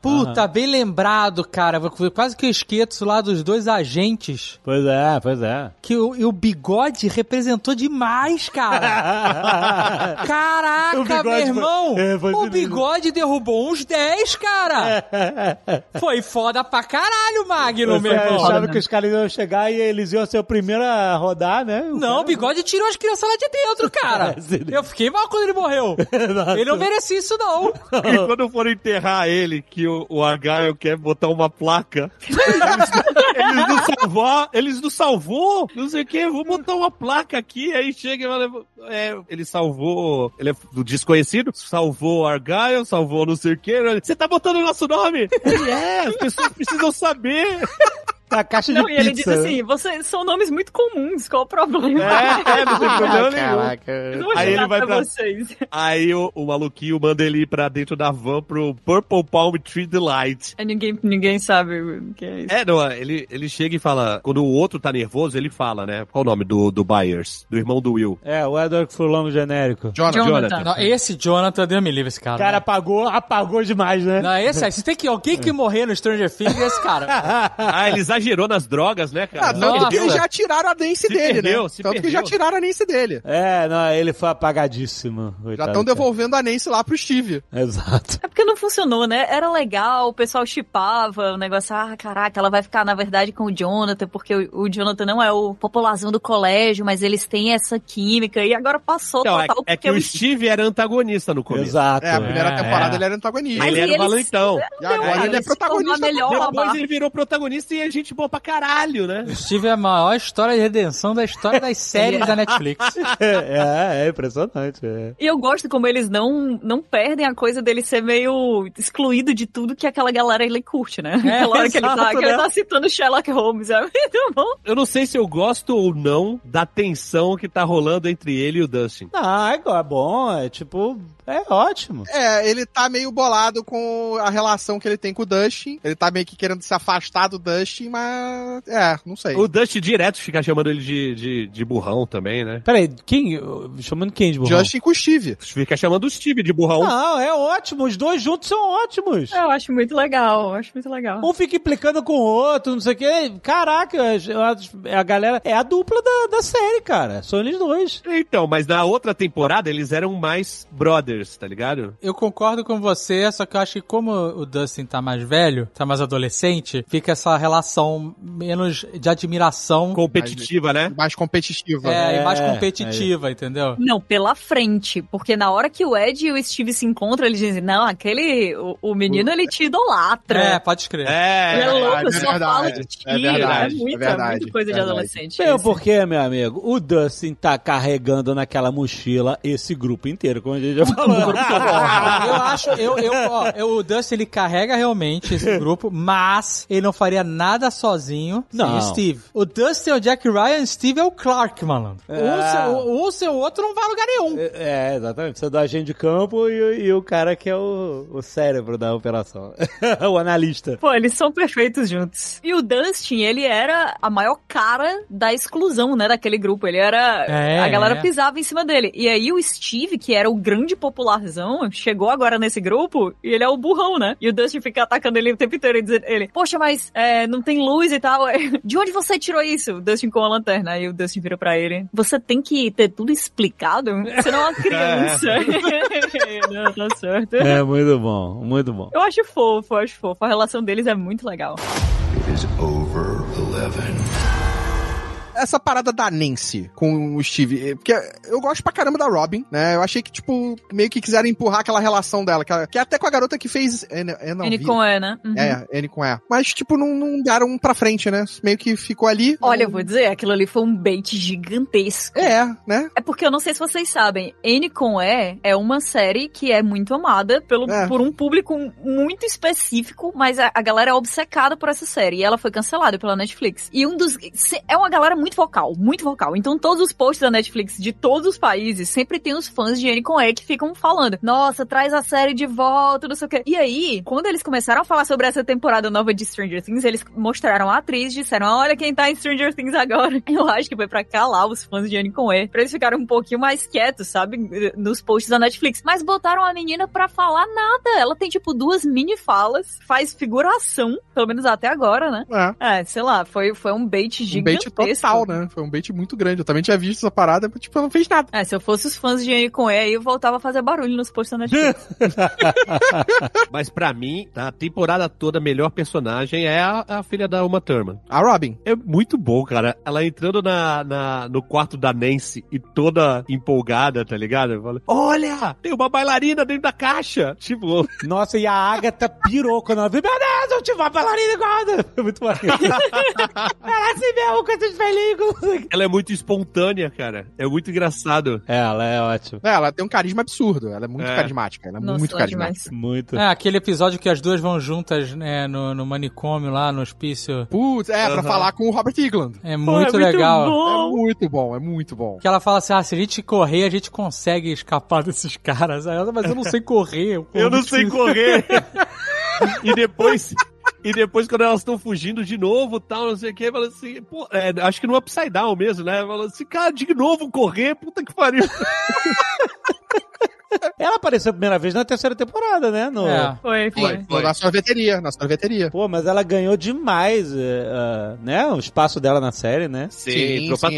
Puta, bem lembrado, cara. Quase que eu esqueço lá dos dois agentes.
Pois é, pois é.
Que o, e o bigode representou demais, cara.
O
Caraca,
bigode
meu
foi-
irmão!
é, foi
o
sinistro.
bigode derrubou uns 10, cara! Foi foda pra caralho, Magno, meu
Você
irmão!
achava que os caras iam chegar e eles iam ser o primeiro a rodar, né?
Não, o bigode tirou as crianças lá de dentro, cara. Eu fiquei mal quando ele morreu. ele não merecia isso, não.
E quando foram enterrar ele, que o, o Argyle quer botar uma placa. Eles, eles não salvar, eles não salvou, não sei o que, vou botar uma placa aqui, aí chega e fala, é, ele salvou, ele é do desconhecido, salvou Argyle, salvou não sei o que, você tá botando o nosso nome? Ele é, as pessoas precisam saber.
A caixa
Não, e ele disse
né?
assim: vocês são nomes muito comuns, qual o problema?
É, é, não tem problema nenhum.
Eu não vou
Aí ele
chorar
vai
pra,
pra-
vocês.
Aí o, o maluquinho manda ele ir pra dentro da van pro Purple Palm Tree Delight.
É, ninguém, ninguém sabe o que é isso.
É, não, ele, ele chega e fala. Quando o outro tá nervoso, ele fala, né? Qual o nome do, do Byers? Do irmão do Will.
É, o Edward Furlong genérico.
Jonathan. Jonathan.
Não, esse Jonathan, Deus me livre, esse cara.
cara apagou, apagou demais, né?
Não, esse aí, se tem que alguém que morrer no Stranger Things, é esse cara.
Ah, ele exagerou nas drogas, né, cara?
Ah, tanto Nossa.
Porque eles já tiraram a dance dele,
perdeu,
né?
se
Tanto que já
perdeu.
tiraram a dance dele.
É, não, ele foi apagadíssimo.
Já estão devolvendo a Nancy lá pro Steve.
Exato.
É porque não funcionou, né? Era legal, o pessoal chipava o negócio, ah, caraca, ela vai ficar, na verdade, com o Jonathan, porque o, o Jonathan não é o popularzão do colégio, mas eles têm essa química, e agora passou
Então, é,
total,
é que o Steve era antagonista no começo.
Exato.
É, a primeira temporada ele era antagonista.
Ele era o valentão.
E agora ele é protagonista.
Depois ele virou protagonista e a gente boa pra caralho, né?
Steve é a maior história de redenção da história das séries da Netflix.
é, é impressionante. é.
E eu gosto como eles não, não perdem a coisa dele ser meio excluído de tudo que aquela galera ele curte, né?
É,
aquela hora que ele, tá,
exato,
que ele
né?
tá citando Sherlock Holmes, é muito bom.
Eu não sei se eu gosto ou não da tensão que tá rolando entre ele e o Dustin.
Não, é go- é bom, é tipo, é ótimo.
É, ele tá meio bolado com a relação que ele tem com o Dustin. Ele tá meio que querendo se afastar do Dustin, mas. É, não sei.
O Dustin direto fica chamando ele de, de, de burrão também, né?
Peraí, quem? Chamando quem de burrão?
Justin com o Steve.
Fica chamando o Steve de burrão.
Não, é ótimo, os dois juntos são ótimos.
É,
É.
Eu acho muito legal, eu acho muito legal.
Um fica implicando com o outro, não sei o quê. Caraca, a, a galera é a dupla da, da série, cara. São eles dois.
Então, mas na outra temporada eles eram mais brothers, tá ligado?
Eu concordo com você, só que eu acho que como o Dustin tá mais velho, tá mais adolescente, fica essa relação menos de admiração.
Competitiva, né?
Mais competitiva.
É, e mais
É,
competitiva, entendeu?
Não, pela frente. Porque na hora que o Ed e o Steve se encontram, eles dizem: Não, aquele. O, o menino ele te idolatra.
É, pode crer.
É,
Ele é louco,
é
só fala de
verdade,
ti.
é verdade,
É
é
muita,
verdade,
muita coisa de
verdade.
adolescente.
Bem, porque, meu amigo, o Dustin tá carregando naquela mochila esse grupo inteiro, como a gente já falou.
eu acho, eu, eu, ó, eu- o Dustin ele carrega realmente esse grupo, mas ele não faria nada sozinho
Não.
sem o Steve. O Dustin é o Jack Ryan, o Steve é o Clark, malandro.
É.
Um, seu, um seu outro não vai a lugar nenhum.
É, exatamente. Você dá agente de campo e, o- e o cara que é o, o cérebro da operação. É, o analista.
Pô, eles são perfeitos juntos. E o Dustin, ele era a maior cara da exclusão, né, daquele grupo. Ele era.
É,
a galera
é.
pisava em cima dele. E aí o Steve, que era o grande popularzão, chegou agora nesse grupo e ele é o burrão, né? E o Dustin fica atacando ele o tempo inteiro e dizendo ele, poxa, mas é, não tem luz e tal. De onde você tirou isso? O Dustin com a lanterna. Aí o Dustin vira pra ele. Você tem que ter tudo explicado? Você não é uma criança. não, tá certo.
É, muito bom, muito bom.
Eu acho fofo, eu acho fofo. A relação deles é muito legal.
It is over 11.
essa parada da Nancy com o Steve. eh, Porque eu gosto pra caramba da Robin, né? Eu achei que, tipo, meio que quiseram empurrar aquela relação dela, que, ela- que é até com a garota que fez. É, não, é, não,
N
vi.
com E, né? Uhum.
É, N com E. Mas, tipo, não, não deram um pra frente, né? Meio que ficou ali.
Olha, eu vou dizer, aquilo ali foi um bait gigantesco.
É, né?
É porque eu não sei se vocês sabem, N com E é uma série que é muito amada pelo,
É.
por um público muito específico, mas a, a galera é obcecada por essa série e ela foi cancelada pela Netflix. E um dos se- é uma galera muito vocal, muito vocal. Então todos os posts da Netflix de todos os países sempre tem os fãs de N com E é que ficam falando: "Nossa, traz a série de volta, não sei o quê". E aí, quando eles começaram a falar sobre essa temporada nova de Stranger Things, eles mostraram a atriz, disseram: "Olha quem tá em Stranger Things agora". Eu acho que foi pra calar os fãs de Anne com E, pra eles ficarem um pouquinho mais quietos, sabe, nos posts da Netflix. Mas botaram a menina pra falar nada. Ela tem tipo duas mini falas, faz figuração, pelo menos até agora, né? É, sei lá, foi foi um bait
Um bait
gigantesco.
total, né? Foi um bait muito grande. Eu também tinha visto essa parada, mas, tipo, eu não fez nada.
É, se eu fosse os fãs de Anne com E, aí eu voltava a fazer barulho nos posts da Netflix.
Mas pra mim, a temporada toda, a melhor personagem é a, a filha da Uma Thurman.
A Robin.
É muito bom, cara. Ela entrando na, na- no quarto da Nancy e toda empolgada, tá ligado? Fala, Olha, tem uma bailarina dentro da caixa. Tipo,
nossa, e a Agatha pirou quando ela viu. Meu Deus, eu tive uma bailarina igual. Foi muito maneiro. Ela se mesmo com esses velhinhos.
ela é muito espontânea, cara. É muito engraçado.
Ela é ótima.
Ela tem um carisma absurdo. Ela é muito
É.
carismática. Ela é
Nossa,
muito
ela é
carismática.
Muito.
É, aquele episódio que as duas vão juntas né, no, no manicômio lá, no hospício.
Putz, é, pra falar com o Robert Englund.
É muito legal.
É muito bom, é muito bom.
Que ela fala assim: ah, se a gente correr, a gente consegue escapar desses caras. Aí ela, mas eu não sei correr. Eu, corro
Eu não
muito
sei
difícil."
correr. e depois. E depois, quando elas estão fugindo de novo, tal, não sei o que, fala assim, pô, é, acho que no upside down mesmo, né? Fala assim, cara, de novo correr, puta que pariu.
Ela apareceu a primeira vez na terceira temporada, né? No...
É.
Foi,
foi. Foi. Na sorveteria, na sorveteria.
Pô, mas ela ganhou demais, eh, ah, né? O espaço dela na série, né?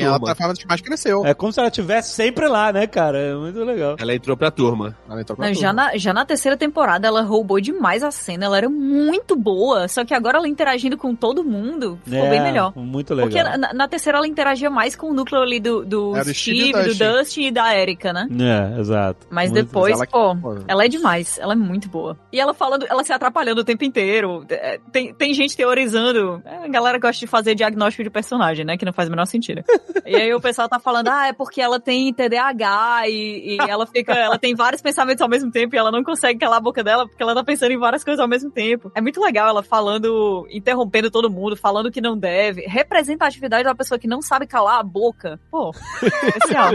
ela tá falando que mais cresceu.
É como se ela estivesse sempre lá, né, cara? É muito legal.
Ela entrou pra turma.
Ela entrou
Não, já, na, já na terceira temporada ela roubou demais a cena, ela era muito boa, só que agora ela interagindo com todo mundo ficou
É,
bem melhor.
Muito legal.
Porque na, na terceira ela interagia mais com o núcleo ali do, do
Era o Steve
Steve,
e
do
Dustin.
Dustin. e da Erika, né?
É, exato.
Mas
Muito-
depois,
Mas
pô,
ela-
ela é demais, ela é muito boa. E ela falando, ela se atrapalhando o tempo inteiro. é, Tem, tem gente teorizando. é, A galera gosta de fazer diagnóstico de personagem, né? Que não faz o menor sentido. e aí o pessoal tá falando, ah, é porque ela tem TDAH e, e ela fica. Ela tem vários pensamentos ao mesmo tempo e ela não consegue calar a boca dela porque ela tá pensando em várias coisas ao mesmo tempo. É muito legal ela falando, interrompendo todo mundo, falando que não deve. Representatividade da pessoa que não sabe calar a boca. Pô, especial.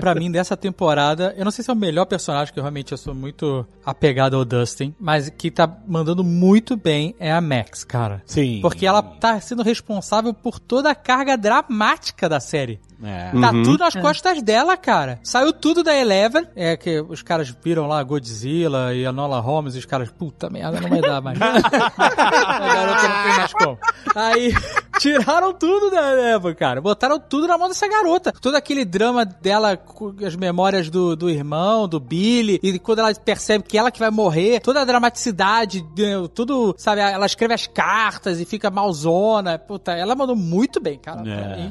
pra mim, dessa temporada, eu não sei se é o melhor personagem, que eu realmente eu sou muito apegado ao Dustin, mas que tá mandando muito bem é a Max, cara.
Sim.
Porque ela tá sendo responsável por toda a carga dramática da série.
É.
Tá
Uhum.
tudo nas
É.
costas dela, cara. Saiu tudo da Eleven. É que os caras viram lá Godzilla e a Nola Holmes e os caras, puta merda, não vai dar mais. A garota não tem mais como. Aí tiraram tudo da Eva, cara. Botaram tudo na mão dessa garota. Todo aquele drama dela com as memórias do, do irmão, do Billy, e quando ela percebe que ela que vai morrer, toda a dramaticidade, né, tudo, sabe, ela escreve as cartas e fica malzona. Puta, ela mandou muito bem, cara.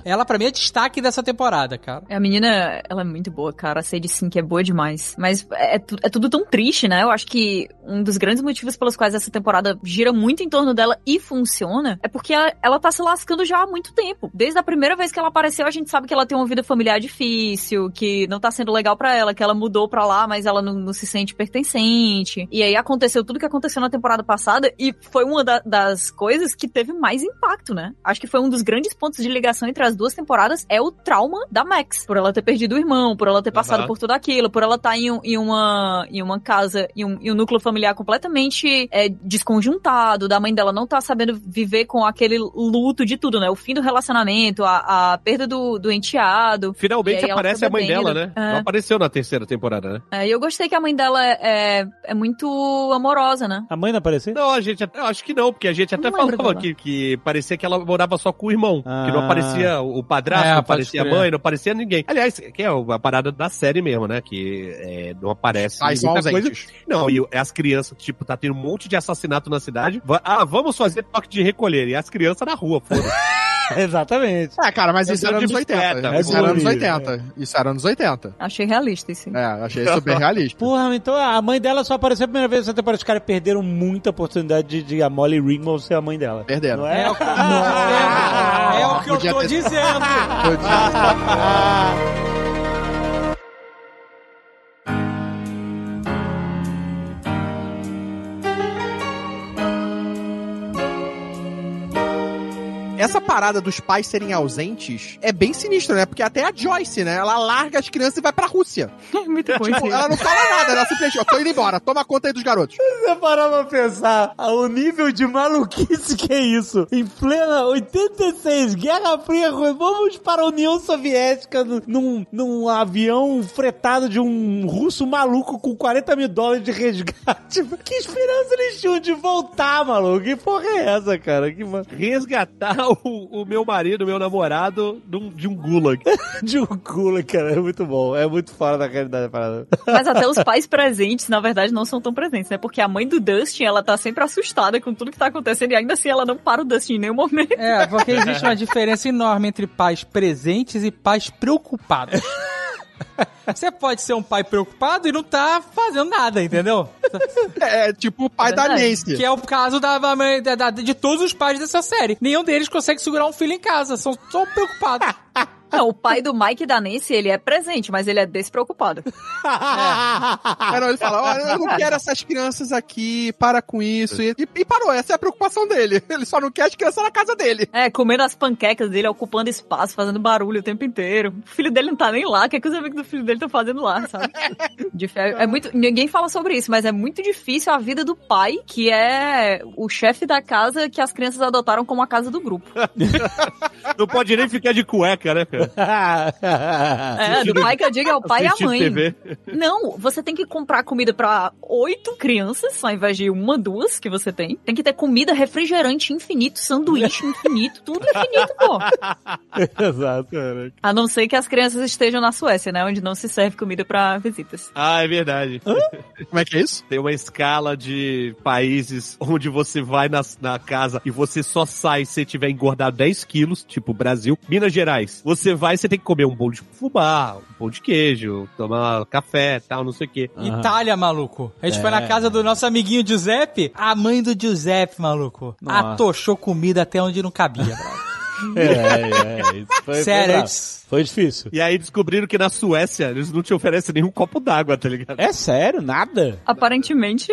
Ela, pra mim, é destaque dessa temporada, cara.
A menina, ela é muito boa, cara. A Sadie Sink é boa demais. Mas é, tu- é tudo tão triste, né? Eu acho que um dos grandes motivos pelos quais essa temporada gira muito em torno dela e funciona é porque a- ela tá se lascando já há muito tempo. Desde a primeira vez que ela apareceu, a gente sabe que ela tem uma vida familiar difícil, que não tá sendo legal pra ela, que ela mudou pra lá, mas ela não, não se sente pertencente. E aí aconteceu tudo que aconteceu na temporada passada e foi uma da- das coisas que teve mais impacto, né? Acho que foi um dos grandes pontos de ligação entre as duas temporadas é o trauma da Max, por ela ter perdido o irmão, por ela ter passado
Aham.
por tudo aquilo, por ela estar em, um- em uma, em uma casa, em um, em um núcleo familiar completamente é, desconjuntado, da mãe dela não tá sabendo viver com aquele luto de tudo, né? O fim do relacionamento, a, a perda do, do enteado. E
Finalmente
aí ela
aparece
fica
a mãe dela,
bebendo.
né?
É.
Não apareceu na terceira temporada, né?
É, e eu gostei que a mãe dela é, é, é muito amorosa, né?
A mãe não apareceu?
Não, a gente até, acho que não, porque a gente até
lembro dela.
falava que, que parecia que ela morava só com o irmão, que não
Ah.
aparecia o padrasto,
É,
não
pode
aparecia a
crer.
mãe, não aparecia ninguém. Aliás, que é a parada da série mesmo, né? Que é, não aparece
Tá
Pais são
muita
ausentes.
Não, e as crianças, tipo, tá tendo um monte de assassinato na cidade. Va- Ah, vamos fazer toque de recolher. E as crianças na rua, foda
Exatamente.
Ah, cara, mas isso era anos
né?
80. Isso era anos 80. Isso era anos 80.
Achei realista assim. isso.
É, achei super realista.
Porra, então a mãe dela só apareceu a primeira vez nessa temporada. Os caras perderam muita oportunidade de, de a Molly Ringwald ser a mãe dela.
Perderam.
Não é?
É o que- Nossa.
É o que eu
Podia
tô
ter-
dizendo.
Essa parada dos pais serem ausentes é bem sinistra, né? Porque até a Joyce, né? Ela larga as crianças e vai pra Rússia.
Muito
bom isso
tipo,
aí.
ela não fala nada, ela simplesmente, ó, tô indo embora, toma conta aí dos garotos.
Você parar pra pensar ah, o nível de maluquice que é isso. Em plena 86, Guerra Fria, vamos para a União Soviética no- num, num avião fretado de um russo maluco com 40 mil dólares de resgate. Que esperança eles tinham de voltar, maluco? Que porra é essa, cara? Que ma-
Resgatar o, o meu marido, meu namorado, de um, de um gulag.
de um gulag, cara. É muito bom. É muito fora da realidade a parada.
Mas até os pais presentes, na verdade, não são tão presentes, né? Porque a mãe do Dustin, ela tá sempre assustada com tudo que tá acontecendo e ainda assim ela não para o Dustin em nenhum momento.
É, porque existe uma diferença enorme entre pais presentes e pais preocupados. Você pode ser um pai preocupado e não tá fazendo nada, entendeu?
É, tipo o pai da Nancy.
Que é o caso da, mãe- da- da- de todos os pais dessa série. Nenhum deles consegue segurar um filho em casa, são só preocupados.
Não, o pai do Mike e da Nancy, ele é presente, mas ele é despreocupado.
Aí não, ele fala, ó, eu não quero essas crianças aqui, para com isso. E, e parou, essa é a preocupação dele. Ele só não quer as crianças na casa dele.
É, comendo as panquecas dele, ocupando espaço, fazendo barulho o tempo inteiro. O filho dele não tá nem lá, o que, é que os amigos do filho dele estão fazendo lá, sabe? Dif- É, é muito, ninguém fala sobre isso, mas é muito difícil a vida do pai, que é o chefe da casa que as crianças adotaram como a casa do grupo.
Não pode nem ficar de cueca, né, cara?
É, do pai que eu digo é o pai e a
Assistindo
mãe.
TV.
Não, você tem que comprar comida pra oito crianças, ao invés de uma, duas que você tem. Tem que ter comida, refrigerante infinito, sanduíche infinito, tudo infinito, pô.
Exato, cara.
A não ser que as crianças estejam na Suécia, né? Onde não se serve comida pra visitas.
Ah, é verdade.
Como é que é isso?
Tem uma escala de países onde você vai na, na casa e você só sai se tiver engordado 10 quilos, tipo Brasil. Minas Gerais, você vai e você tem que comer um bolo de fubá, um bolo de queijo, tomar café, tal, não sei o quê.
tá
Itália, maluco. A gente
É.
foi na casa do nosso amiguinho Giuseppe, a mãe do Giuseppe, maluco.
Nossa.
Atochou comida até onde não cabia,
É, é, isso foi- foi
Sério,
bravo.
isso-
Foi difícil.
E aí descobriram que na Suécia eles não te oferecem nenhum copo d'água, tá ligado?
É sério? Nada?
Aparentemente,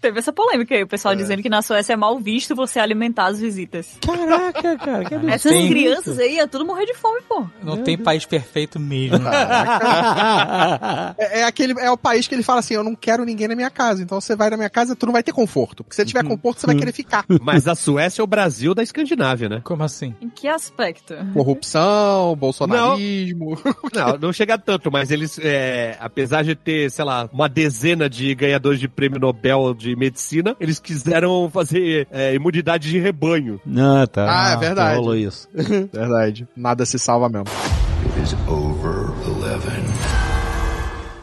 teve essa polêmica aí. O pessoal dizendo que na Suécia é mal visto você alimentar as visitas.
Caraca, cara, que absurdo.
Essas
Tem
crianças
isso?
aí é tudo morrer de fome, pô.
Não tem país perfeito mesmo.
Ah.
é, é aquele, é o país que ele fala assim, eu não quero ninguém na minha casa. Então você vai na minha casa, tu não vai ter conforto. Porque se tiver conforto, você vai querer ficar.
Mas a Suécia é o Brasil da Escandinávia, né?
Como assim?
Em que aspecto?
Corrupção, bolsonarismo.
Não, não chega tanto, mas eles, é, apesar de ter, sei lá, uma dezena de ganhadores de prêmio Nobel de medicina, eles quiseram fazer é, imunidade de rebanho.
Ah, tá.
Ah, é verdade.
Rolou isso.
verdade. Nada se salva mesmo.
Over 11.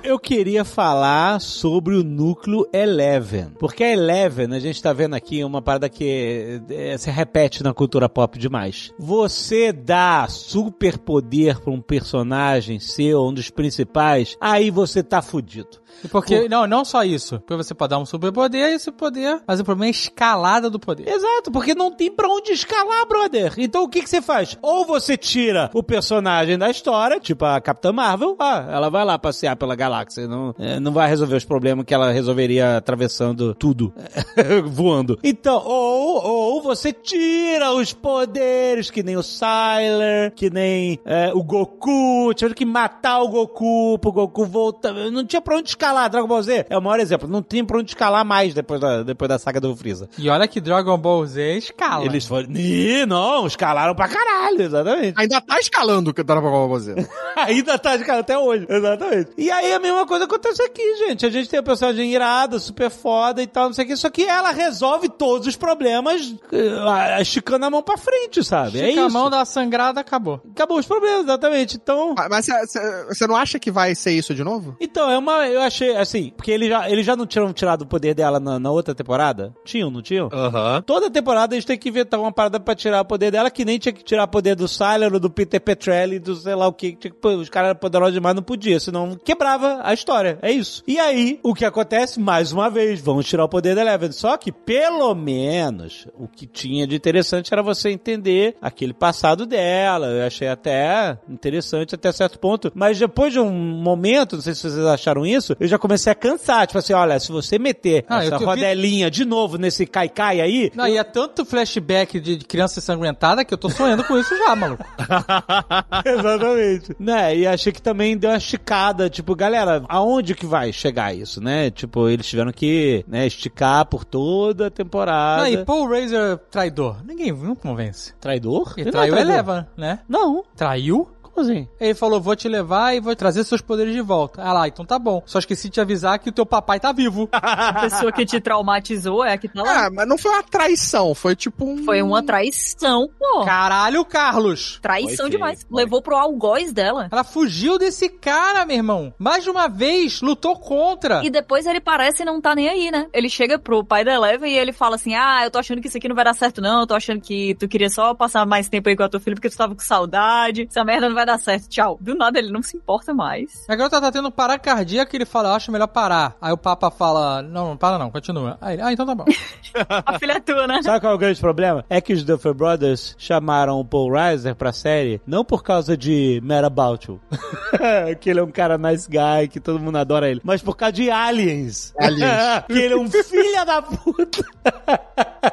Eu queria falar sobre o núcleo Eleven. Porque a Eleven, a gente tá vendo aqui uma parada que eh, se repete na cultura pop demais. Você dá superpoder pra um personagem seu, um dos principais, aí você tá fudido.
E Porque, não, não só isso. Porque você pode dar um superpoder e esse poder, mas o problema é a escalada do poder.
Exato, porque não tem pra onde escalar, brother. Então o que, que você faz? Ou você tira o personagem da história, tipo a Capitã Marvel, ah, ela vai lá passear pela galáxia, não, é, não vai resolver os problemas que ela resolveria atravessando tudo, voando. Então, ou, ou você tira os poderes, que nem o Syler, que nem é, o Goku, tiveram que matar o Goku, pro Goku voltar. Não tinha pra onde escalar, Dragon Ball Z é o maior exemplo, não tem pra onde escalar mais depois da, depois da saga do Freeza.
E olha que Dragon Ball Z escala.
Eles foram. Ih, não, escalaram pra caralho, exatamente.
Ainda tá escalando o que dá pra fazer.
Ainda tá escalando até hoje, exatamente. E aí a mesma coisa acontece aqui, gente. A gente tem a personagem irada, super foda e tal, não sei o que. Só que ela resolve todos os problemas eh, esticando a mão pra frente, sabe? é
Estica
isso.
a mão né? da sangrada, acabou.
Acabou os problemas, exatamente. Então.
Mas você não acha que vai ser isso de novo?
Então, é uma, eu achei, assim, porque eles já, eles já não tinham tirado o poder dela na, na outra temporada? Tinham, não tinham?
Aham.
Toda temporada eles têm que inventar uma parada pra tirar o poder dela, que nem tinha que tirar o poder do Siler, ou do Peter Petrelli, do sei lá o que. Tinha que- pô, os caras eram poderosos demais, não podia, senão quebrava a história. É isso. E aí, o que acontece? Mais uma vez, vamos tirar o poder da Eleven. Só que, pelo menos, o que tinha de interessante era você entender aquele passado dela. Eu achei até interessante até certo ponto. Mas depois de um momento, não sei se vocês acharam isso, eu já comecei a cansar. Tipo assim, olha, se você meter
Ah, eu
essa
te- eu vi-
rodelinha de novo nesse caicai aí,
Não, e é tanto flashback de de criança ensanguentada que eu tô sonhando com isso já, maluco.
Exatamente. Né? E achei que também deu uma esticada, tipo, galera, aonde que vai chegar isso, né? Tipo, eles tiveram que né, esticar por toda a temporada.
Não, e Paul Razor traidor. Ninguém não convence.
Traidor?
Ele
Ele não é
traiu a
traidor.
Eleven, né?
Não.
Traiu?
Como assim?
Ele falou, vou te levar e vou trazer seus poderes de volta. Ah lá, então tá bom. Só esqueci de te avisar que o teu papai tá vivo.
A pessoa que te traumatizou é a que tá lá.
Ah, mas não foi uma traição, foi tipo um.
Foi uma traição, pô.
Caralho, Carlos!
Traição
Foi feio,
demais. Levou pro algoz dela.
Ela fugiu desse cara, meu irmão. Mais de uma vez, lutou contra.
E depois ele parece não tá nem aí, né? Ele chega pro pai da Eleven e ele fala assim: Ah, eu tô achando que isso aqui não vai dar certo, não. Eu tô achando que tu queria só passar mais tempo aí com a tua filha porque tu tava com saudade. Essa merda não vai dar certo. Tchau. Do nada ele não se importa mais.
A garota tá tendo parar cardíaca, ele fala, acho melhor parar. Aí o papa fala, não, não para não, continua. Aí ele, ah, então tá bom.
A filha é tua, né?
Sabe qual é o grande problema? É que os Duffer Brothers chamaram o Paul Reiser pra série não por causa de Mera Baltu, que ele é um cara nice guy, que todo mundo adora ele, mas por causa de Aliens.
Aliens.
que ele é um filho da puta.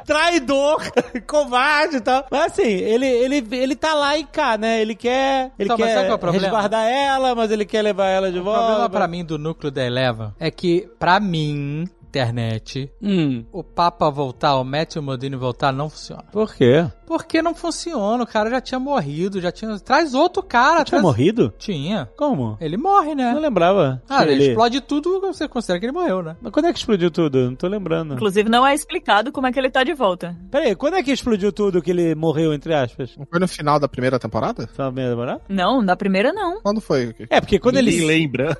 Traidor, covarde e tal. Mas assim, ele, ele, ele tá lá e cá, né? Ele quer, ele
Então, mas sabe
quer
qual é o problema?
resguardar ela, mas ele quer levar ela de
O
volta.
problema pra mim do núcleo da Eleva é que, pra mim, internet,
Hum,
o Papa voltar, o Matthew Modine voltar, não funciona.
Por quê?
Porque não funciona, o cara já tinha morrido, já tinha... Traz outro cara.
Tinha
traz-
morrido?
Tinha.
Como?
Ele morre, né?
Não lembrava.
Ah, ele,
Ele-
explode tudo, você considera que ele morreu, né?
Mas quando é que explodiu tudo? Não tô lembrando.
Inclusive, não é explicado como é que ele tá de volta.
Peraí, quando é que explodiu tudo que ele morreu, entre aspas?
Foi no final da primeira temporada?
Foi na primeira temporada?
Não, na primeira não.
Quando foi?
É, porque quando ele.
Ninguém lembra.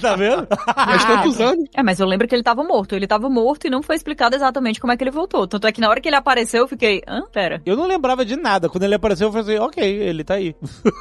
tá vendo?
Mas
tantos anos.
É, mas eu lembro que ele tava morto. Ele tava morto e não foi explicado exatamente como é que ele voltou. Tanto é que na hora que ele apareceu, eu fiquei, hã? Pera.
Eu não lembrava de nada. Quando ele apareceu, eu falei assim, ok, ele tá aí.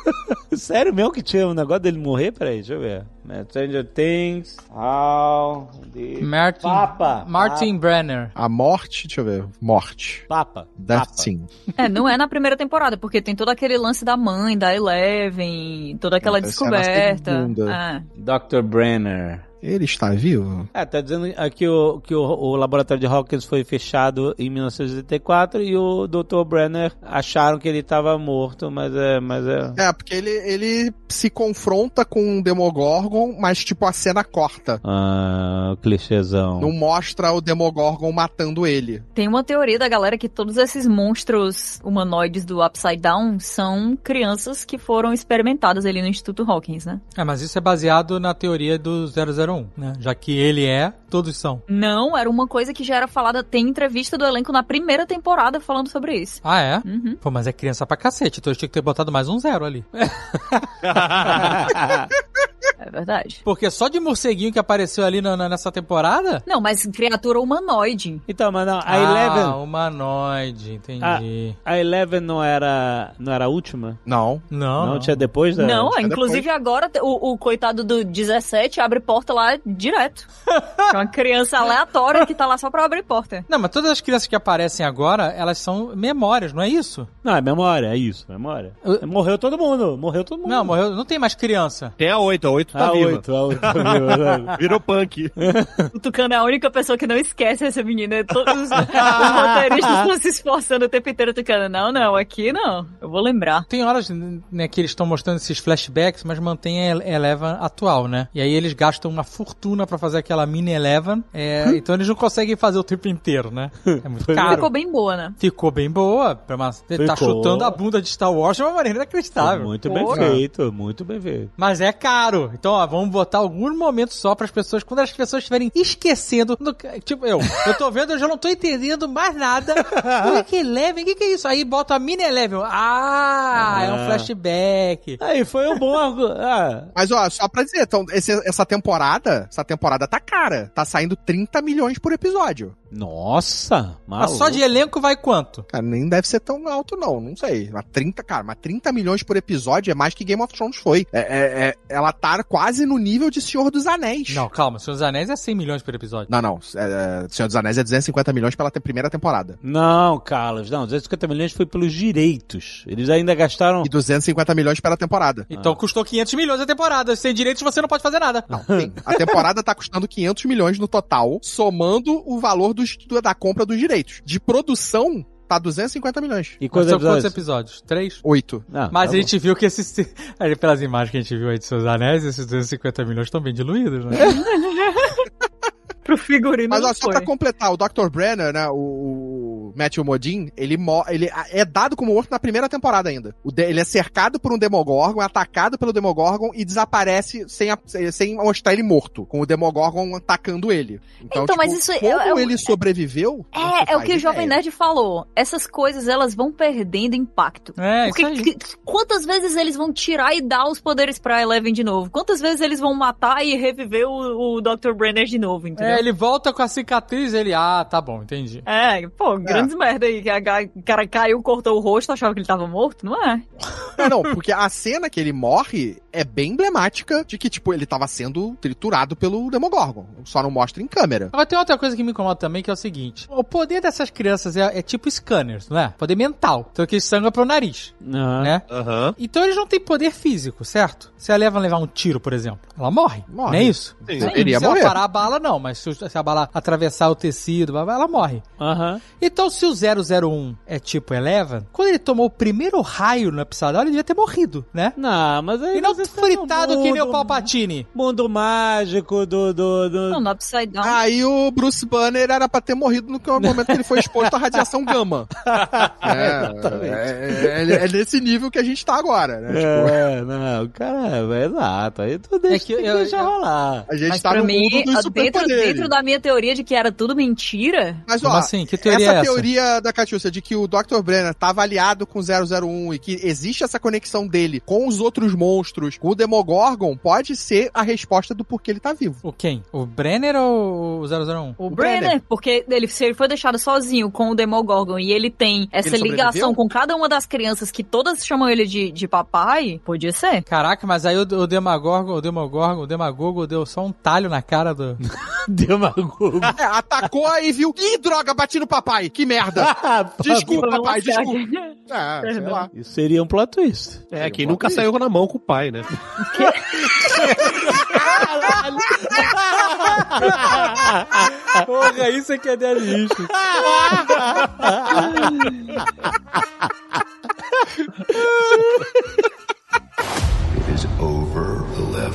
Sério mesmo que tinha um negócio dele morrer? Peraí, deixa eu ver. Stranger Things, How the...
Martin,
Papa.
Martin Brenner.
A morte, deixa eu ver. Morte.
Papa.
Death Sim.
É, não é na primeira temporada, porque tem todo aquele lance da mãe, da Eleven, toda aquela
Essa é na
descoberta.
segunda.
Ah.
Dr. Brenner.
Ele está vivo?
É, tá dizendo aqui o, que o, o laboratório de Hawkins foi fechado em 1984 e o Dr. Brenner acharam que ele tava morto, mas é... Mas é...
É, porque ele, ele se confronta com um Demogorgon, mas tipo a cena corta.
Ah, clichêzão.
Não mostra o Demogorgon matando ele.
Tem uma teoria da galera que todos esses monstros humanoides do Upside Down são crianças que foram experimentadas ali no Instituto Hawkins, né?
É, mas isso é baseado na teoria do 001, né? Já que ele é, todos são.
Não, era uma coisa que já era falada. Tem entrevista do elenco na primeira temporada falando sobre isso. Uhum,
Ah, é? Pô, mas é criança pra cacete, então eu tinha que ter botado mais um zero ali.
É verdade.
Porque só de morceguinho que apareceu ali na- na- nessa temporada?
Não, mas criatura humanoide.
Então, mas não, a
Ah,
Eleven... Ah.
humanoide, entendi.
A, a Eleven não era, não era a última?
Não.
Não,
Não, tinha depois da...
Não,
é
tinha
inclusive agora o, o coitado do 17 abre porta lá direto. É uma criança aleatória que tá lá só pra abrir porta.
Não, mas todas as crianças que aparecem agora, elas são memórias, não é isso?
Não, é memória, é isso, memória. Morreu todo mundo, morreu todo mundo.
Não, morreu, não tem mais criança.
Tem a 8, a 8 tá
A
viva.
oito, a oito tá viva, né?
Virou punk.
O Tucano é a única pessoa que não esquece essa menina. Todos os, os roteiristas estão se esforçando o tempo inteiro, Tucano. Não, não, aqui não. Eu vou lembrar.
Tem horas né, que eles estão mostrando esses flashbacks, mas mantém a Ele- Eleven atual, né? E aí eles gastam uma fortuna pra fazer aquela mini Eleven, é, então eles não conseguem fazer o tempo inteiro, né? É muito caro.
Ficou bem boa, né?
Ficou bem boa. Pra uma... Tá
Ficou.
chutando a bunda de Star Wars de uma maneira
Foi
inacreditável.
muito bem feito, muito bem feito.
Mas é caro. Então, ó, vamos botar algum momento só pras pessoas, quando as pessoas estiverem esquecendo. do que- tipo, eu, eu tô vendo, eu já não tô entendendo mais nada. O que que é Eleven? O que, que é isso? Aí bota a mini Eleven. Ah, Ah, é um flashback.
Aí foi um bom argu- ah.
Mas ó, só pra dizer, então, esse- essa temporada, essa temporada tá cara. Tá saindo 30 milhões por episódio.
Nossa,
Mas Ah, só de elenco vai quanto?
Cara, nem deve ser tão alto, não. Não sei. Mas 30, cara, mas 30 milhões por episódio é mais que Game of Thrones foi. É, é- é- ela tá quase no nível de Senhor dos Anéis.
Não, calma, Senhor dos Anéis é 100 milhões por episódio.
Não, não. É, é, Senhor dos Anéis é 250 milhões pela te- primeira temporada.
Não, Carlos, não. 250 milhões foi pelos direitos. Eles ainda gastaram.
E 250 milhões pela temporada.
Então custou 500 milhões a temporada. Sem direitos você não pode fazer nada. Não,
A temporada tá custando 500 milhões no total, somando o valor dos- do- da compra dos direitos. De produção, tá 250 milhões.
E Ah,
Mas são quantos episódios? Três?
Oito.
Mas
tá
a gente viu que esses. aí, Pelas imagens que a gente viu aí de seus anéis, esses 250 milhões estão bem diluídos, né?
Pro figurino
Mas ó,
não
só
foi.
pra completar, o Dr. Brenner, né, o, o Matthew Modine, ele, mo- ele é dado como morto na primeira temporada ainda. O de- ele é cercado por um Demogorgon, é atacado pelo Demogorgon e desaparece sem, a- sem mostrar ele morto, com o Demogorgon atacando ele. Então,
Então,
tipo,
mas isso é-
como
é o-
ele sobreviveu... não se
É, é o
faz
que o Jovem
ideia.
Nerd falou. Essas coisas, elas vão perdendo impacto.
É,
Porque
isso aí.
que- quantas vezes eles vão tirar e dar os poderes pra Eleven de novo? Quantas vezes eles vão matar e reviver o, o Dr. Brenner de novo, entendeu?
É, ele volta com a cicatriz, ele. Ah, tá bom, entendi.
É, pô, grandes merda aí. Que a ga- o cara caiu, cortou o rosto, achava que ele tava morto, não é?
É, não, porque a cena que ele morre é bem emblemática de que, tipo, ele tava sendo triturado pelo Demogorgon. Só não mostra em câmera.
Agora tem outra coisa que me incomoda também, que é o seguinte: o poder dessas crianças é, é tipo scanners, não é? Poder mental. Então que sangra pro nariz. Né? Então eles não têm poder físico, certo? Se a Eleven levar um tiro, por exemplo, ela morre.
Morre.
Não é isso?
Sim.
Sim,
Deveria
se ela
morrer.
parar a bala, não, mas se, o- se a bala atravessar o tecido, blá, blá, ela morre. Então, se o 001 é tipo Eleven, quando ele tomou o primeiro raio na Psylocke, ele devia ter morrido, né?
Não, mas aí.
E não
mas esse
fritado
é o
que nem o
mundo-
Palpatine.
Mundo mágico do. do, do...
Não, no Upside Down.
Aí o Bruce Banner era pra ter morrido no momento que ele foi exposto à radiação gama.
tá
É, é, é- é nesse nível que a gente tá agora, né? Tipo,
É, não, cara, é exato. Aí tu deixa,
É que
tem que
eu-
deixar
eu-
rolar.
a gente
Mas
tá
pra
no
mim, ah,
mundo dos
dentro,
superpoderes.
dentro da minha teoria de que era tudo mentira,
Mas, ó,
Como assim? Que teoria
essa
é essa?
teoria da Catiúcia de que o Dr. Brenner tava aliado com o 001 e que existe essa conexão dele com os outros monstros, com o Demogorgon, pode ser a resposta do porquê ele tá vivo.
O quem? O Brenner ou o 001?
o,
Brenner.
Brenner, porque ele, se ele foi deixado sozinho com o Demogorgon e ele tem essa
Ele sobreviveu?
ligação com cada uma das crianças que todas chamam ele de, de papai, podia ser.
Caraca, mas aí o, o Demagorgon, o Demagorgon, o Demagogo deu só um talho na cara do...
Demagogo.
É, atacou aí, viu? Ih, droga, bati no papai. Que merda.
Ah, tá
Desculpa, papai, desculpa. É, sei lá.
Isso seria um plot twist.
É, quem nunca saiu na mão com o pai, né?
Porra, isso aqui é delícia.
It is over 11.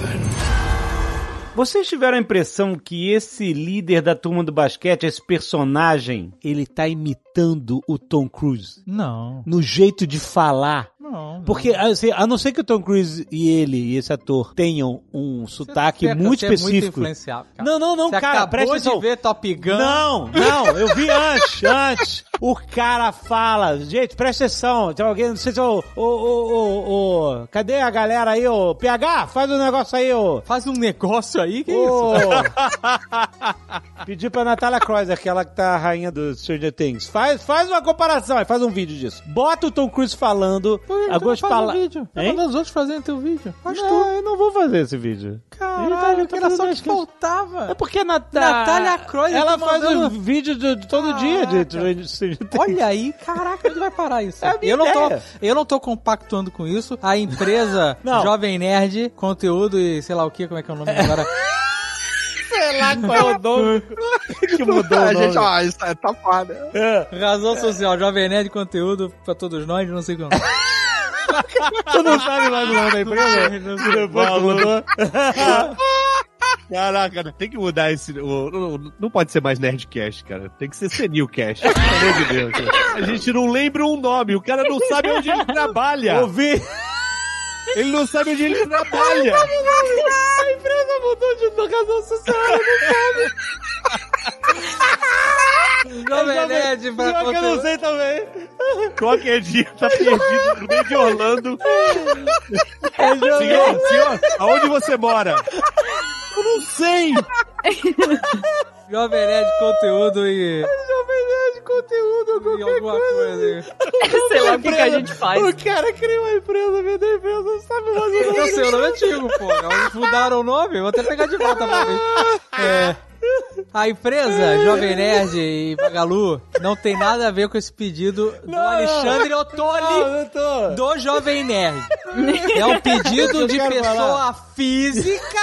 Vocês tiveram a impressão que esse líder da turma do basquete, esse personagem,
Ele tá imitando o Tom Cruise
Não,
no jeito de falar.
não.
Porque, assim, a não ser que o Tom Cruise e ele, e esse ator, tenham um sotaque muito
é
específico. não, não, não,
Você
cara,
acabou
presta
de
atenção.
ver Top Gun.
Não, não, eu vi antes, antes. O cara fala, gente, presta atenção. Tem alguém, não sei se é o. o, o, o, o- cadê a galera aí, ô? PH, faz um negócio aí, ô.
Faz um negócio aí, que
Ô.
isso?
Pedi pra Natália Cross, aquela que tá a rainha do Stranger Things. Faz, faz uma comparação, aí, faz um vídeo disso. Bota o Tom Cruise falando. algumas
faz
palavras.
um vídeo. Vai
Hein?
mandar os outros fazerem teu vídeo. Faz
não,
tu.
eu não vou fazer esse vídeo.
Caralho,
Ele tá-
que
tá
era só
fazendo
que
as coisas. É
faltava.
porque a Natália.
Natália Cross,
Ela
tá
faz um
mandando- Ah,
vídeo de, de todo dia de, de Stranger Things.
Olha aí, caraca, onde vai parar isso?
É a minha
eu, não tô,
ideia.
eu não tô compactuando com isso. A empresa
Não.
Jovem Nerd, conteúdo e sei lá o que, como é que é o nome agora?
Sei lá qual é o nome.
que mudou o
a
nome. É.
gente, ó, isso tá, tá foda.
Razão Social, Jovem Nerd, conteúdo pra todos nós, não sei como.
Tu não sabe mais o nome da empresa? Depois que mudou.
Caraca, né? tem que mudar esse. o- o- o- não pode ser mais Nerdcast, cara. Tem que ser Senilcast. Pelo amor de Deus. cara. A gente não lembra um nome. O cara não sabe onde ele trabalha.
Ouvi.
Ele não sabe onde ele trabalha.
A empresa mudou de educação social, eu não sabe.
Jovem Nerd pra
Pior que eu não sei também.
Qualquer dia tá perdido no meio de Orlando. É
Senhor,
senhor, aonde você mora?
Eu não sei.
Jovem Nerd conteúdo e.
Jovem Nerd conteúdo, qualquer coisa. assim.
Sei lá o que, que a gente faz.
O cara cria uma empresa, vendeu a empresa, não sabe mais o
Eu sei, o nome é antigo, pô. Eles mudaram o nome, vou até pegar de volta pra mim. É. A empresa Jovem Nerd e Magalu não tem nada a ver com esse pedido do Alexandre Ottoli do Jovem Nerd. É um pedido
Eu
de
quero
pessoa
falar.
física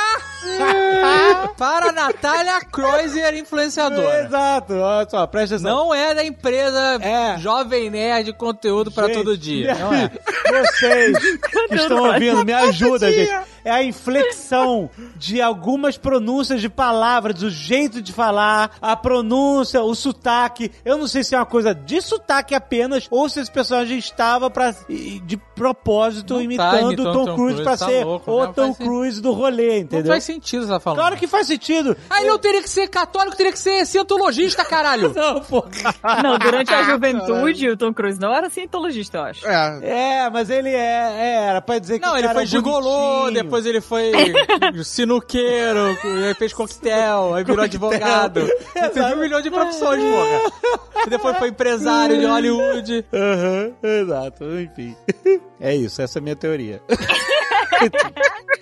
para Natália Kreuzer, influenciadora.
Exato, olha só, presta atenção.
Não é da empresa Jovem Nerd conteúdo pra
É. Gente,
todo dia. Não é.
Vocês que estão
Não, não.
ouvindo, me ajuda,
Tadinha.
gente. É a inflexão de algumas pronúncias de palavras, o jeito de falar, a pronúncia, o sotaque. Eu não sei se é uma coisa de sotaque apenas ou se esse personagem estava pra, e- de propósito imitando, Tom,
imitando Tom
Cruise
Cruise,
pra
tá
ser
louco,
o
né? Não
Tom
faz sen-
Cruise do rolê, entendeu?
Não faz sentido você tá falando.
Claro que faz sentido.
Aí não teria que ser católico, teria que ser cientologista, caralho.
Não, pô.
Não, durante a juventude, o Tom Cruise não era cientologista, eu acho.
É, mas ele é, é, era pra dizer que
Não,
o
ele
cara
foi
é bonitinho.
gigolô, depois ele foi sinuqueiro, aí fez coquetel, aí virou advogado. Ele teve um milhão de profissões, porra. E depois foi empresário de Hollywood.
Aham, exato, enfim. É isso, essa é a minha teoria.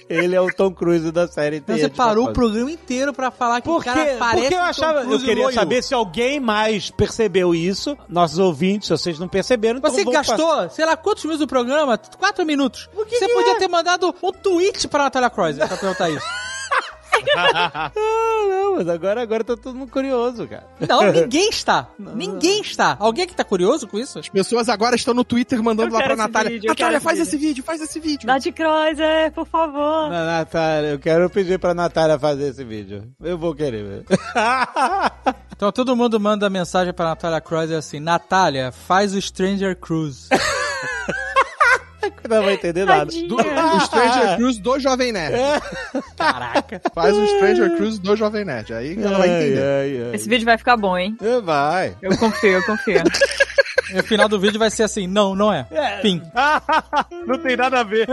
ele é o Tom Cruise da série
Então
inteira.
você
de
parou o
propósito.
programa inteiro pra falar que
Porque,
o cara parece um
porque eu
Tom
achava. Eu
Cruise
queria
loiro.
saber se alguém mais percebeu isso. Nossos ouvintes, se vocês não perceberam, então
Você
vamos
gastou, sei lá, quantos minutos do programa? Quatro minutos. você
que
podia
é?
ter mandado um tweet pra Natália Croiser pra perguntar isso.
passar- Ah, não, mas agora, agora tá todo mundo curioso, cara.
Não, ninguém está. Ninguém está. Alguém que tá curioso com isso?
Pessoas agora estão no Twitter mandando
Eu
lá pra
quero esse
Natália.
vídeo, eu
Natália,
quero
faz
esse
esse vídeo, faz esse vídeo.
Nath Kreuzer, por favor.
Na- Natália, eu quero pedir pra Natália fazer esse vídeo. Eu vou querer ver.
Então todo mundo manda mensagem pra Natália Croiser assim: Natália, faz o Stranger Cruise.
Não vai entender nada.
Tadinha.
Do- o
um
Stranger Cruise do Jovem Nerd.
Caraca.
Faz o Stranger Cruise do Jovem Nerd. Aí ela vai entender.
Ai, ai,
Esse vídeo vai ficar bom, hein?
É,
ai. Vai.
Eu confio, eu confio.
E o final do vídeo vai ser assim: não, não é. Fim.
Não tem nada a ver.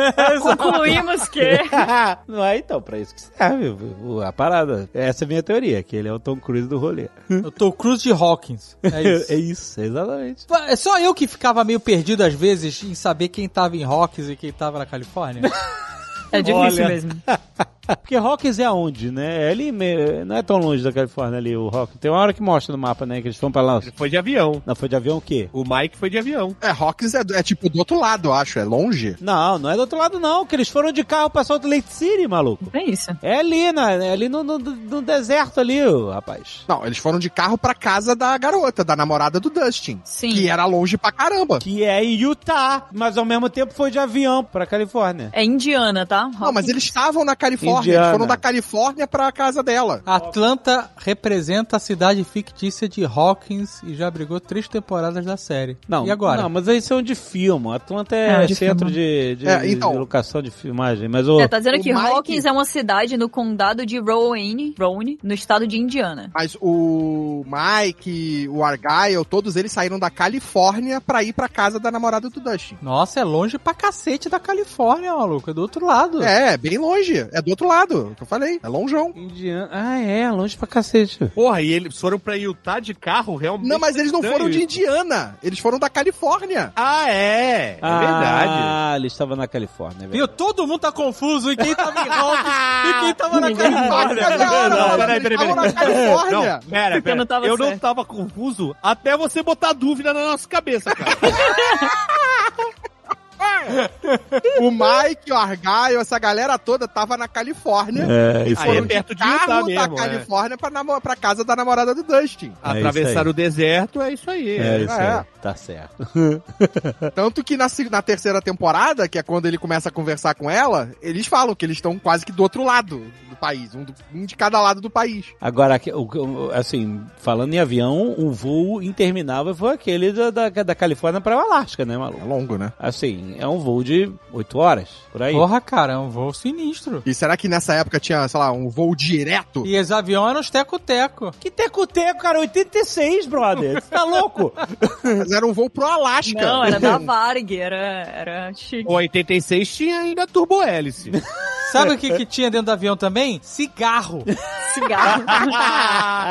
Concluímos que...
Não é então pra isso que serve o- o- a parada. Essa é a minha teoria, que ele é o Tom Cruise do rolê.
Eu tô Cruise de Hawkins. É isso.
É isso, exatamente.
É só eu que ficava meio perdido às vezes em saber quem tava em Hawkins e quem tava na Califórnia.
É difícil
Olha.
mesmo.
Porque Hawkins é aonde, né? É ali me- não é tão longe da Califórnia ali, o Hawkins. Tem uma hora que mostra no mapa, né? Que eles vão pra lá.
Foi de avião.
Não, foi de avião o quê?
O Mike foi de avião.
É, Hawkins é, do- é tipo do outro lado, eu acho. É longe.
Não, não é do outro lado, não. Que eles foram de carro pra Salt Lake City, maluco.
É isso.
É ali, né? É ali no, no- no deserto ali, ô, rapaz.
Não, eles foram de carro pra casa da garota, da namorada do Dustin.
Sim.
Que era longe pra caramba.
Que é em Utah, mas ao mesmo tempo foi de avião pra Califórnia.
É indiana, tá?
Não, mas eles estavam na Califórnia.
Indiana.
Eles foram da Califórnia pra casa dela.
Atlanta representa a cidade fictícia de Hawkins e já abrigou três temporadas da série.
Não,
E agora?
Não, mas aí são de filme. Atlanta é
Ah, de
centro de, de,
É, então.
de locação de filmagem. Mas o.
É, tá dizendo
o
que
Mike-
Hawkins é uma cidade no condado de Rowan, Rowan, no estado de Indiana.
Mas o Mike, o Argyle, todos eles saíram da Califórnia pra ir pra casa da namorada do Dustin.
Nossa, é longe pra cacete da Califórnia, maluco. É do outro lado.
É, bem longe. É do outro lado, que eu falei. É longeão.
Indiana. Ah, é, longe pra cacete.
Porra, e eles foram pra Utah de carro, realmente?
Não, mas eles não
estranho
foram de
isso.
Indiana. Eles foram da Califórnia.
Ah, é. É verdade.
Ah, ele estava na Califórnia. é
Viu? Todo mundo tá confuso. E quem tava em Hawkins e quem tava na Califórnia.
Caraca, cara,
Não,
maluco,
peraí,
eles
peraí,
estavam
peraí.
na Califórnia.
Não, pera,
Eu
pera.
não
Eu,
tava
não,
certo.
tava confuso até você botar dúvida na nossa cabeça, cara.
O Mike, o Argyle, essa galera toda tava na Califórnia.
verdade. É, isso
Aí é
aí.
perto de Utah
Carro
mesmo.
da
É.
Califórnia pra, namo- pra casa da namorada do Dustin.
Atravessar o deserto é isso aí.
É isso
É.
aí. Tá certo.
Tanto que na, se- na terceira temporada, que é quando ele começa a conversar com ela, eles falam que eles estão quase que do outro lado do país, um, do- um de cada lado do país.
Agora, aqui, o- o- assim, falando em avião, o voo interminável foi aquele da, da, da Califórnia para o Alasca, né, maluco? É
longo, né?
Assim, é um voo de 8 horas, por aí.
Porra, cara, é um voo sinistro.
E será que nessa época tinha, sei lá, um voo direto?
E os aviões eram os teco-teco.
Que teco-teco, cara? 86, brother. Você tá louco?
Mas era um voo pro Alasca.
Não, era da Varg, era, era chique.
O 86 tinha ainda turbo-hélice.
Sabe o que, que tinha dentro do avião também? Cigarro.
Cigarro.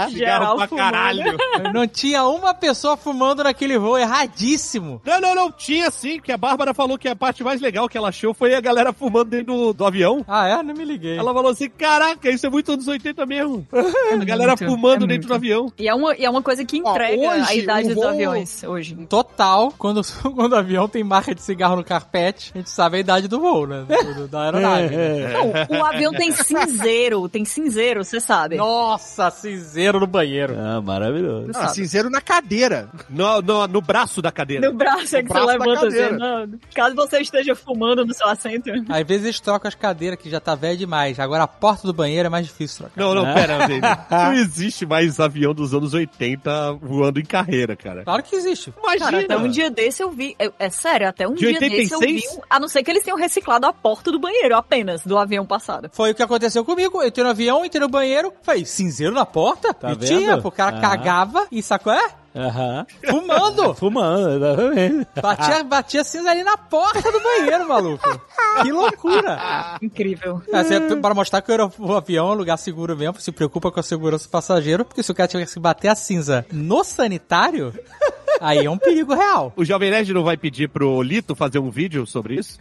Geral
Ah, pra
fumando.
caralho.
Não tinha uma pessoa fumando naquele voo, erradíssimo.
Não, não, não, tinha sim, que a Bárbara falou que a parte mais legal que ela achou foi a galera fumando dentro do, do avião.
Ah, é? Não me liguei.
Ela falou assim, caraca, isso é muito anos 80 mesmo.
É
a galera fumando dentro do avião.
E é, uma, e é uma coisa que entrega
hoje,
a idade
um
dos
voo-
aviões hoje.
Total, quando, quando o avião tem marca de cigarro no carpete, a gente sabe a idade do voo, né? Do- do- da aeronave.
É,
É.
né?
Não, o avião tem cinzeiro, tem cinzeiro, você sabe.
Nossa, cinzeiro no banheiro.
Ah, maravilhoso.
Não, cinzeiro na cadeira.
No, no, no braço da cadeira.
No braço é
No
que você
braço da
levanta assim,
cadeira.
não. Caso você esteja fumando no seu assento.
Às vezes eles trocam as cadeiras, que já tá velha demais. Agora a porta do banheiro é mais difícil trocar.
Não, não, pera, velho. Não existe mais avião dos anos 80 voando em carreira, cara.
Claro que existe.
Cara, até
Imagina.
um dia desse eu vi. eu- é sério, até um
De
dia desse eu vi.
86?
um- A não ser que eles tenham reciclado a porta do banheiro apenas, do avião passado.
Foi o que aconteceu comigo. Eu entrei no avião, entrei no banheiro, falei, cinzeiro na porta?
Tá
e
vendo?
tinha, porque o cara
Ah.
cagava e sacou, é?
Aham.
Fumando!
Fumando, exatamente.
Batia, batia cinza ali na porta do banheiro, maluco. Que loucura!
Ah.
Incrível.
Assim, é pra mostrar que o aer- o avião é um lugar seguro mesmo, se preocupa com a segurança do passageiro, porque se o cara tivesse que bater a cinza no sanitário, aí é um perigo real.
O Jovem Nerd não vai pedir pro Lito fazer um vídeo sobre isso?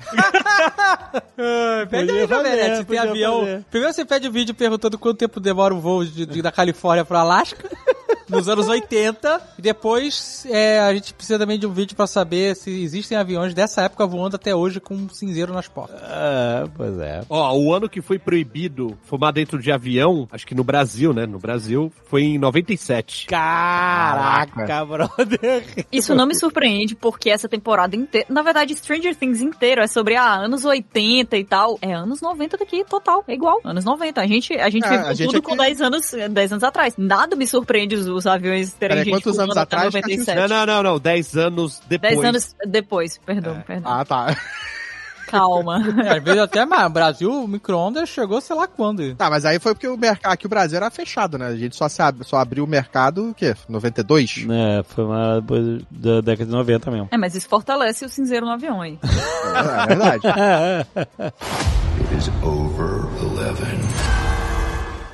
Pede aí,
Podia
Jovem Nerd,
fazer,
se tem
podia
avião.
fazer.
Primeiro você pede o vídeo perguntando quanto tempo demora o voo de- de- da Califórnia pra Alasca. Nos anos 80. E depois é, a gente precisa também de um vídeo pra saber se existem aviões dessa época voando até hoje com um cinzeiro nas portas.
Ah, pois é.
Ó, o ano que foi proibido fumar dentro de avião, acho que no Brasil, né? No Brasil, foi em 97.
Caraca, brother.
Isso não me surpreende, porque essa temporada inteira. Na verdade, Stranger Things inteiro é sobre ah, anos 80 e tal. É anos 90 daqui, total. É igual. Anos 90. A gente, a gente
É,
viveu
a gente
tudo
aqui-
com 10 anos, 10 anos atrás. Nada me surpreende os, os aviões terem
Peraí,
gente
quantos anos
pulando até
atrás,
97.
Não, não, não, não. 10 anos depois.
10 anos depois, perdão, perdão.
Ah, tá.
Calma.
É, às vezes até mais. Brasil, o micro-ondas chegou sei lá quando.
Tá, mas aí foi porque o mercado aqui o Brasil era fechado, né? A gente só, se ab- só abriu o mercado, o quê? 92?
É, foi uma depois da década de 90 mesmo.
É, mas isso fortalece o cinzeiro no avião, hein?
é, é verdade.
It is over 11.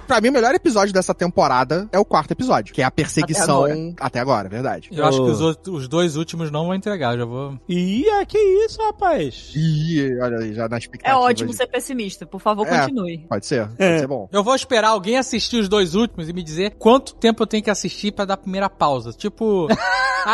Pra mim, o melhor episódio dessa temporada é o quarto episódio, que é a perseguição até agora, é verdade.
Eu acho que os, outros- os dois últimos não vão entregar, já vou.
Ih, ah, que isso, rapaz?
Ih, olha aí, já na
É
expectativa.
ótimo
de-
ser pessimista. Por favor,
É.
continue.
Pode ser, pode ser bom.
Eu vou esperar alguém assistir os dois últimos e me dizer quanto tempo eu tenho que assistir pra dar a primeira pausa. Tipo,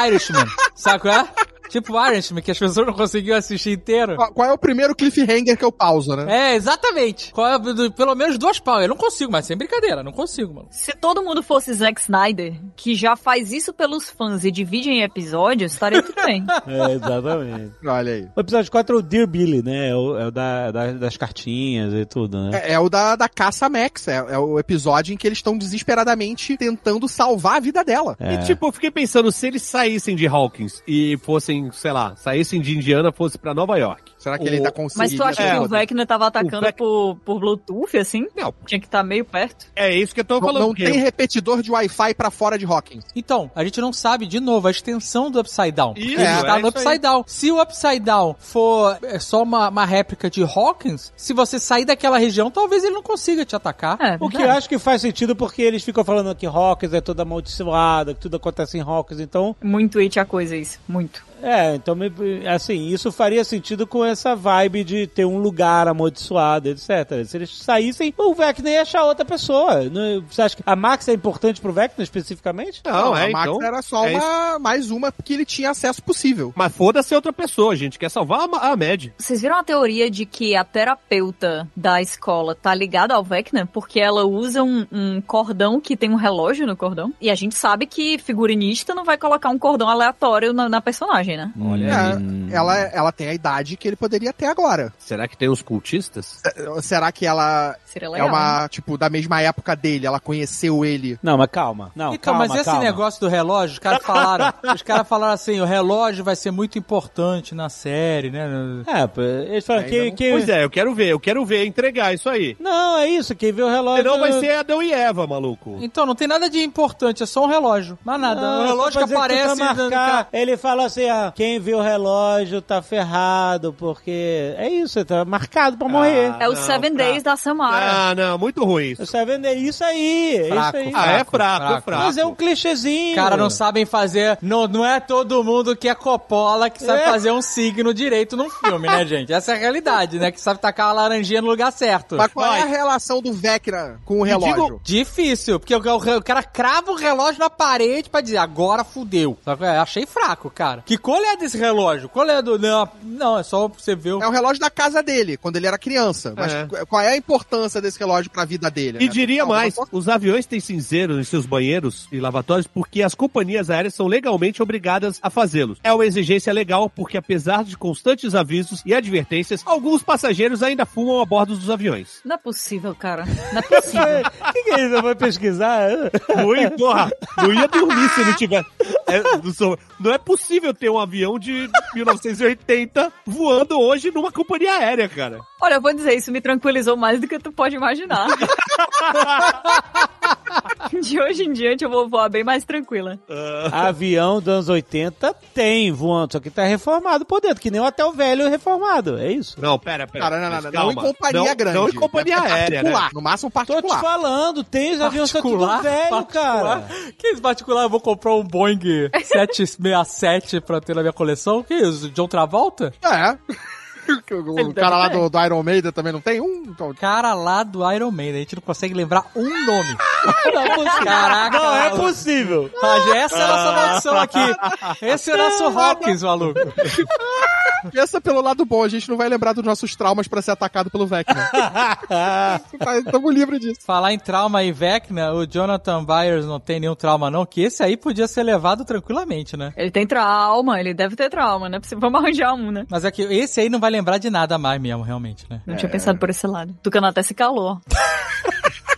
Irishman, sabe qual é? Tipo Irishman, que as pessoas não conseguiam assistir inteiro.
Qual qual é o primeiro cliffhanger que eu pauso, né?
É, exatamente. Qual é, do- pelo menos duas pausas. Eu não consigo, mas sem brincadeira, não consigo, mano.
Se todo mundo fosse Zack Snyder, que já faz isso pelos fãs e divide em episódios, estaria tudo bem.
É, exatamente.
Olha aí.
O episódio 4 é o Dear Billy, né? É o, é o da, da- das cartinhas e tudo, né?
É, é o da, da caça a Max, é, é o episódio em que eles estão desesperadamente tentando salvar a vida dela.
E tipo, eu fiquei pensando, se eles saíssem de Hawkins e fossem, sei lá, saíssem de Indiana, fosse pra Nova York.
Será que
O-
ele tá ainda conseguiria?
Mas tu acha que o Vecna tava atacando
Vecna-
por, por Bluetooth, assim?
Não.
Tinha que estar meio perto.
É isso que eu tô
Não,
falando.
não
porque-
tem repetidor de Wi-Fi pra fora de Hawkins.
Então, a gente não sabe, de novo, a extensão do Upside Down.
Isso,
Ele
é,
está
é
no
isso aí.
Upside Down. Se o Upside Down for é, só uma, uma réplica de Hawkins, se você sair daquela região, talvez ele não consiga te atacar.
É,
O que eu
verdade.
acho que faz sentido porque eles ficam falando que Hawkins é toda amaldiçoada, que tudo acontece em Hawkins, então,
Muito it a coisa isso, muito.
é, então, me- assim, isso faria sentido com essa vibe de ter um lugar amaldiçoado, etc. Se eles saíssem, o Vecna ia achar outra pessoa. Não- Você acha que a Max é importante pro Vecna especificamente?
Não,
a
é,
Max
então...
era só
é
uma, mais uma que ele tinha acesso possível.
Mas foda-se a outra pessoa, a gente quer salvar a, Ma- a Mad.
Vocês viram a teoria de que a terapeuta da escola tá ligada ao Vecna porque ela usa um, um cordão que tem um relógio no cordão? E a gente sabe que
Hum.
figurinista não vai colocar um cordão aleatório na, na personagem, né?
É, ela, ela tem a idade que ele poderia ter agora.
Será que tem uns cultistas?
É. Será que ela
Seria
é
legal.
uma,
né?
tipo, da mesma época dele? Ela conheceu ele?
Não, mas calma. Não,
Então, mas esse negócio do relógio, os caras falaram, os caras falaram assim, o relógio vai ser muito importante na série, né?
É, eles falaram que, que...
Pois é, eu quero ver, eu quero ver entregar isso aí.
Não, é isso, quem vê o relógio...
Senão vai ser Adão e Eva, maluco.
Então, não tem nada de importante, é só um relógio. Mas nada,
Não, é
um relógio
Ah, só pra
que
dizer tá tu
aparece...
vai
dando-
marcar. Ele fala assim, ah, quem viu o relógio tá ferrado, porque é isso, tá marcado
Ah.
pra morrer.
É o Seven Days da Samara.
Ah, não, muito
O
ruim isso.
Seven Days, É isso aí,
Fraco,
isso aí.
fraco, Ah, é fraco, fraco. fraco.
Mas é um clichêzinho.
Cara, não sabem fazer. Não, não é todo mundo que é Coppola que sabe
É.
fazer um signo direito num filme, né, gente? Essa é a realidade, né? Que sabe tacar a laranjinha no lugar certo.
Mas qual é a relação do Vecna com o
Me
relógio?
digo, difícil, porque o, o- o cara crava o relógio na parede pra dizer, agora fudeu. Sabe qual é? Achei fraco, cara. Que cor é desse relógio? Qual é do... Não, não é só você ver o...
É o relógio da casa dele, quando ele era criança. Mas
É.
qu- qual é a importância desse relógio pra vida dele?
E
né?
diria
Não,
mais,
não posso-
os aviões têm cinzeiro em seus banheiros e lavatórios porque as companhias aéreas são legalmente obrigadas a fazê-los. É uma exigência legal porque apesar de constantes avisos e advertências, alguns passageiros ainda fumam a bordo dos aviões.
Não é possível, cara. Não é possível.
O que, que é isso? Eu vou pesquisar?
Ui, porra, não ia dormir se não tivesse. É, não, sou- não é possível ter um avião de 1980 voando hoje numa companhia aérea, cara.
Olha, eu vou dizer, isso me tranquilizou mais do que tu pode imaginar. De hoje em diante eu vou voar bem mais tranquila.
Avião dos anos 80 tem voando, só que tá reformado por dentro, que nem o hotel velho reformado, é isso.
Não, pera, pera.
Cara, não, não,
Mas
não,
calma.
não em companhia
Não-
grande.
Não em companhia aérea, né?
particular, No máximo
Tô te
particular.
falando, tem os aviões que tá tudo velho, cara.
Que isso, particular? Eu vou comprar um Boeing 767 pra ter na minha coleção? Que isso? John Travolta?
É. O cara lá do, do Iron Maiden também não tem um? Então,
Cara lá do Iron Maiden, a gente não consegue lembrar um nome.
Não é possível.
Caraca,
Não é
maluco.
possível.
Roger, essa é a nossa maldição aqui. Esse é o nosso Hopkins, maluco.
pensa pelo lado bom, a gente não vai lembrar dos nossos traumas pra ser atacado pelo Vecna. Estamos livres disso.
Falar em trauma e Vecna, o Jonathan Byers não tem nenhum trauma, não, que esse aí podia ser levado tranquilamente, né?
Ele tem trauma, ele deve ter trauma, né? Vamos arranjar um, né?
Mas é que esse aí não vai lembrar de nada mais mesmo, realmente, né?
Não
É.
tinha pensado por esse lado. Tucano até se calou.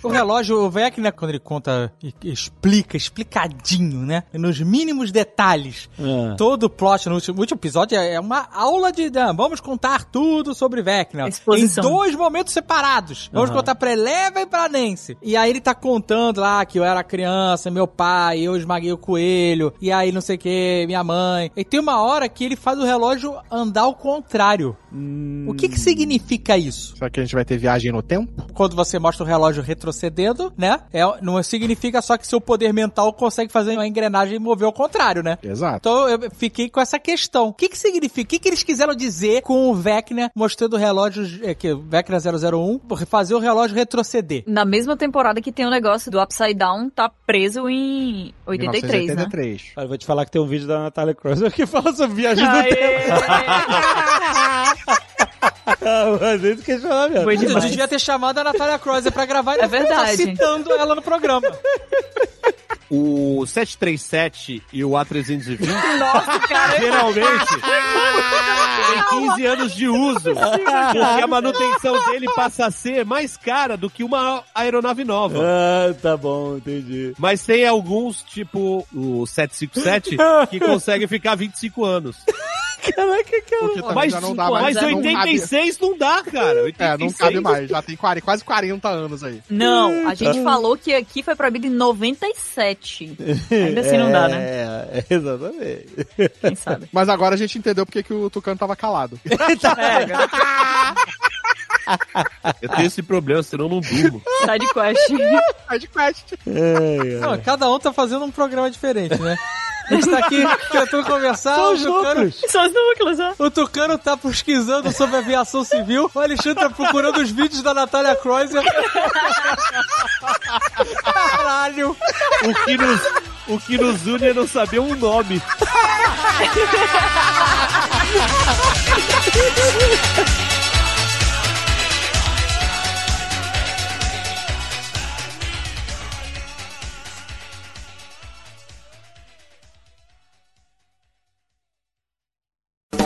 O relógio, o Vecna, quando ele conta, e- e explica, explicadinho, né? Nos mínimos detalhes.
É.
Todo o plot no último, último episódio é é uma aula de. ah, vamos contar tudo sobre Vecna.
Exposição.
Em dois momentos separados. Vamos
Aham.
contar pra Eleva e pra Nancy. E aí ele tá contando lá que eu era criança, meu pai, eu esmaguei o coelho, e aí não sei o que, minha mãe. E tem uma hora que ele faz o relógio andar ao contrário. O que que significa isso?
Será que a gente vai ter viagem no tempo?
quando você mostra o relógio retrocedendo, né? É, não significa só que seu poder mental consegue fazer uma engrenagem mover ao contrário, né?
Exato.
Então eu fiquei com essa questão. O que que significa? O que que eles quiseram dizer com o Vecna mostrando o relógio, é, que, Vecna 001, por fazer o relógio retroceder?
Na mesma temporada que tem o negócio do Upside Down, tá preso em 83, né?
1983.
Olha, eu vou te falar que tem um vídeo da Natália Crosser que fala sobre viagem no tempo. Mas é isso que eu ia falar mesmo.
Foi
Eu
demais.
devia ter chamado a Natália Croiser pra gravar e
É
não ficar
verdade.
citando ela no programa.
O 737 e o A320
Nossa, cara.
geralmente tem 15 anos de uso.
assim, né,
Porque a manutenção dele passa a ser mais cara do que uma aeronave nova.
Ah, tá bom, entendi.
Mas tem alguns, tipo o 757, que consegue ficar 25 anos.
Caraca, cara.
Porque também
Mas,
já não
cinco-
dá mais.
mas
já não cabe-
86 não dá, cara. 86.
É, não cabe mais. Já tem 40, quase 40 anos aí.
Não, a gente falou que aqui foi proibido em 97. Ainda assim não dá, né?
É, exatamente.
Quem sabe?
Mas agora a gente entendeu porque que o Tucano tava calado.
Eu tenho esse problema, senão eu não durmo.
Side quest.
Side quest.
É.
Não, cada um tá fazendo um programa diferente, né? A gente tá aqui tentando conversar,
São os
o Tucano-
núcleos.
Só os núcleos, né?
O Tucano tá pesquisando sobre aviação civil. O Alexandre tá procurando os vídeos da Natália Kreuzer. Caralho!
O que nos, o que nos une é não saber um nome.